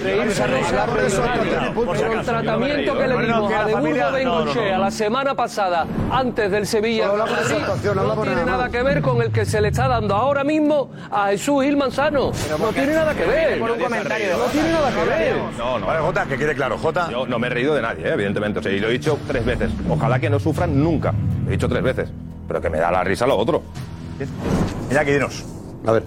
Reírse no se ha reído nadie. Pero el tratamiento que le dimos a Deburgo Bengochea la semana pasada, antes del Sevilla
Solo hablamos de
Madrid,
saltación,
no
hablamos
tiene
nada más.
nada que ver con el que se le está dando ahora mismo a Jesús Gil Manzano. No tiene nada que ver.
Por un comentario.
No tiene nada que ver.
No, no. Vale, Jota, que quede claro, Jota. Yo no me he reído de nadie, eh, evidentemente. O sea, y lo he dicho tres veces. Ojalá que no sufran nunca. Lo he dicho tres veces. Pero que me da la risa lo otro.
Mira, que dinos.
A ver.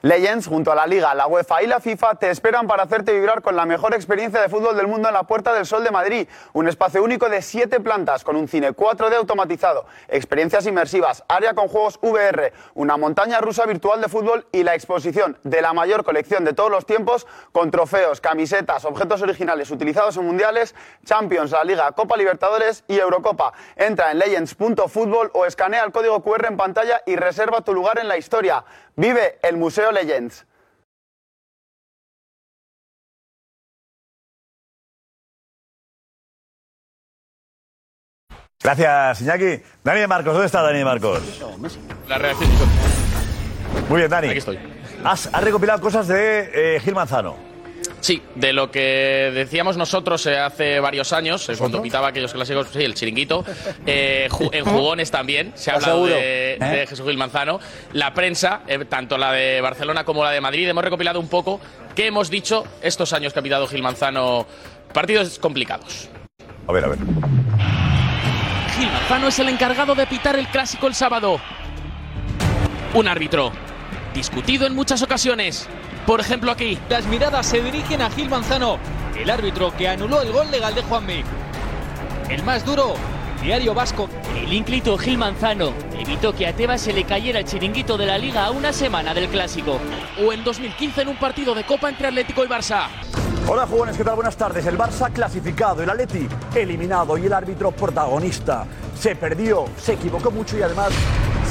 Legends, junto a la Liga, la UEFA y la FIFA, te esperan para hacerte vibrar con la mejor experiencia de fútbol del mundo en la Puerta del Sol de Madrid. Un espacio único de siete plantas, con un cine 4D automatizado, experiencias inmersivas, área con juegos VR, una montaña rusa virtual de fútbol y la exposición de la mayor colección de todos los tiempos, con trofeos, camisetas, objetos originales utilizados en mundiales, Champions, la Liga, Copa Libertadores y Eurocopa. Entra en legends.football o escanea el código QR en pantalla y reserva tu lugar en la historia. Vive el Museo Legends.
Gracias, Iñaki. Dani de Marcos, ¿dónde está Dani de Marcos?
La reacción.
Muy bien, Dani. Aquí estoy. Has, has recopilado cosas de eh, Gil Manzano.
Sí, de lo que decíamos nosotros eh, hace varios años, eh, cuando pitaba aquellos clásicos, sí, el chiringuito, eh, ju- en jugones también, se ha
Lo
hablado
aseguro,
de,
¿eh?
de Jesús Gil Manzano, la prensa, eh, tanto la de Barcelona como la de Madrid, hemos recopilado un poco qué hemos dicho estos años que ha pitado Gil Manzano, partidos complicados.
A ver, a ver.
Gil Manzano es el encargado de pitar el clásico el sábado. Un árbitro discutido en muchas ocasiones. Por ejemplo, aquí.
Las miradas se dirigen a Gil Manzano, el árbitro que anuló el gol legal de Juanmi. El más duro, el diario vasco.
El ínclito Gil Manzano evitó que a Tebas se le cayera el chiringuito de la liga a una semana del clásico.
O en 2015 en un partido de Copa entre Atlético y Barça.
Hola jugones, ¿qué tal? Buenas tardes. El Barça clasificado, el Atleti eliminado y el árbitro protagonista. Se perdió, se equivocó mucho y además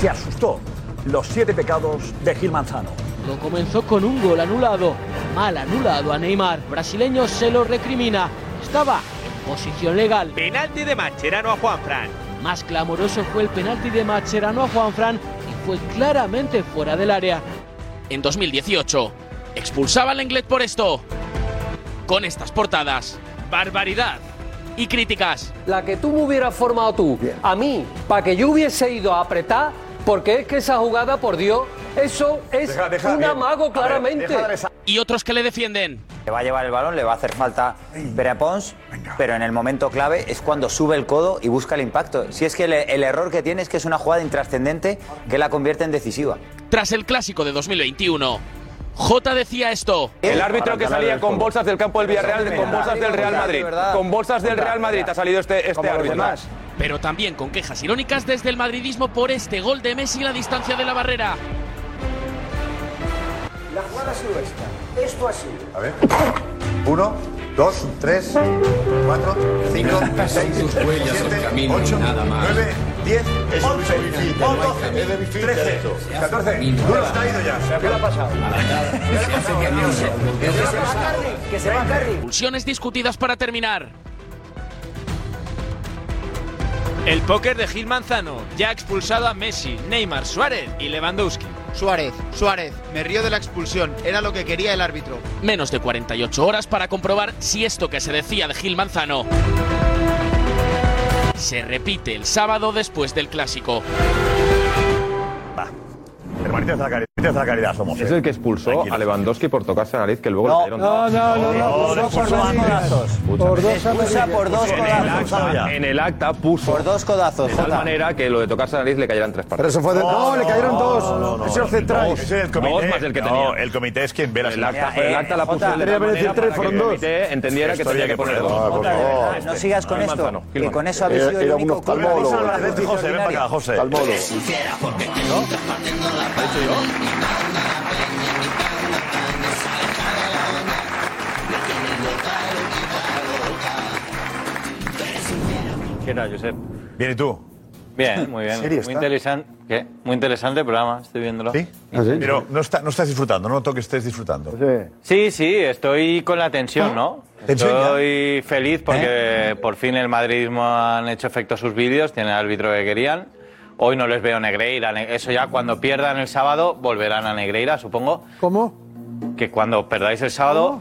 se asustó. Los siete pecados de Gil Manzano.
Lo comenzó con un gol anulado, mal anulado a Neymar. Brasileño se lo recrimina. Estaba en posición legal.
Penalti de Macherano a Juanfran.
Más clamoroso fue el penalti de Macherano a Juanfran y fue claramente fuera del área.
En 2018 expulsaba al Englet por esto. Con estas portadas, barbaridad y críticas.
La que tú me hubieras formado tú, a mí, para que yo hubiese ido a apretar, porque es que esa jugada, por Dios,
Eso es
Deja- deja-
un
bien.
amago
A ver,
claramente.
deja de besar.
Y otros que le defienden.
Le va a llevar el balón, le va a hacer falta Pere a Pons, pero en el momento clave es cuando sube el codo y busca el impacto. Si es que el, el error que tiene es que es una jugada intrascendente que la convierte en decisiva.
Tras el clásico de 2021, J decía esto.
El árbitro que salía con bolsas del campo del Villarreal, con bolsas del Real Madrid. Con bolsas del Real Madrid ha salido este, este árbitro.
Pero también con quejas irónicas desde el madridismo por este gol de Messi y la distancia de la barrera.
La jugada ha sido esta. Esto ha sido.
A ver. Uno, dos, tres, cuatro, cinco, seis, siete, ocho, nueve, diez, once, doce, trece, catorce. Duro, está ido ya. ¿Qué le ha pasado?
Que se va Pulsiones discutidas para terminar.
El póker de Gil Manzano ya ha expulsado a Messi, Neymar, Suárez y Lewandowski.
Suárez, Suárez, me río de la expulsión, era lo que quería el árbitro.
Menos de 48 horas para comprobar si esto que se decía de Gil Manzano se repite el sábado después del clásico.
Hermanitas de la caridad, hermanitas de la caridad somos.
Es el que expulsó a Lewandowski por tocarse la nariz, que luego le dieron.
No, no, no, no, por dos codazos. Por dos Expulsa por dos codazos.
En el acta puso. Por
dos codazos.
De tal manera que lo de tocarse la nariz le cayeran tres partidos.
Pero eso fue de- No, le cayeron dos. Ese era el central.
Dos,
Ese es el
dos
comité.
más el que
No,
tenía.
el comité es quien ve las
el acta,
imágenes.
pero el acta la puso
Jota,
de
debería
tal
haber
manera
dicho tres,
para
fueron
que el
dos.
comité entendiera que
Esto
tenía que
había que
poner
poner,
dos.
por favor.
No sigas con esto, que con
Eh,
eso habéis sido el único
José, ven para acá, José.
¿Qué tal, Josep?
Bien, ¿y tú?
Bien, muy bien.
¿Serio
Muy,
está?
interesante, ¿qué? muy interesante el programa, estoy viéndolo. ¿Ah, ¿Sí?
Pero no, está- no estás disfrutando, no noto que estés disfrutando.
Sí, sí, estoy con la tensión, ¿no?
Ah, ¿Tensión ya? ¿Eh?
Estoy feliz porque por fin el madridismo han hecho efecto sus vídeos, tienen el árbitro que querían. Hoy no les veo Negreira, ne- eso ya cuando pierdan el sábado volverán a Negreira, supongo.
¿Cómo?
Que cuando perdáis el sábado,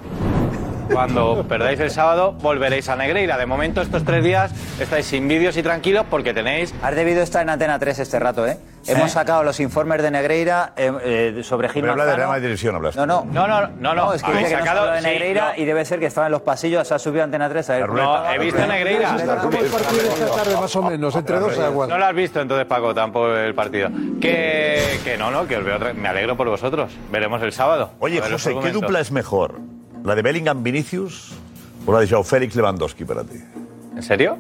cuando perdáis el sábado volveréis a Negreira. De momento estos tres días estáis sin vídeos y tranquilos porque tenéis
Has debido estar en Antena 3 este rato, ¿eh? Hemos sacado los informes de Negreira eh, eh, sobre Gil
Pero habla de
Manzano.
Real Madrid División, hablas.
No, no.
No, no, no, Ah, no.
es que
Habéis
dice que no se
sacado-
habla de
sí,
Negreira
no.
y debe ser que estaba en los pasillos, se ha subido a Antena 3 a ver.
No, he visto a Negreira.
Como el partido de esta tarde, más o menos, entre dos aguas.
No lo has visto entonces, Paco, tampoco el partido. Que, que no, no, que os veo. tra- Me alegro por vosotros. Veremos el sábado.
Oye,
A ver los
José, ¿qué
argumentos.
dupla es mejor? ¿La de Bellingham Vinicius o la de Joao Félix Lewandowski para ti?
¿En serio?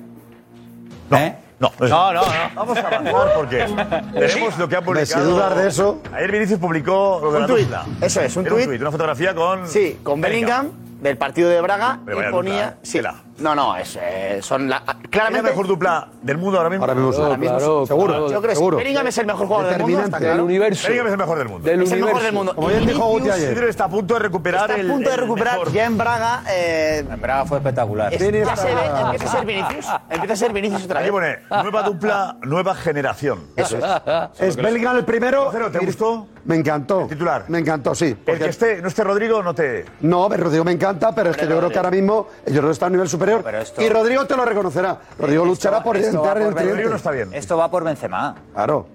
No.
¿Eh?
No,
No, no, no.
Vamos a avanzar porque tenemos lo que ha
Hombre,
publicado.
sin dudar de eso.
Ayer Vinicius publicó lo de
Un
la
tuit.
dupla.
Eso es, un
Era
tuit.
Una fotografía con.
Sí, con
Bellingham.
del partido de Braga
Pero vaya
y ponía.
dupla, ¿eh?
sí. No, no, es, eh, son la, claramente.
¿Es la mejor dupla del mundo ahora mismo?
Ahora mismo sí. Ahora mismo sí. Seguro. Yo creo que
seguro.
Bellingham es el mejor jugador del mundo. está
Determinante.
claro.
Del universo. Bellingham es el mejor del mundo.
Es el mejor del mundo.
Como bien
Y
dijo Guti
Vinicius
ayer. Está a punto de recuperar
Está a punto de recuperar. Ya en Braga. eh,
En Braga fue espectacular.
es- ya se ve, empieza a ser Vinicius. Empieza a ser Vinicius otra
Aquí
vez.
pone nueva dupla, nueva generación.
Eso es.
Eso
Es Bellingham el primero.
Cero, ¿Te gustó?
Me encantó.
titular.
Me encantó, sí.
El
porque-
que esté, no esté Rodrigo, no te.
No, pero Rodrigo me encanta, pero es que yo creo que ahora mismo ellos no están a un nivel superior. Y Rodrigo te lo reconocerá. Rodrigo luchará por
Esto va
entrar en el
por Ben-
tridente.
Esto va por Benzema.
Claro.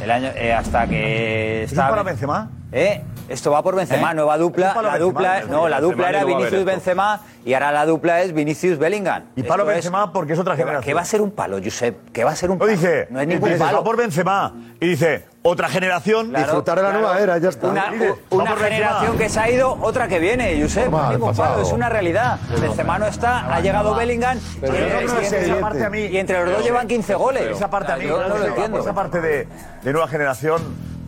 El año, eh, hasta que está
para
Benzema?
¿Eh? Esto va por Benzema, nueva dupla.
para
La
¿Eh? Benzema,
dupla,
¿no?
no, la
Benzema
dupla era
no va a ver
Vinicius
esto.
Benzema y ahora la dupla es Vinicius Bellingham.
Y palo
Esto es-
Benzema porque es otra
que va-
generación.
Que va a ser un palo, Josep. Que va a ser un
Lo
palo.
dice.
No es
y
ningún
dice, va
palo.
por Benzema. Y dice, otra generación.
Claro, Disfrutar de la claro. nueva era, ya está. Una-
¿eh? Dice,
u- una
va por Benzema.
generación que se ha ido, otra que viene, Josep. No es
Normal,
ningún
pasado.
palo, es una realidad. Benzema no está, ha llegado Bellingham
Pero
y,
yo
entre,
no creo
y
que
entre-
esa parte a mí-
y entre los dos llevan 15 goles.
Esa parte a mí,
Yo no lo entiendo.
Esa parte de, de nueva generación,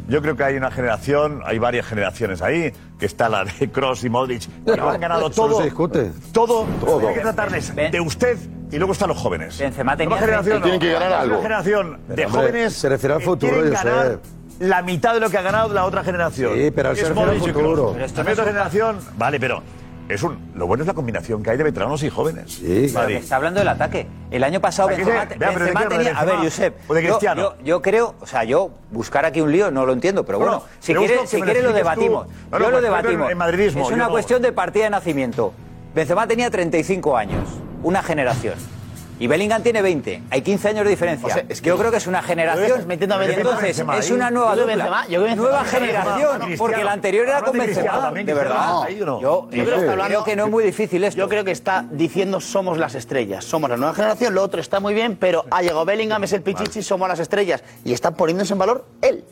yo creo que hay una generación, hay varias generaciones ahí, que está la de Cross y Modric, que lo han ganado
Eso no
todo.
se discute.
Todo, Hay que tratarles de usted y luego están los jóvenes.
Benzema tenía
Nueva generación,
20.
no.
Tienen que ganar
Una
algo.
generación de
Pero, hombre,
jóvenes
se refiere al
que
futuro,
Eh, quieren
Josep.
ganar la mitad de lo que ha ganado la otra generación.
Sí, pero
Que
se
es
refiere al
Modric y
futuro.
Kroos.
Pero esto
También
no es
otra
un-
generación, vale, pero es un, lo bueno es la combinación que hay de veteranos y jóvenes.
Pero
Madrid.
que está hablando del ataque. El año pasado
Aquí
Benzema,
se- vea, pero ¿de
Benzema
quién habla?
tenía.
¿De
a ver,
Benzema
Josep.
o de
yo-
Cristiano?
Yo, yo creo, o sea, yo buscar aquí un lío no lo entiendo, pero bueno,
Bueno,
si
me
quieres
gusta que
si
me
quieres lo
expliques tú.
debatimos.
No, no,
yo
pero
lo
en
debatimos.
madridismo,
es
yo
una
no.
cuestión de partida de nacimiento. Benzema tenía 35 años, una generación. Y Bellingham tiene 20. Hay 15 años de diferencia.
O sea, es que
yo creo que es una generación.
metiendo a
Y
Benzema,
entonces,
Benzema
es
ahí.
una nueva
Yo veo
dupla.
Benzema, yo veo Benzema.
nueva
Benzema,
generación.
Benzema,
porque
Cristiano.
la anterior era
Habla
con
de Cristiano
Benzema.
también,
de
Cristiano
verdad.
está ahí, ¿o no?
Yo,
Yo creo que está hablando-
creo que no es muy difícil esto.
Yo creo que está diciendo somos las estrellas, somos la nueva generación, lo otro está muy bien, pero ha llegado Bellingham, es el pichichi, somos las estrellas. Y están poniéndose en valor él.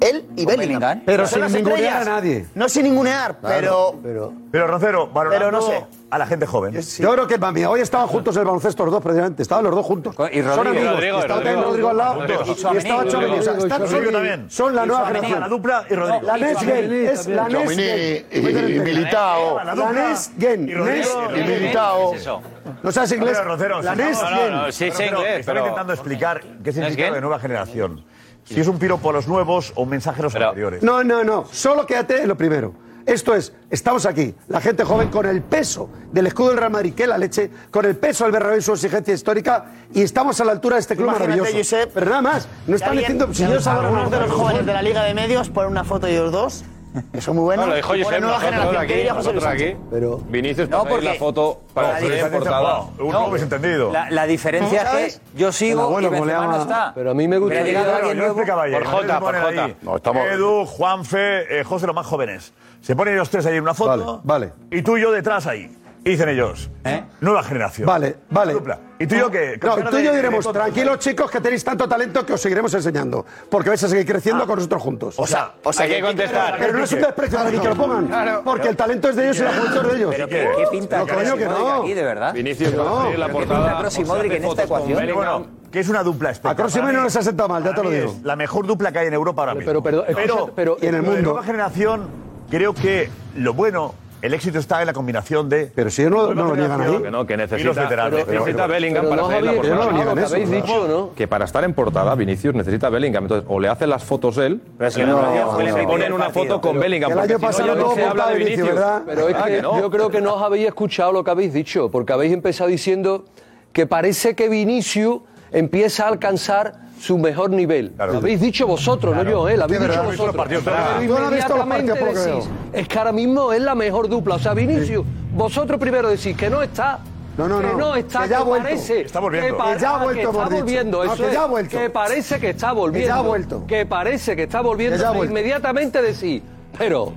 Él y Bellingham.
Con Bellingham.
Pero
sin ningunear
estrellas.
a nadie.
No sin ningunear, pero...
pero...
Pero Rocero, valorando
Pero no sé.
a la gente joven.
Yo creo que es mía. Hoy estaban juntos el baloncesto los dos, precisamente. Estaban los dos juntos.
y Rodrigo.
Son
Y
amigos.
Rodrigo, y
estaba
Rodrigo.
también Rodrigo al lado.
Rodrigo.
Y,
Y Tchouaméni.
estaba Chomini.
Rodrigo.
O sea, están-
Rodrigo también.
Son la
Y
nueva
Tchouaméni.
generación.
La dupla y Rodrigo.
La Next Gen.
Tchouaméni
Es la
también.
Next Gen.
Tchouaméni y-
Muy
y
diferente.
Militao.
La
dupla.
Next Gen.
Y Rodrigo.
Next
Y
Gen.
Militao.
Es eso. No sabes inglés.
Pero, Rocero,
la
si
Next
estamos-
Gen.
No, no,
sí, sé
Rocero,
inglés,
estaba
pero-
intentando explicar qué significa
Gen?
de nueva generación. Si es un piropo a los nuevos o un mensaje a los anteriores.
No, no, no. Solo quédate en lo primero. Esto es, estamos aquí, la gente joven con el peso del escudo del Real Madrid, que es la leche, con el peso del Bernabéu y su exigencia histórica, y estamos a la altura de este club
Imagínate,
maravilloso.
Josep,
Pero nada más, no están
diciendo
diciendo... pues, si yo sabré-
algunos de los jóvenes de la Liga de Medios ponen una foto de ellos dos, que son muy buenos.
No, lo dijo
y ponen
Josep,
nueva
nosotros
generación.
aquí,
¿Qué diría José Luis
nosotros
Sánchez?
aquí. Pero Vinicius,
No,
no,
porque-
la foto
La
para poner en
diferencia-
portada.
Wow, un No. nuevo
entendido.
La, la diferencia
¿Cómo
es que yo sigo y Benzema no está.
Pero a mí me
Hubiera llegado
Claro,
alguien
yo lo
nuevo.
explicaba ayer.
Por Jota,
Entonces
por
ponen
Jota.
ahí Edu, Juanfe, eh, José, los más jóvenes. Se ponen ellos tres ahí en una foto.
Vale,
Y tú y yo detrás ahí. Y dicen ellos.
¿Eh?
Nueva generación.
Vale, vale.
Dupla. ¿Y tú y yo qué?
No,
Campeones
tú y yo
de-
diremos,
de-
tranquilos chicos, que tenéis tanto talento que os seguiremos enseñando, porque vais a seguir creciendo con nosotros juntos.
Ah. O sea, o sea, Hay que que- contestar.
Pero no es un desprecio para mí que lo pongan,
Claro.
porque el talento es de ellos y la juventud es de ellos.
Pero ¿qué, qué pinta
No, coño,
Kroos y
que
Modric
no.
aquí, de verdad?
Vinicius,
Pero
va a
no.
abrir la
¿Pero qué
portada,
pinta Kroos y
o sea,
Modric en esta ecuación?
Bueno, que es una dupla espectacular.
A Kroos y Modric no les ha sentado mal, ya te lo
Para mí
digo.
es La mejor dupla que hay en Europa ahora mismo.
Pero, pero,
pero,
pero- pero- y en el
lo de
mundo.
Nueva generación, creo que lo bueno, el éxito está en la combinación de.
Pero si ellos no,
nueva
no lo niegan
generación
ahí.
Que no, que necesita,
Y los veteranos,
pero
pero
necesita
bueno.
Bellingham
Pero
para
no,
salir
Javier,
en la
no lo
portada.
niegan eso,
habéis
¿verdad?
dicho, ¿no? Que para estar en portada, Vinicius necesita Bellingham. Entonces, o le hace las fotos él,
que el
o
otro día fue el
le
MVP
ponen
del
una
partido.
foto con
Pero
Bellingham.
que el
porque
año
si no,
pasado
ya no
todo
se habla
portaba
de
Vinicius,
Vinicius.
¿verdad?
Pero es
Ah,
que
que no.
yo creo que no os habéis escuchado lo que habéis dicho, porque habéis empezado diciendo que parece que Vinicius empieza a alcanzar su mejor nivel. Lo habéis dicho vosotros, no yo, ¿eh? Lo habéis
Sí,
dicho
pero no he visto los
vosotros.
partidos,
Pero
¿verdad? Yo no he visto los
inmediatamente
partidos, por lo que
decís, es que ahora mismo es la mejor dupla. O sea, Vinicius, vosotros primero decís que no está.
No, no,
que
no,
no está,
que ya ha
que
vuelto.
parece.
Está volviendo.
pare-
Que ya ha
ah,
vuelto,
que está
hemos dicho.
volviendo,
No,
eso
que ya
es,
ha vuelto.
Que parece que está volviendo.
ha vuelto.
Que parece que está volviendo. e
Que ya ha vuelto.
Inmediatamente decís, pero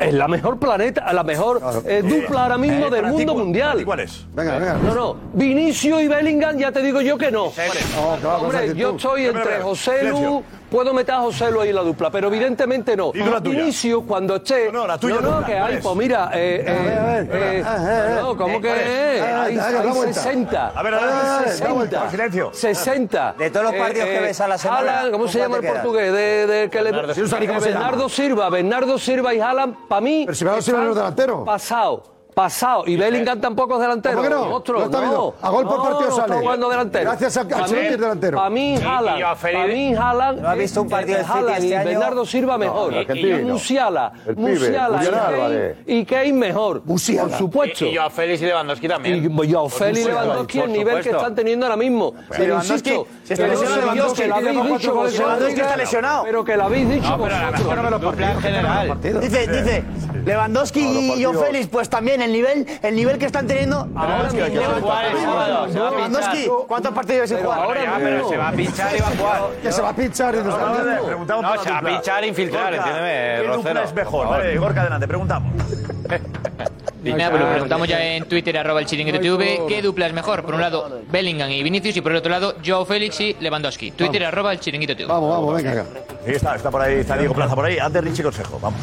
es la mejor planeta, la mejor eh, dupla ahora mismo
Eh,
del
para ti,
mundo
¿cuál-
mundial. Eh,
¿Cuál es?
Venga, venga.
No, no, Vinicio y Bellingham ya te digo yo que no.
Oh,
Hombre,
decir
yo
pues tú.
estoy
Espera,
entre
espera.
José Lu,
Silencio.
puedo meter a José Lu ahí en la dupla, pero evidentemente no.
Y tú la tuya.
Vinicio, cuando esté... No, no, No,
tuya dupla,
que
¿cuál
hay,
es?
pues mira, eh,
A ver, a
eh,
ver,
eh,
a ver, a ver.
no, ¿cómo que
¿Cuál es? Ah,
eh?
A ver,
Hay
a ver, da vuelta.
60.
A ver, a ver, a ver, da
60.
vuelta. Silencio.
60.
De
Eh,
todos los partidos que ves a la
Eh,
semana,
Haaland, ¿cómo
¿con
se
cuál
llama el
te quedas?
portugués? De, de que le-
Bernardo Silva.
Eh,
¿Cómo se llama?
Bernardo Silva, Bernardo Silva y Haaland, para mí... Pero
si Bernardo Silva no es delantero.
Pasado. Pasado. Y Bellingham tampoco es delantero.
¿Cómo que no?
Monstruo,
No está viendo. A gol por
No,
partido
no está
sale.
jugando delantero.
Gracias a- a
Pa' mí-
Ancelotti es delantero.
pa' mí,
Y- y
Haaland.
yo a Feri-
pa' mí, Haaland.
¿No has
es-
visto un
es
partido del City
Haaland
este
y
año?
Bernardo Silva
No, el
mejor.
argentino.
y Musiala.
El pibe,
Musiala.
Julián
y Kane-
Álvarez.
Y Kane mejor. Por supuesto.
Y, y yo a Félix y Lewandowski también.
Y yo,
Por
Félix
supuesto.
Lewandowski,
Por
el nivel que
supuesto.
están teniendo ahora mismo. Pero
Lewandowski,
insisto,
si está
que
lesionado
no soy yo,
Lewandowski,
que lo
tiene
habéis
cuatro
dicho
goles,
vosotros,
Lewandowski está lesionado.
Pero que lo habéis dicho
No, pero a la
vosotros.
mejor no me lo Dupla en partido, general. no me lo partido.
Dice, dice, Lewandowski
No, los
y John
partidos.
Félix, pues también el nivel, el nivel que están teniendo. ahora
es que hay que
mismo.
jugar el sábado, se va a
Lewandowski,
pinchar.
¿cuántos partidos sin jugar?
Ahora ya, pero se va a pinchar y va a jugar.
Que se va a pinchar y nos
Ahora
está
le
viendo.
preguntamos
No,
por la
se va a
dupla.
pinchar e infiltrar,
Gorka,
entiéndeme,
¿Qué
Rocero,
dupla es mejor?
por favor.
Vale, Gorka, adelante, preguntamos.
Nada, pues lo preguntamos ya en Twitter, arroba el chiringuito TV, ¿qué dupla es mejor? Por un lado, Bellingham y Vinicius, y por el otro lado, Joe Félix y Lewandowski. Twitter, arroba el chiringuito TV.
Vamos, vamos, venga, venga.
Ahí está, está por ahí, está Diego Plaza por ahí. Antes Richie Consejo, vamos.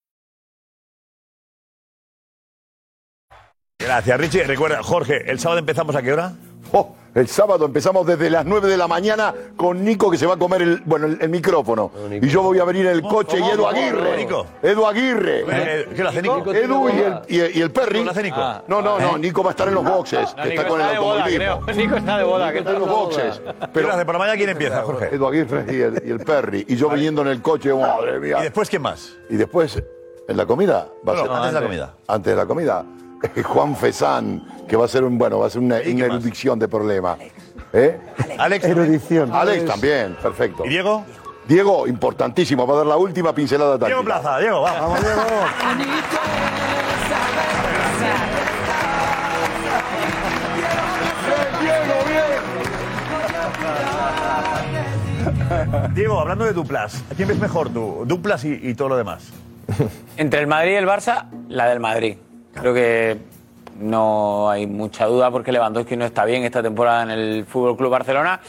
Gracias, Richie. Recuerda, Jorge, ¿el sábado empezamos a qué hora?
Oh, El sábado empezamos desde las 9 de la mañana con Nico que se va a comer el, bueno, el, el micrófono. y yo voy a venir en el coche y Edu Aguirre.
Nico.
Edu Aguirre.
Eh, eh, ¿qué lo hace Nico? Nico tiene
Edu y el,
boda.
y, el- y el Perry.
¿Lo hace Nico? Ah.
No, no, no.
¿Eh?
Nico va a estar en los boxes.
No, Nico
está con el
está de boda,
automovilismo.
creo. Nico está de boda,
Nico
que
está en
está
los
de boda.
boxes.
¿Qué lo hace? Por la mañana, ¿quién empieza, Jorge?
Edu Aguirre y el, y el Perry. Y yo viniendo en el coche, madre mía.
¿Y después quién más?
Y después, en la comida.
No, no, antes de la comida.
Antes de la comida. Eh, Juan Fesán, que va a ser un, bueno, va a ser una inerdicción de problemas. ¿Eh?
Alex.
Erudición. Alex también, perfecto. ¿Y
Diego?
Diego, importantísimo, va a dar la última pincelada táctica.
Diego Plaza, Diego, va. Vamos, Diego. Diego, hablando de duplas, ¿a quién ves mejor tú? Duplas y, y todo lo demás.
Entre el Madrid y el Barça, la del Madrid. Creo que no hay mucha duda porque Lewandowski no está bien esta temporada en el Fútbol Club Barcelona.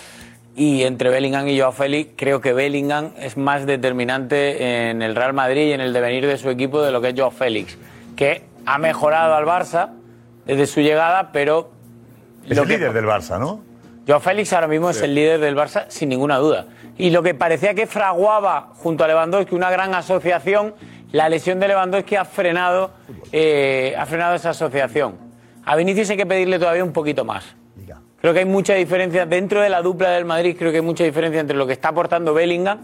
Y entre Bellingham y Joao Félix, creo que Bellingham es más determinante en el Real Madrid y en el devenir de su equipo de lo que es Joao Félix, que ha mejorado al Barça desde su llegada, pero
Es
Lo
el
que-
líder del Barça, ¿no?
Joao Félix ahora mismo es
Sí.
el líder del Barça, sin ninguna duda. Y lo que parecía que fraguaba junto a Lewandowski una gran asociación, la lesión de Lewandowski ha frenado, eh, ha frenado esa asociación. A Vinicius hay que pedirle todavía un poquito más. Creo que hay mucha diferencia dentro de la dupla del Madrid, creo que hay mucha diferencia entre lo que está aportando Bellingham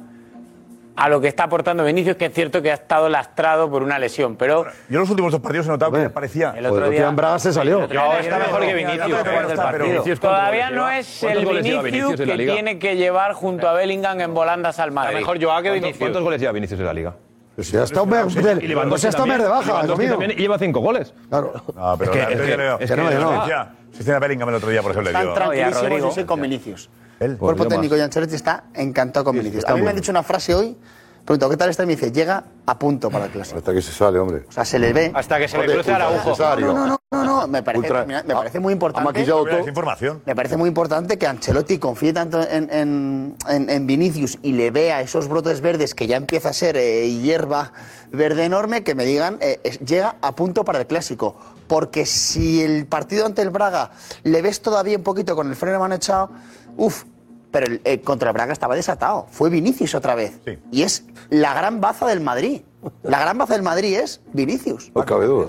a lo que está aportando Vinicius, que es cierto que ha estado lastrado por una lesión, pero
Yo en los últimos dos partidos he notado que parecía. El
otro día- Juan Braga se salió.
Yo
Yo está mejor que Vinicius. Todavía no es el Vinicius, que tiene que llevar junto a Bellingham en volandas al Madrid.
mejor Joao que Vinicius. ¿Cuántos goles lleva Vinicius en la liga?
Pues ya está Omer del- pues ya está Omer de baja, amigo mío.
Y lleva cinco goles.
Claro.
No, pero
Es
es
que-
que,
es que- es que no, yo no.
Cristina Bellingham el otro día, por ejemplo, le
Están
dio.
tranquilísimos y sí con Vinicius.
El
El cuerpo técnico de Ancelotti está encantado con Vinicius.
está
A mí me
muy
han
bien.
dicho una frase hoy, preguntado qué tal está y me dice, llega a punto para el clásico.
Hasta que se sale, hombre.
O sea, se le ve.
Hasta que se le Joder, cruce ultra Araujo. necesario.
No, no, no, no, no, me parece,
Ultra-
mira, me parece muy importante.
ha maquillado todo.
Me parece muy importante que Ancelotti confíe tanto en, en- en- en Vinicius y le vea esos brotes verdes que ya empieza a ser eh, hierba verde enorme, que me digan, eh, es- llega a punto para el clásico. Porque si el partido ante el Braga le ves todavía un poquito con el freno de mano echado, uff, pero el, el contra el Braga estaba desatado. Fue Vinicius otra vez. Y es la gran baza del Madrid. La gran baza del Madrid es Vinicius.
No cabe duda.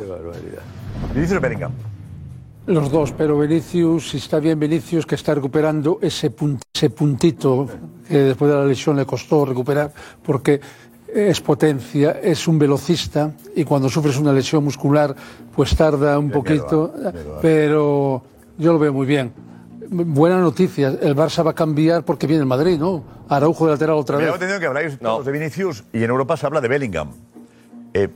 Vinicius Bellingham.
Los dos, pero Vinicius, si está bien Vinicius, que está recuperando ese, pun- ese puntito que después de la lesión le costó recuperar, porque es potencia, es un velocista y cuando sufres una lesión muscular, pues tarda un poquito, pero yo lo veo muy bien. Buena noticia, el Barça va a cambiar porque viene el Madrid, ¿no? Araujo de lateral otra
Me
vez.
he entendido que habláis todos de Vinicius y en Europa se habla de Bellingham. Eh,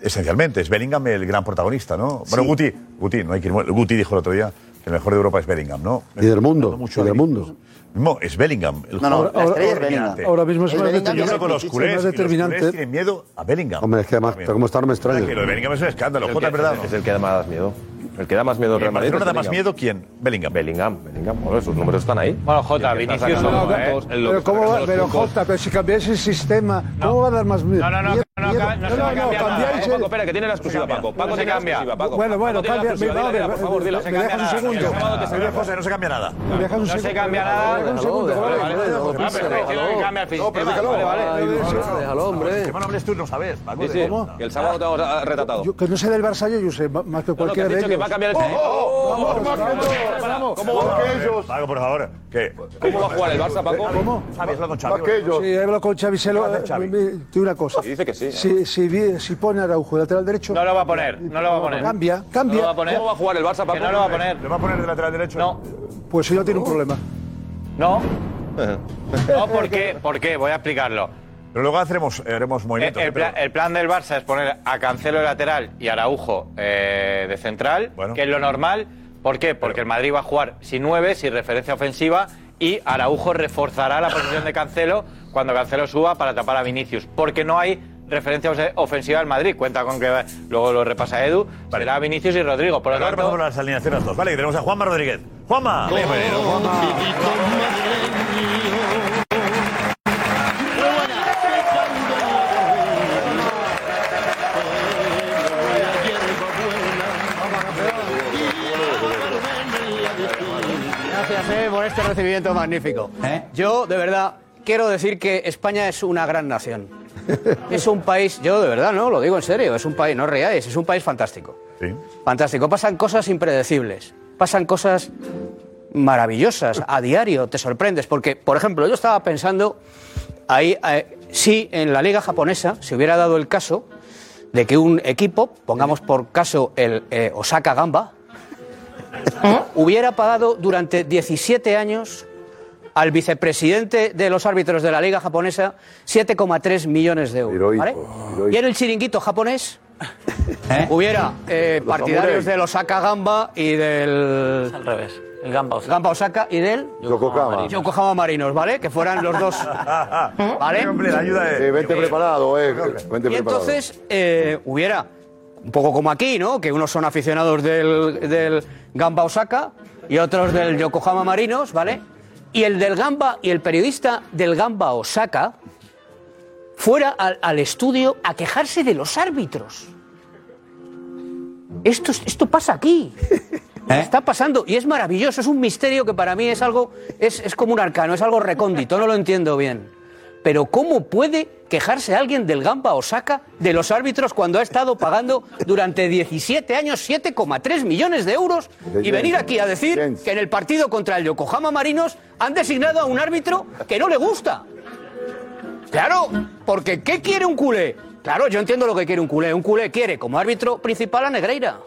esencialmente, es Bellingham el gran protagonista, ¿no? Bueno,
Sí.
Guti, Guti, no hay que ir muy- Guti dijo el otro día que el mejor de Europa es Bellingham, ¿no?
Y del mundo,
Mucho
y del
de
mundo.
No, es Bellingham. El
No, no,
jugador
la estrella es
dominante.
Bellingham. Ahora mismo es Es más Bellingham
Yo
determinante.
creo que
Es
los
más
culés, y los culés
determinante.
tienen miedo a Bellingham.
Hombre, es que además, pero como está, no me extraña.
Que lo de Bellingham es un escándalo,
Es el
Jota,
que-
es verdad.
es el- Es el que da más miedo. El que da más miedo al Real
¿En
Madrid.
Barcelona
es
da más
Bellingham.
miedo quién? Bellingham.
Bellingham, Bellingham. Bueno, sus números están ahí. Bueno,
Jota, Vinicius no, ¿eh?
Pero, ¿cómo va- pero Jota, pero si cambiáis el sistema, ¿cómo va a dar más miedo?
No, no,
Miedo,
no,
miedo.
ca- no, se va a cambiar nada, ¿eh? Paco, espera, que tiene la exclusiva, Paco. Paco
No se
tiene la
cambia.
exclusiva, Paco.
Bueno,
Paco
bueno,
tiene la
cambia-
exclusiva,
me-
dila,
me-
dila, por favor, dila.
me dejas un
El sábado
segundo.
que se acaba.
José, no se cambia nada.
Me dejas un
No se
segundo.
cambia nada.
Me dejas un segundo,
Vale,
vale,
vale,
vale,
no,
vale.
no, pero estoy diciendo que cambia el sistema. Vale, vale.
Déjalo, hombre. Que no hables tú, no sabes. Paco.
Sí, sí, que el sábado te vamos a- a- retratado.
Yo, que no sé del Barça, yo, yo sé ma- más que
No, no, que
cualquiera
has
de
dicho que
ellos.
va a cambiar el
¡Oh,
sistema.
¿Cómo va ellos? Paco, por favor. ¿Qué?
¿Cómo va a jugar el Barça, Paco?
¿Cómo? Xavi, habla con Xavi.
Sí, he hablado con Oh, Xavi, se lo-
¿Qué hace Xavi?
eh, me- te digo una cosa.
Y dice que sí.
Si, si, vi- si pone Araujo de lateral derecho...
No lo va a poner, no lo va a poner.
Cambia, cambia.
No lo va a poner.
¿Cómo va a
jugar el Barça,
Que no lo va a poner.
¿Lo va a poner de lateral derecho? No.
Pues si no tiene un problema.
No. No, ¿por qué? ¿Por qué? Voy a explicarlo.
Pero luego eh, haremos, haremos
El,
movimientos.
Eh, el pla- el plan del Barça es poner a Cancelo de lateral y Araujo eh, de central, que es lo normal. ¿Por qué? Porque el Madrid va a jugar sin nueve, sin referencia ofensiva, y Araujo reforzará la posición de Cancelo cuando Cancelo suba para tapar a Vinicius. Porque no hay referencia ose- ofensiva al Madrid. Cuenta con que va- luego lo repasa Edu, será Vinicius y Rodrigo. Por lo
Ahora
tanto,
vamos a las alineaciones dos. Vale, que tenemos a Juanma Rodríguez. ¡Juanma! Bienvenido, Juanma.
gracias eh, por este recibimiento magnífico. Yo, de verdad, quiero decir que España es una gran nación. Es un país, yo de verdad, no, lo digo en serio, es un país, no os reáis, es un país fantástico. Fantástico. Pasan cosas impredecibles, pasan cosas maravillosas a diario, te sorprendes. Porque, por ejemplo, yo estaba pensando ahí, eh, si en la liga japonesa se hubiera dado el caso de que un equipo, pongamos por caso el eh, Osaka Gamba, hubiera pagado durante 17 años al vicepresidente de los árbitros de la liga japonesa 7,3 millones de euros. ¿vale? Y en el chiringuito japonés hubiera eh,
Los
partidarios
samuráis.
del Osaka Gamba y del...
Al revés. El Gamba Osaka.
Gamba Osaka y del...
Yokohama.
Yokohama Marinos, ¿vale? Que fueran los dos. ¿Vale?
Eh, vente preparado, eh. Vente
Y
preparado.
entonces eh, hubiera, un poco como aquí, ¿no? Que unos son aficionados del, del Gamba Osaka y otros del Yokohama Marinos, ¿vale? Y el del Gamba y el periodista del Gamba Osaka fuera al, al estudio a quejarse de los árbitros. Esto, es- esto pasa aquí. Está pasando y es maravilloso, es un misterio que para mí es algo, es, es como un arcano, es algo recóndito, no lo entiendo bien. Pero ¿cómo puede quejarse alguien del Gamba Osaka de los árbitros cuando ha estado pagando durante 17 años 7,3 millones de euros y venir aquí a decir que en el partido contra el Yokohama Marinos han designado a un árbitro que no le gusta? Claro, porque ¿qué quiere un culé? Claro, yo entiendo lo que quiere un culé. Un culé quiere como árbitro principal a Negreira.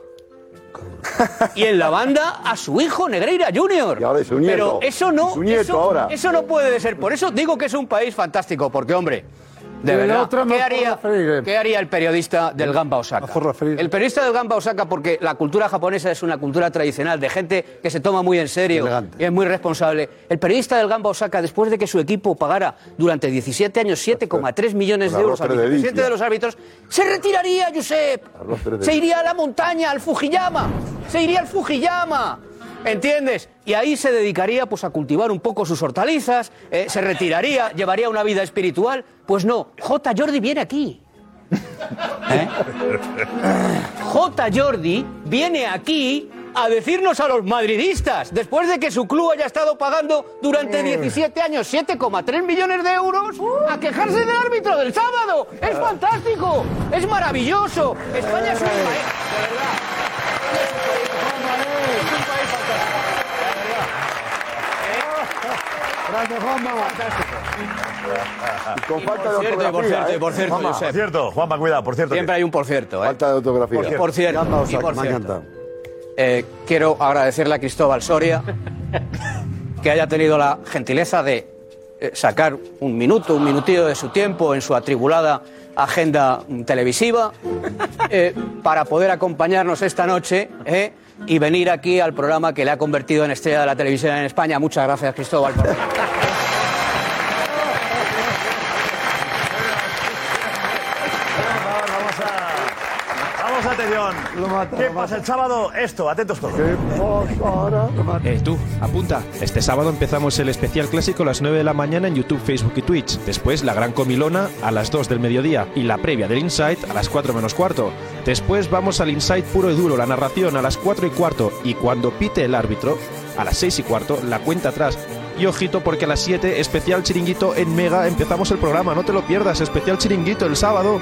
Y en la banda a su hijo Negreira Junior.
su nieto.
Pero eso no,
Su nieto
eso,
ahora.
eso no puede ser. Por eso digo que es un país fantástico, porque hombre, de
Y la
verdad,
otra me
¿qué haría,
puedo referir.
qué haría el periodista del Gamba Osaka? El periodista del Gamba Osaka, porque la cultura japonesa es una cultura tradicional de gente que se toma muy en serio y es muy responsable. El periodista del Gamba Osaka, después de que su equipo pagara durante 17 años 7,3 millones
Con
de euros al
arroz tres
presidente
delicias.
de los árbitros, se retiraría, Josep.
Arroz tres delicias.
Se iría a la montaña, al Fujiyama. Se iría al Fujiyama. ¿Entiendes? Y ahí se dedicaría pues, a cultivar un poco sus hortalizas, eh, se retiraría, llevaría una vida espiritual. Pues no, J. Jordi viene aquí. J. Jordi viene aquí a decirnos a los madridistas, después de que su club haya estado pagando durante 17 años 7,3 millones de euros, a quejarse del árbitro del sábado. Es fantástico, es maravilloso. España es un país.
Gracias, Juanma. Y con falta de
por cierto, y
ortografía.
por cierto,
¿eh?
y por cierto,
Juanma,
Josep.
Por cierto, Juanma, cuidado, por cierto.
Siempre hay un por cierto. ¿eh?
Falta de ortografía.
Por, por cierto,
Gamba
y
Osaka,
por
me ha
cierto.
encantado.
Eh, quiero agradecerle a Cristóbal Soria que haya tenido la gentileza de eh, sacar un minuto, un minutillo de su tiempo en su atribulada agenda mm, televisiva eh, para poder acompañarnos esta noche eh, y venir aquí al programa que le ha convertido en estrella de la televisión en España. Muchas gracias, Cristóbal. por-
Vamos, atención. ¿Qué pasa el sábado? Esto, atentos todos. ¿Qué pasa ahora?
Eh, tú, apunta. Este sábado empezamos el especial clásico a las 9 de la mañana en YouTube, Facebook y Twitch. Después la gran comilona a las 2 del mediodía y la previa del Insight a las 4 menos cuarto. Después vamos al Insight puro y duro, la narración a las 4 y cuarto. Y cuando pite el árbitro, a las 6 y cuarto, la cuenta atrás. Y ojito porque a las 7, especial chiringuito en Mega, empezamos el programa. No te lo pierdas, especial chiringuito el sábado.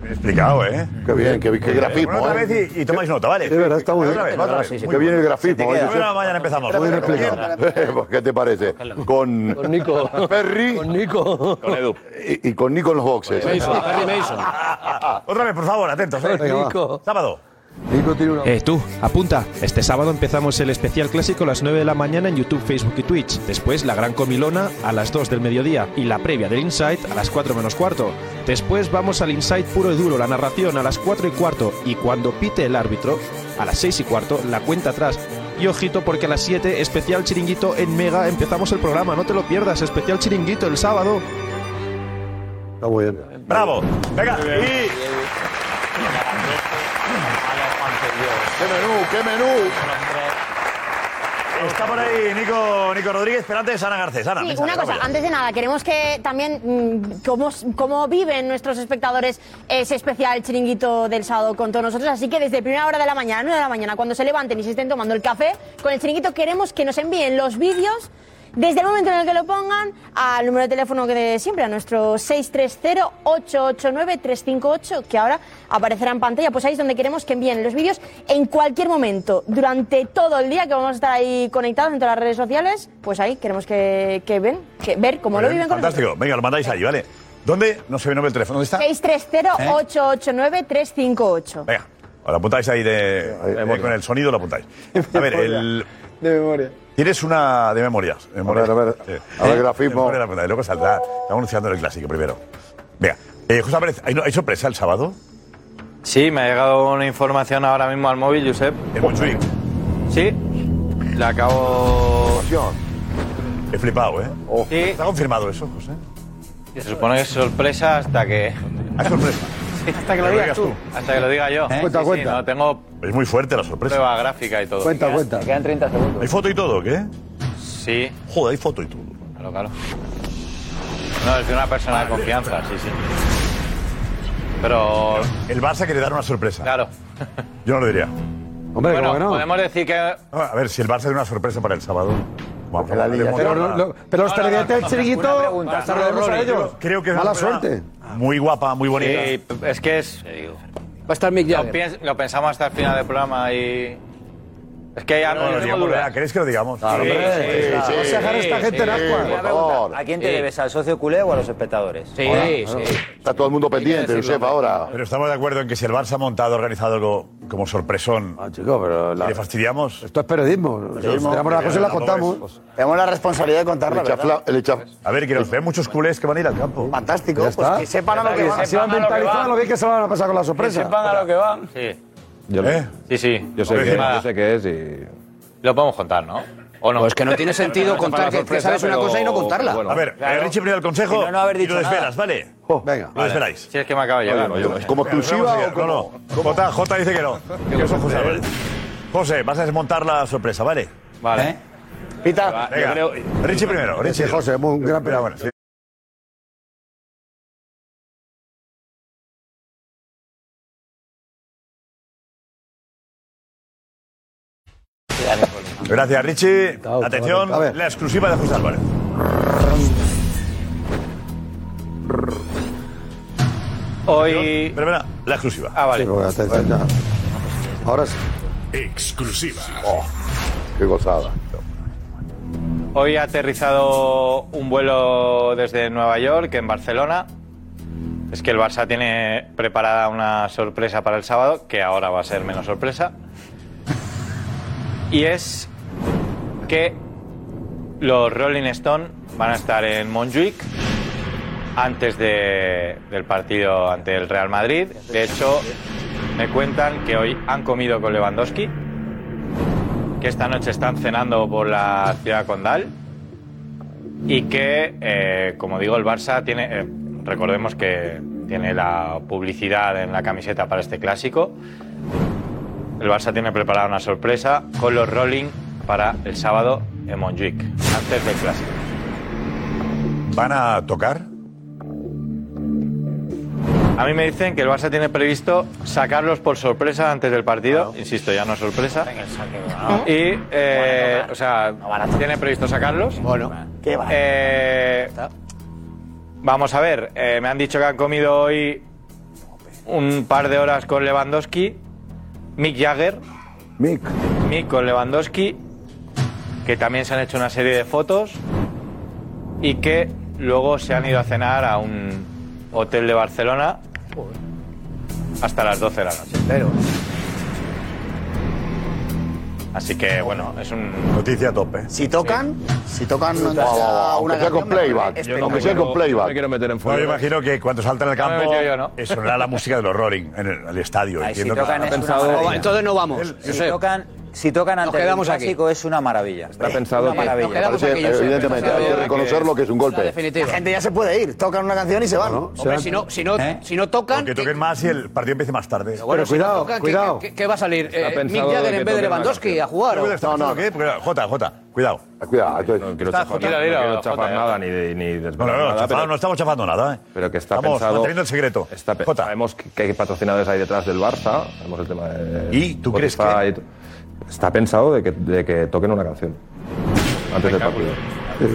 Bien explicado, ¿eh?
Qué bien, qué, qué
Eh,
grafismo.
bueno, otra
¿eh?
vez y, y tomáis nota, ¿vale?
Sí, verdad, está muy
Otra
bien.
vez, otra vez.
Sí, sí,
Muy
qué bien el
Se queda.
grafismo. ¿eh?
Nueve de la mañana empezamos.
Muy
Muy
bien
bien
explicado. ¿Qué te parece? Con,
Con Nico.
Perry.
Con Nico. Con Edu.
Y, y con Nico en los boxes.
Otra vez, por favor, atentos. ¿eh?
Venga, va.
Sábado.
Eh, tú, apunta. Este sábado empezamos el especial clásico a las 9 de la mañana en YouTube, Facebook y Twitch. Después la gran comilona a las 2 del mediodía y la previa del Insight a las 4 menos cuarto. Después vamos al Insight puro y duro, la narración a las 4 y cuarto y cuando pite el árbitro, a las 6 y cuarto, la cuenta atrás. Y ojito porque a las 7, especial chiringuito en Mega, empezamos el programa, no te lo pierdas, especial chiringuito el sábado.
Está muy bien. Bravo. Venga, y...
¡Qué menú, qué menú!
Está por ahí Nico, Nico Rodríguez, pero antes Ana Garcés. Ana,
Sí,
mensaje,
una cosa,
rápido.
antes de nada, queremos que también mm, cómo, cómo viven nuestros espectadores ese especial chiringuito del sábado con todos nosotros. Así que desde primera hora de la mañana, nueve de la mañana, cuando se levanten y se estén tomando el café con el chiringuito, queremos que nos envíen los vídeos. Desde el momento en el que lo pongan, al número de teléfono que de siempre, a nuestro 630-889-358, que ahora aparecerá en pantalla, pues ahí es donde queremos que envíen los vídeos en cualquier momento, durante todo el día que vamos a estar ahí conectados en todas las redes sociales, pues ahí queremos que, que ven, que ver cómo
Muy
lo
bien,
viven con
Fantástico.
nosotros.
Venga, lo mandáis ahí, ¿vale? ¿Dónde? No se ve nombre el teléfono. ¿Dónde está?
630-889-358.
Venga, lo apuntáis ahí de, eh, con el sonido, lo apuntáis. A ver, el,
De memoria.
tienes una de memoria. de memoria.
ver, a ver.
Sí.
A ver,
Eh,
grafismo.
de memoria la apuntáis, luego saldrá. Estamos anunciando el clásico primero. Venga, eh, José Álvarez, ¿hay, no- hay sorpresa el sábado?
Sí, me ha llegado una información ahora mismo al móvil, Josep.
¿El Montjuic?
Sí, la acabo...
He flipado, ¿eh? ¿Está confirmado eso, José?
Se supone que es sorpresa hasta que...
¿Hay Ah, sorpresa?
Hasta
que lo digas tú.
Hasta que lo diga yo.
¿Eh?
Sí,
Cuenta,
sí,
cuenta.
no, tengo
Es muy fuerte la sorpresa.
prueba gráfica y todo.
cuenta. Quedan 30 segundos. ¿Hay foto y todo o qué?
Sí.
Joder, hay foto y todo.
Claro, claro. No, es de una persona de confianza, sí, sí. Pero...
El Barça quiere dar una sorpresa.
Claro.
Yo no lo diría. Hombre,
bueno, podemos decir que...
A ver, si el Barça da una sorpresa para el sábado. Vamos, a darle
Pero,
moral.
no- no- pero los televidentes del chiringuito, saludaremos a ellos.
Creo que es
Mala
una persona
suerte.
Muy guapa, muy bonita.
Sí, es que es... Va
a estar Mick
Lo, piens- lo pensamos hasta el final del programa y... Es que ya
No, no,
no,
lo digamos, ¿verdad? ¿Queréis que lo digamos?
Claro, Sí, hombre. sí, sí. Vamos a dejar a esta gente en agua.
Una pregunta, ¿A quién te debes? ¿Al socio culé o a los espectadores?
Hola. Está todo el mundo pendiente, Josep, ahora.
Pero estamos de acuerdo en que si el Barça ha montado, organizado algo como sorpresón. Ah, chico, pero. ¿Le fastidiamos?
Esto es periodismo.
Periodismo.
Tenemos las cosas y las contamos.
Tenemos la responsabilidad de contarla.
A ver, que nos vean muchos culés que van a ir al campo.
Fantástico.
Ya
Pues
está.
que sepan a lo que van.
Así van mentalizados lo bien que se van a pasar con la sorpresa.
a lo que va. Sí.
Yo
¿Eh?
lo-
Sí, sí.
Yo sé,
Hombre,
que,
encima-
yo sé que es y.
Lo podemos contar, ¿no? ¿O no?
Pues
que no tiene sentido contar que- que sabes una cosa y no contarla.
A ver, eh, Richie primero el consejo y, lo desvelas, ¿vale?
Venga.
Lo desveláis.
Si es que me acaba de llegar.
¿Como exclusiva o como.? No, no. J, J dice que no. Que son José, Álvarez. José, vas a desmontar la sorpresa, ¿vale?
Vale.
¿Eh? Pita,
yo
Ah, Venga.
creo-
Richie primero. Richie.
Sí, José, es un gran
Pero
periodista.
bueno, sí. Gracias, Richie. Atención,
A ver.
la exclusiva de José Álvarez.
Hoy.
Espera, espera, la exclusiva.
Ah, vale.
Sí, porque hasta- hasta- ya. Ahora sí.
Exclusiva.
Qué gozada.
Hoy ha aterrizado un vuelo desde Nueva York en Barcelona. Es que el Barça tiene preparada una sorpresa para el sábado, que ahora va a ser menos sorpresa. Y es que los Rolling Stone van a estar en Montjuic antes de- del partido ante el Real Madrid. De hecho, me cuentan que hoy han comido con Lewandowski, que esta noche están cenando por la ciudad condal y que, eh, como digo, el Barça tiene, eh, recordemos que tiene la publicidad en la camiseta para este clásico. El Barça tiene preparada una sorpresa con los Rolling para el sábado en Montjuic, antes del clásico.
¿Van a tocar?
A mí me dicen que el Barça tiene previsto sacarlos por sorpresa antes del partido. Insisto, ya no es sorpresa. Y, eh, o sea, tiene previsto sacarlos. Bueno,
qué va.
vamos a ver, eh, me han dicho que han comido hoy un par de horas con Lewandowski, Mick Jagger. Mick. Mick con Lewandowski, que también se han hecho una serie de fotos y que luego se han ido a cenar a un hotel de Barcelona hasta las 12 de la noche. Así que bueno, es un...
Noticia tope.
Si tocan, si tocan
Brutal.
no,
Wow,
una
aunque sea con
canción,
playback.
es
Yo
espectacular.
aunque sea con playback.
quiero meter en
fuego.
yo imagino que cuando saltan al
No me he
campo
metido yo, ¿no?
eh, sonará la música de los Rolling en el, el estadio.
Ay, si
Entiendo que
tocan
habrá
es una
pensado-
maravilla.
Entonces no vamos.
Si tocan, Si tocan
Nos
antes del
quedamos aquí.
clásico es una maravilla. Está
pensado
una
que-
maravilla.
Nos quedamos Parece, aquí, Josep. evidentemente, Pensado hay que que reconocer es lo que es un la golpe. definitiva.
La gente ya se puede ir, tocan una canción y se van.
Hombre, si no, si no, si no tocan.
Que toquen más y el partido empiece más tarde.
Pero bueno, si no tocan, ¿qué- ¿qué, qué va a salir? Eh, Mick Jagger en vez de Lewandowski a jugar. ¿o?
No, no, ¿qué? Porque- Jota, Jota, cuidado. Cuidado,
No quiero chafar, nada, no quiero chafar nada ni, de- ni
No,
desvelar
no, no,
nada,
chafado,
pero-
no estamos chafando nada, ¿eh?
Pero que está
Estamos
pensado.
manteniendo el secreto.
Está pe- Sabemos que que hay patrocinadores ahí detrás del Barça. Sabemos el tema de. ¿Y tú
crees
crees que.? Está pensado de que, de que toquen una canción. Antes del partido.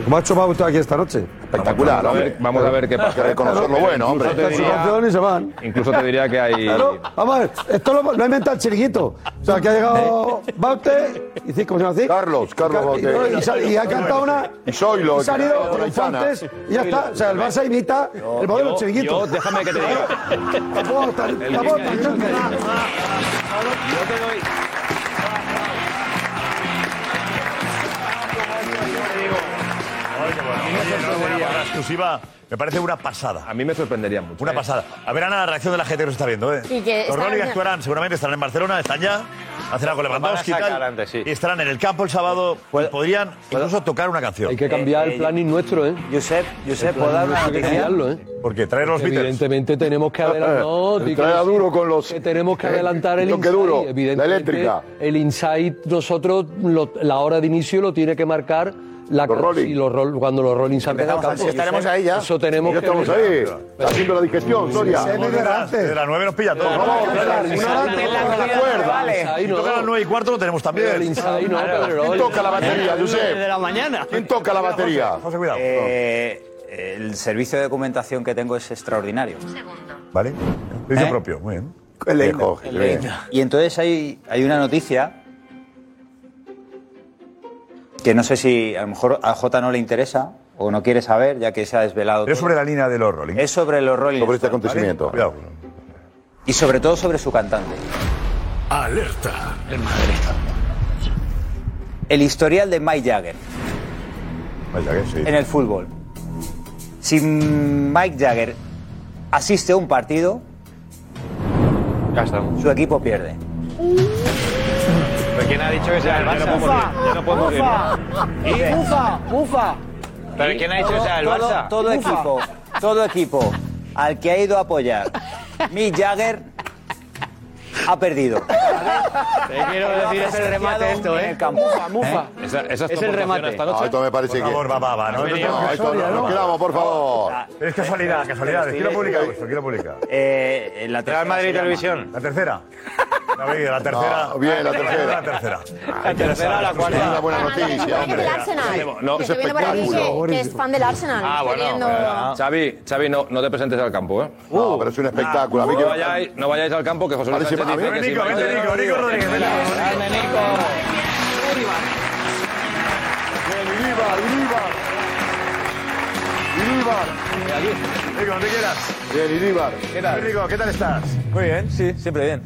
¿Cómo ha hecho Bauta aquí esta noche?
Espectacular, vamos a ver, vamos a ver qué pasa. Incluso te
Tocan su
diría,
canción y se van.
incluso te diría que hay.
Claro, vamos a ver, esto lo, lo ha inventado el chiringuito. O sea, que ha llegado Baute y Cisco, ¿cómo se llama Cisco?
Carlos, Carlos
Y- y-
Baute.
Y, sal- y ha cantado una.
Y Zoilo,
y se han ido
Zoilo,
triunfantes
Aitana.
y ya está. O sea, el Barça imita el modelo
yo-
chiringuito.
yo, déjame que te diga.
Tampoco tan-
El
tampoco
Disney
tan-
La exclusiva me parece una pasada. A
mí me sorprendería mucho. ¿eh?
Una pasada. A ver, Ana, la reacción de la gente que nos está viendo, ¿eh?
Y que
Los
estarán
Rolling
ya-
actuarán, seguramente estarán en Barcelona, están ya. Han cenado con
Van a
Lewandowski y
sacar
tal.
antes, sí.
Y estarán en el campo el sábado. y podrían incluso tocar una canción.
Hay que cambiar el planning nuestro, ¿eh? Josep,
Josep,
puedo
¿puedo dar una
Hay que
noticia?
cambiarlo, ¿eh?
Porque traer los Beatles. Eh,
Evidentemente tenemos que adelantar.
Eh,
No,
Trae
di que
a
sí,
duro con los-
que tenemos que
eh,
adelantar el
lo que
insight.
duro, la
Evidentemente,
eléctrica.
El insight, nosotros, lo- la hora de inicio lo tiene que marcar la
Los
ca-
Rolling.
sí, los roll- cuando los Rolling salgan al
Empezamos
campo.
así, estaremos ahí ya.
¿eh? Eso tenemos
Ya
que.
estamos ahí, haciendo la digestión, Soria.
De las 9 nos pilla todo.
Por favor,
Si toca a las 9 y cuarto lo tenemos también.
¿Quién toca la batería, Josep?
de la mañana.
¿Quién toca la batería?
Eh, el servicio de documentación que tengo es extraordinario.
Vale. Juicio propio, muy bien.
El leído. Y entonces hay, hay una noticia que no sé si a lo mejor a J no le interesa o no quiere saber, ya que se ha desvelado.
Es sobre la línea de los Rolling.
Es sobre los Rolling. Sobre este
acontecimiento.
Y sobre todo sobre su cantante.
Alerta.
El historial de Mike Jagger.
sí.
en el fútbol. Si Mike Jagger asiste a un partido, su equipo pierde.
¿Pero quién ha dicho que sea el Barça? Ya no podemos ir.
Ufa, ufa, ufa.
¿Pero quién ha dicho que sea el
Todo-
Barça?
Todo, equipo, todo equipo al que ha ido a apoyar Mick Jagger ha perdido.
Te quiero
Lo ha
decir, es el remate esto, ¿eh? Mufa, mufa.
Esa, esa
Es el remate.
esta noche.
No, Ah, esto me parece
Por favor,
que...
va, va, va. No,
No,
no,
no, esto no, nos quedamos, por
Oh.
favor.
Es casualidad, casualidad. ¿Quién lo publica esto? ¿Quién lo publica?
Eh, la
Real Madrid Televisión. ¿La tercera? La, vi, la tercera.
No, bien, la tercera.
La tercera.
La tercera,
pues,
la cuarta. Es una buena noticia,
Viene
hombre.
del Arsenal.
No,
que
es
se viene para aquí que,
espectáculo.
que es fan del Arsenal.
Ah,
Estoy viendo-
bueno. Xavi, Xavi no, no te presentes al campo, ¿eh?
Uh.
No, pero es un espectáculo. A mí
no,
que-
vayáis, no vayáis al campo, que José Luis
Parece-
Sánchez
a
dice
ver,
que
Nico,
si
vente,
vais-
Nico, Nico Rodríguez, vente.
Grande, Nico.
Ibar, Ibar. Ibar.
Nico, ¿dónde quieras?
Bien, Ibar.
¿Qué tal? Rico, ¿qué tal estás? Muy bien, sí, siempre bien.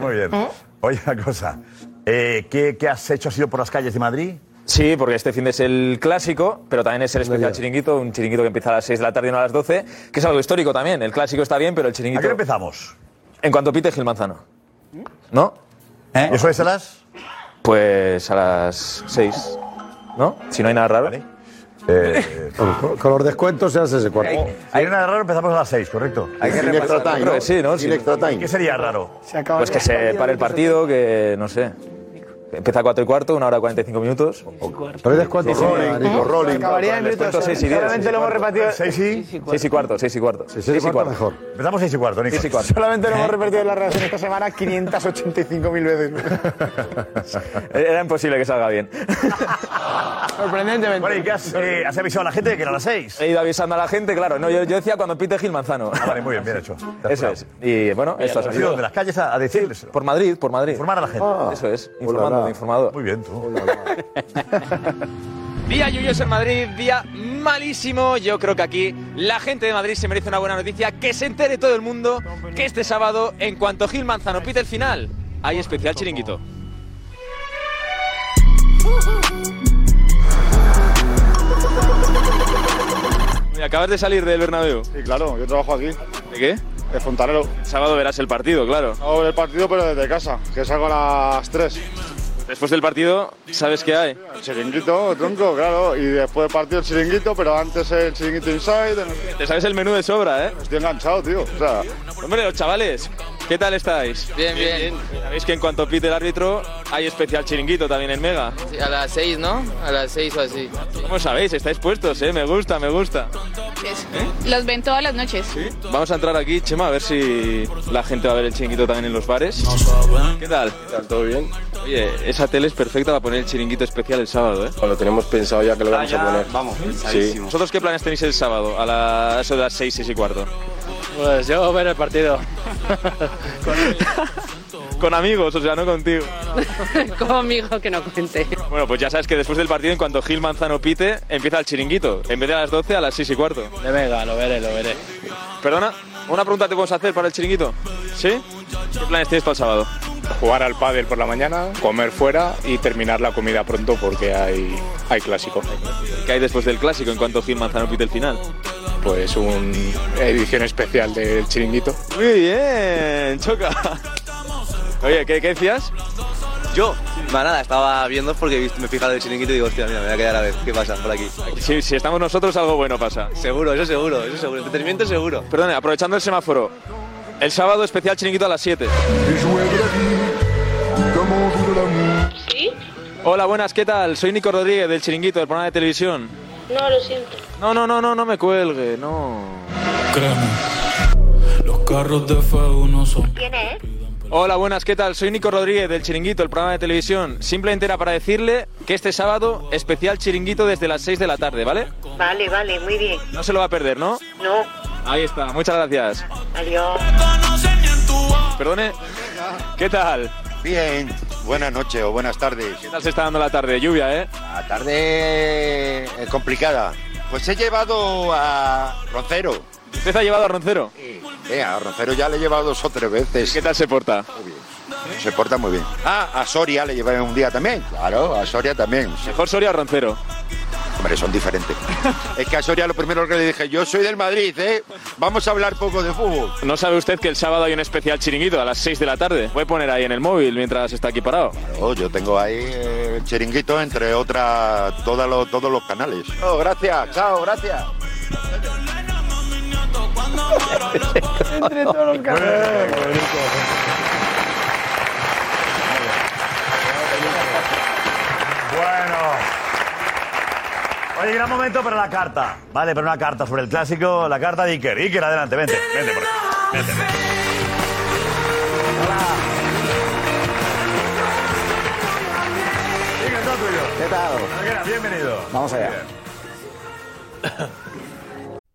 Muy bien.
¿Eh?
Oye, una cosa. Eh, ¿qué, ¿Qué has hecho? ¿Has ido por las calles de Madrid?
Sí, porque este fin de es el clásico, pero también es el especial chiringuito, un chiringuito que empieza a las 6 de la tarde y no a las 12, que es algo histórico también. El clásico está bien, pero el chiringuito.
¿A qué hora empezamos?
En cuanto pite Gil Manzano. ¿No?
¿Eh? ¿Y eso es a las?
Pues a las 6. ¿No? Si no hay nada raro.
Eh,
Con, con los descuentos se hace ese cuarto.
Hay nada raro, empezamos a las 6, ¿correcto?
Hay que Sin repasar. extra time, Yo creo que ¿no? sí, ¿no? Sin Sí. extra time.
¿Qué sería raro?
Pues que se pare el partido, que no sé. Empieza a 4 y cuarto, una hora 45 minutos.
Pero hay descuentos.
Sí, sí. Rolling, los Rolling.
Acabaría en
Descuento
minutos.
¿eh?
¿eh?
seis y diez.
Solamente lo hemos
repetido-
6 y...
6 y cuarto, 6 y cuarto. 6
y cuarto mejor. Empezamos 6 y cuarto, Nico.
Seis y cuarto.
Solamente lo hemos
¿Eh?
repetido en la relación esta semana 585.000 veces.
Eh, Era imposible que salga bien.
Sorprendentemente.
Bueno, ¿y qué has, eh, has avisado a la gente de que era a las 6?
He ido avisando a la gente, claro. No, yo, yo decía cuando pite Gil Manzano.
Ah, vale, muy bien, bien hecho.
Eso es. Y bueno,
Mira,
esto ha
pero has ido
sido.
de las calles a, a decirles.
Por Madrid, por Madrid. Ah.
Informar a la gente.
Eso es, informando, informador.
Muy bien, tú.
Día lluvioso en Madrid, día malísimo. Yo creo que aquí la gente de Madrid se merece una buena noticia. Que se entere todo el mundo que este sábado, en cuanto Gil Manzano pite el final, hay especial chiringuito. Mira, acabas de salir del Bernabéu.
Sí, claro, yo trabajo aquí.
¿De qué?
De fontanero.
Sábado verás el partido, claro.
Hago el partido, pero desde casa, que salgo a las 3.
Después del partido, ¿sabes qué hay?
Chiringuito, tronco, claro. Y después del partido el chiringuito, pero antes el chiringuito inside.
Te sabes el menú de sobra, ¿eh?
Estoy enganchado, tío. O sea,
Hombre, los chavales, ¿qué tal estáis? Bien, bien. Sabéis que en cuanto pite el árbitro, hay especial chiringuito también en Mega.
Sí, A las 6, ¿no? A las 6 o así.
¿Cómo sabéis? Estáis puestos, ¿eh? Me gusta, me gusta.
Los ven todas las noches.
Vamos a entrar aquí, Chema, a ver si la gente va a ver el chiringuito también en los bares. ¿Qué tal? ¿Todo bien? Oye, esa tele es perfecta para poner el chiringuito especial el sábado, ¿eh?
Lo tenemos pensado ya que lo
Está
vamos
ya,
a poner.
vamos,
sí.
¿Vosotros qué planes tenéis el sábado a la- eso de las 6, 6 y cuarto?
Pues yo ver el partido.
Con amigos, o sea, no contigo.
Conmigo que no cuente.
Bueno, pues ya sabes que después del partido, en cuanto Gil Manzano pite, empieza el chiringuito. En vez de a las 12, a las 6 y cuarto.
De Mega, lo veré, lo veré.
Perdona, una pregunta te podemos hacer para el chiringuito. ¿Sí? ¿Qué planes tienes para el sábado?
Jugar al pádel por la mañana, comer fuera y terminar la comida pronto porque hay, hay clásico.
¿Qué hay después del clásico en cuanto Gil Manzano pite el final?
Pues una edición especial del chiringuito.
Muy bien, choca. Oye, ¿qué, qué decías?
Yo, nada, nada, estaba viendo porque he visto- me he fijado en el chiringuito y digo, hostia, mira, me voy a quedar a ver qué pasa por aquí.
Si, si estamos nosotros, algo bueno pasa.
Seguro, eso seguro, eso seguro, entretenimiento seguro.
Perdone, aprovechando el semáforo. El sábado especial chiringuito a las 7.
¿Sí?
Hola, buenas, ¿qué tal? Soy Nico Rodríguez del Chiringuito, del programa de televisión.
No, lo siento.
No, no, no, no, no me cuelgue, no.
Los carros de F1 son.
¿Quién es?
Hola, buenas, ¿qué tal? Soy Nico Rodríguez del Chiringuito, el programa de televisión. Simplemente era para decirle que este sábado, especial Chiringuito desde las 6 de la tarde, ¿vale?
Vale, vale, muy bien.
No se lo va a perder, ¿no?
No,
Ahí está, muchas gracias.
adiós.
Perdone, ¿qué tal?
Bien, buenas noches o buenas tardes.
¿Qué tal se está dando la tarde? Lluvia, ¿eh?
La tarde eh, complicada. Pues he llevado a Roncero.
¿Usted ha llevado a Roncero?
Sí, Eh, a Roncero ya le he llevado dos o tres veces.
¿Qué tal se porta?
Muy bien. Se porta muy bien. Ah, a Soria le llevé un día también. Claro, a Soria también.
¿Mejor Soria o Roncero?
Hombre, son diferentes. es que a Soria lo primero que le dije, yo soy del Madrid, ¿eh? Vamos a hablar poco de fútbol.
¿No sabe usted que el sábado hay un especial chiringuito a las 6 de la tarde? Voy a poner ahí en el móvil mientras está aquí parado.
Oh, yo tengo ahí eh, el chiringuito, entre otras, todos los, todos los canales. Oh, gracias, chao, gracias. entre todos los
Bueno.
Oye, gran momento para la carta. Vale, pero una carta sobre el clásico, la carta de Iker. Iker, adelante, vente, vente por aquí. Vente. Iker, todo tuyo.
¿Qué tal?
Noguera, bienvenido.
Vamos allá.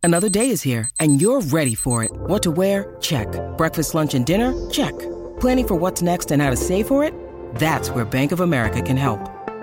Another day is here, and you're ready for it. What to wear? Check. Breakfast, lunch, and dinner? Check. Planning for what's next and how to save for it? That's where Bank of America can help.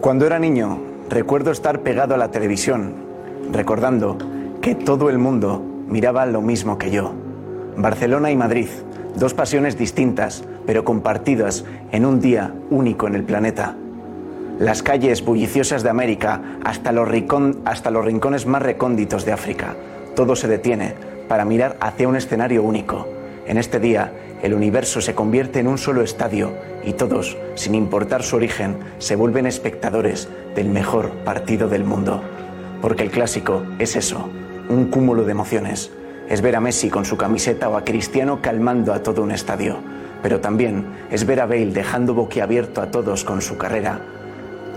Cuando era niño, recuerdo estar pegado a la televisión, recordando que todo el mundo miraba lo mismo que yo. Barcelona y Madrid, dos pasiones distintas, pero compartidas en un día único en el planeta. Las calles bulliciosas de América hasta los, rincón- hasta los rincones más recónditos de África. Todo se detiene para mirar hacia un escenario único. En este día, el universo se convierte en un solo estadio y todos, sin importar su origen, se vuelven espectadores del mejor partido del mundo. Porque el clásico es eso, un cúmulo de emociones. Es ver a Messi con su camiseta o a Cristiano calmando a todo un estadio. Pero también es ver a Bale dejando boquiabierto a todos con su carrera.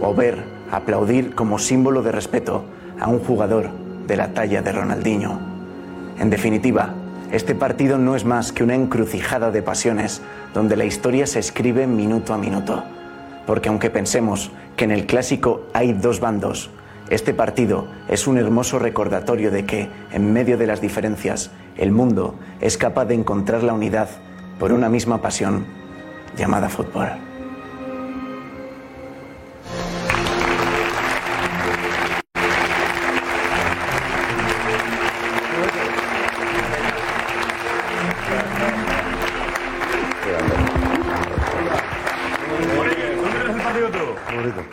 O ver, aplaudir como símbolo de respeto a un jugador de la talla de Ronaldinho. En definitiva, este partido no es más que una encrucijada de pasiones donde la historia se escribe minuto a minuto. Porque aunque pensemos que en el clásico hay dos bandos, Este partido es un hermoso recordatorio de que, en medio de las diferencias, el mundo es capaz de encontrar la unidad por una misma pasión llamada fútbol.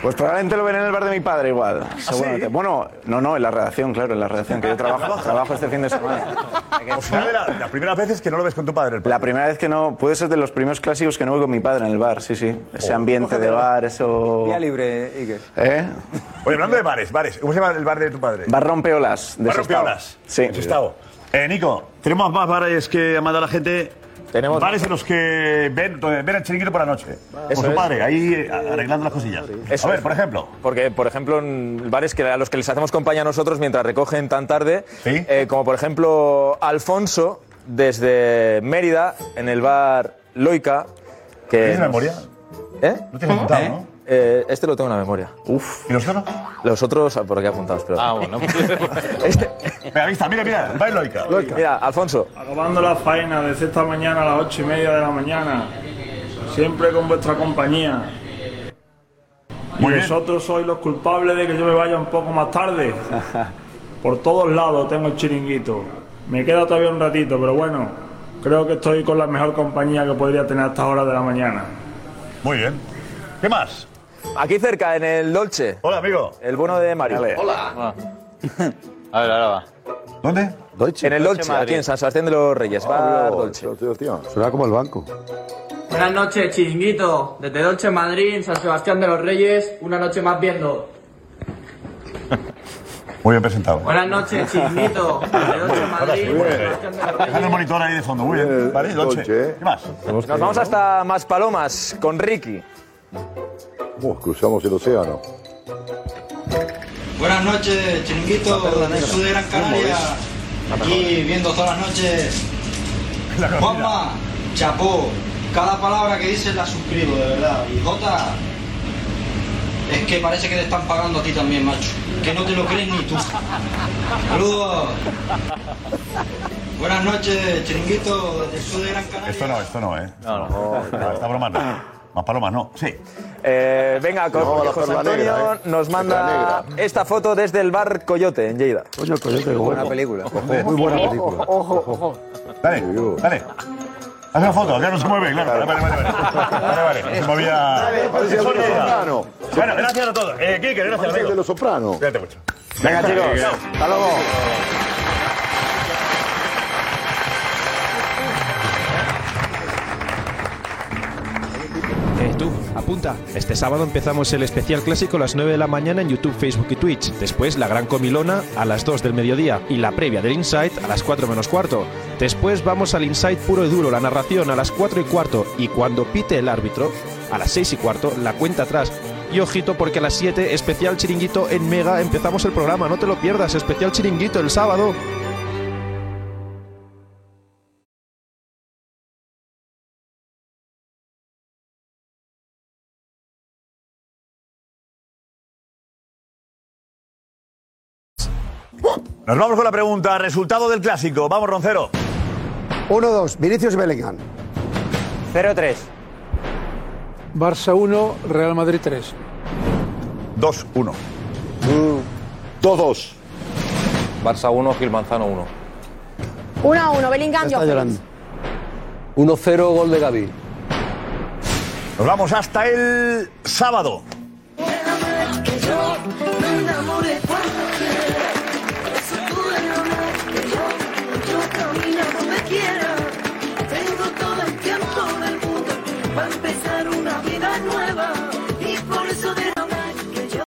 Pues probablemente lo ven en el bar de mi padre igual. Seguramente. Bueno, no, no, en la redacción, claro, en la redacción, que yo trabajo, trabajo este fin de semana.
O sea, de la- las primeras veces que no lo ves con tu padre.
La primera vez que no, puede ser de los primeros clásicos que no voy con mi padre en el bar, sí, sí. Ese ambiente de bar, eso...
Vía
libre, Iker. ¿Eh?
Oye, hablando de bares, bares. ¿Cómo se llama el bar de tu padre?
Bar Rompeolas, de
Bar
Sestao.
Rompeolas.
Sí.
De Sestao. Eh, Nico, tenemos más bares que ha mandado la gente. Tenemos bares en los que ven, ven el chiringuito por la noche.
Eso
con su
es.
padre, ahí eh, arreglando las cosillas.
Eso
a ver,
es.
por ejemplo.
Porque, por ejemplo, en bares que a los que les hacemos compañía a nosotros mientras recogen tan tarde, eh, como por ejemplo Alfonso, desde Mérida, en el bar Loica. Que
¿Tienes
nos-
memoria?
¿Eh?
No tienes apuntado,
¿Eh?
¿no?
Eh, este lo tengo en la memoria.
Uf. ¿Y los otros?
Los otros, ah, por aquí apuntados, pero. Ah, bueno.
Mira, vista, mira, mira, el baile Loica.
Mira, Alfonso.
Acabando la faena desde esta mañana a las ocho y media de la mañana. Siempre con vuestra compañía. Y vosotros sois los culpables de que yo me vaya un poco más tarde. Por todos lados tengo el chiringuito. Me queda todavía un ratito, pero bueno, creo que estoy con la mejor compañía que podría tener a estas horas de la mañana.
Muy bien. ¿Qué más?
Aquí cerca, en el Dolce.
Hola, amigo.
El bueno de Mario.
Hola. Ah. A ver, ahora va.
¿Dónde?
En el
Dolce
Dolce,
Madrid. Ah,
aquí en San Sebastián de los Reyes. Bar Dolce.
Será como el banco.
Buenas noches, chiringuito. Desde Dolce Madrid, San Sebastián de los Reyes, una noche más viendo.
Muy bien presentado.
Buenas noches, chiringuito. Desde Dolce Madrid,
Muy
San
bien.
Sebastián de los
Dejando el monitor ahí de fondo, muy bien. Vale, Dolce. ¿Qué más?
Nos vamos hasta Más Palomas con Ricky.
Uh, cruzamos el océano.
Buenas noches, chiringuito, del sur de Gran Canaria. Aquí viendo todas las noches. Juanma, chapó. Cada palabra que dices la suscribo, de verdad. Y Jota, es que parece que te están pagando a ti también, macho. Que no te lo crees ni tú. Saludos. Buenas noches, chiringuito, del sur de Gran Canaria.
Esto no, esto no, ¿eh? No, no. Esta broma no. Más palomas, no. Sí.
Eh, venga, con
No, la
José
perla
Antonio
negra, ¿eh?
nos
Perla
manda esta foto desde el bar Coyote en Lleida.
Coño, Coyote, qué buena película. muy buena película.
Ojo,
Dale, dale. Haz una foto, ya no se mueve, claro. Vale, vale, vale. Vale, vale. No se movía.
Parecía
Eso
de los
no era.
soprano.
Bueno, gracias a todos. Eh, Kike, gracias,
Parecía
amigo.
de los soprano.
Cuídate mucho.
Venga, chicos.
Chao.
Hasta luego.
Eh, tú, apunta. Este sábado empezamos el especial clásico a las 9 de la mañana en YouTube, Facebook y Twitch. Después la gran comilona a las 2 del mediodía y la previa del Insight a las 4 menos cuarto. Después vamos al Insight puro y duro, la narración a las 4 y cuarto y cuando pite el árbitro a las 6 y cuarto la cuenta atrás. Y ojito porque a las 7 especial chiringuito en Mega empezamos el programa, no te lo pierdas, especial chiringuito el sábado.
Nos vamos con la pregunta. Resultado del clásico. Vamos, Roncero.
1-2, Vinicius Bellingham.
0-3.
Barça 1, Real Madrid 3.
2-1. Mm,
2-2. Barça 1, Gilmanzano 1.
1 a 1, Bellingham, yo.
1-0, gol de Gaby.
Nos vamos hasta el sábado.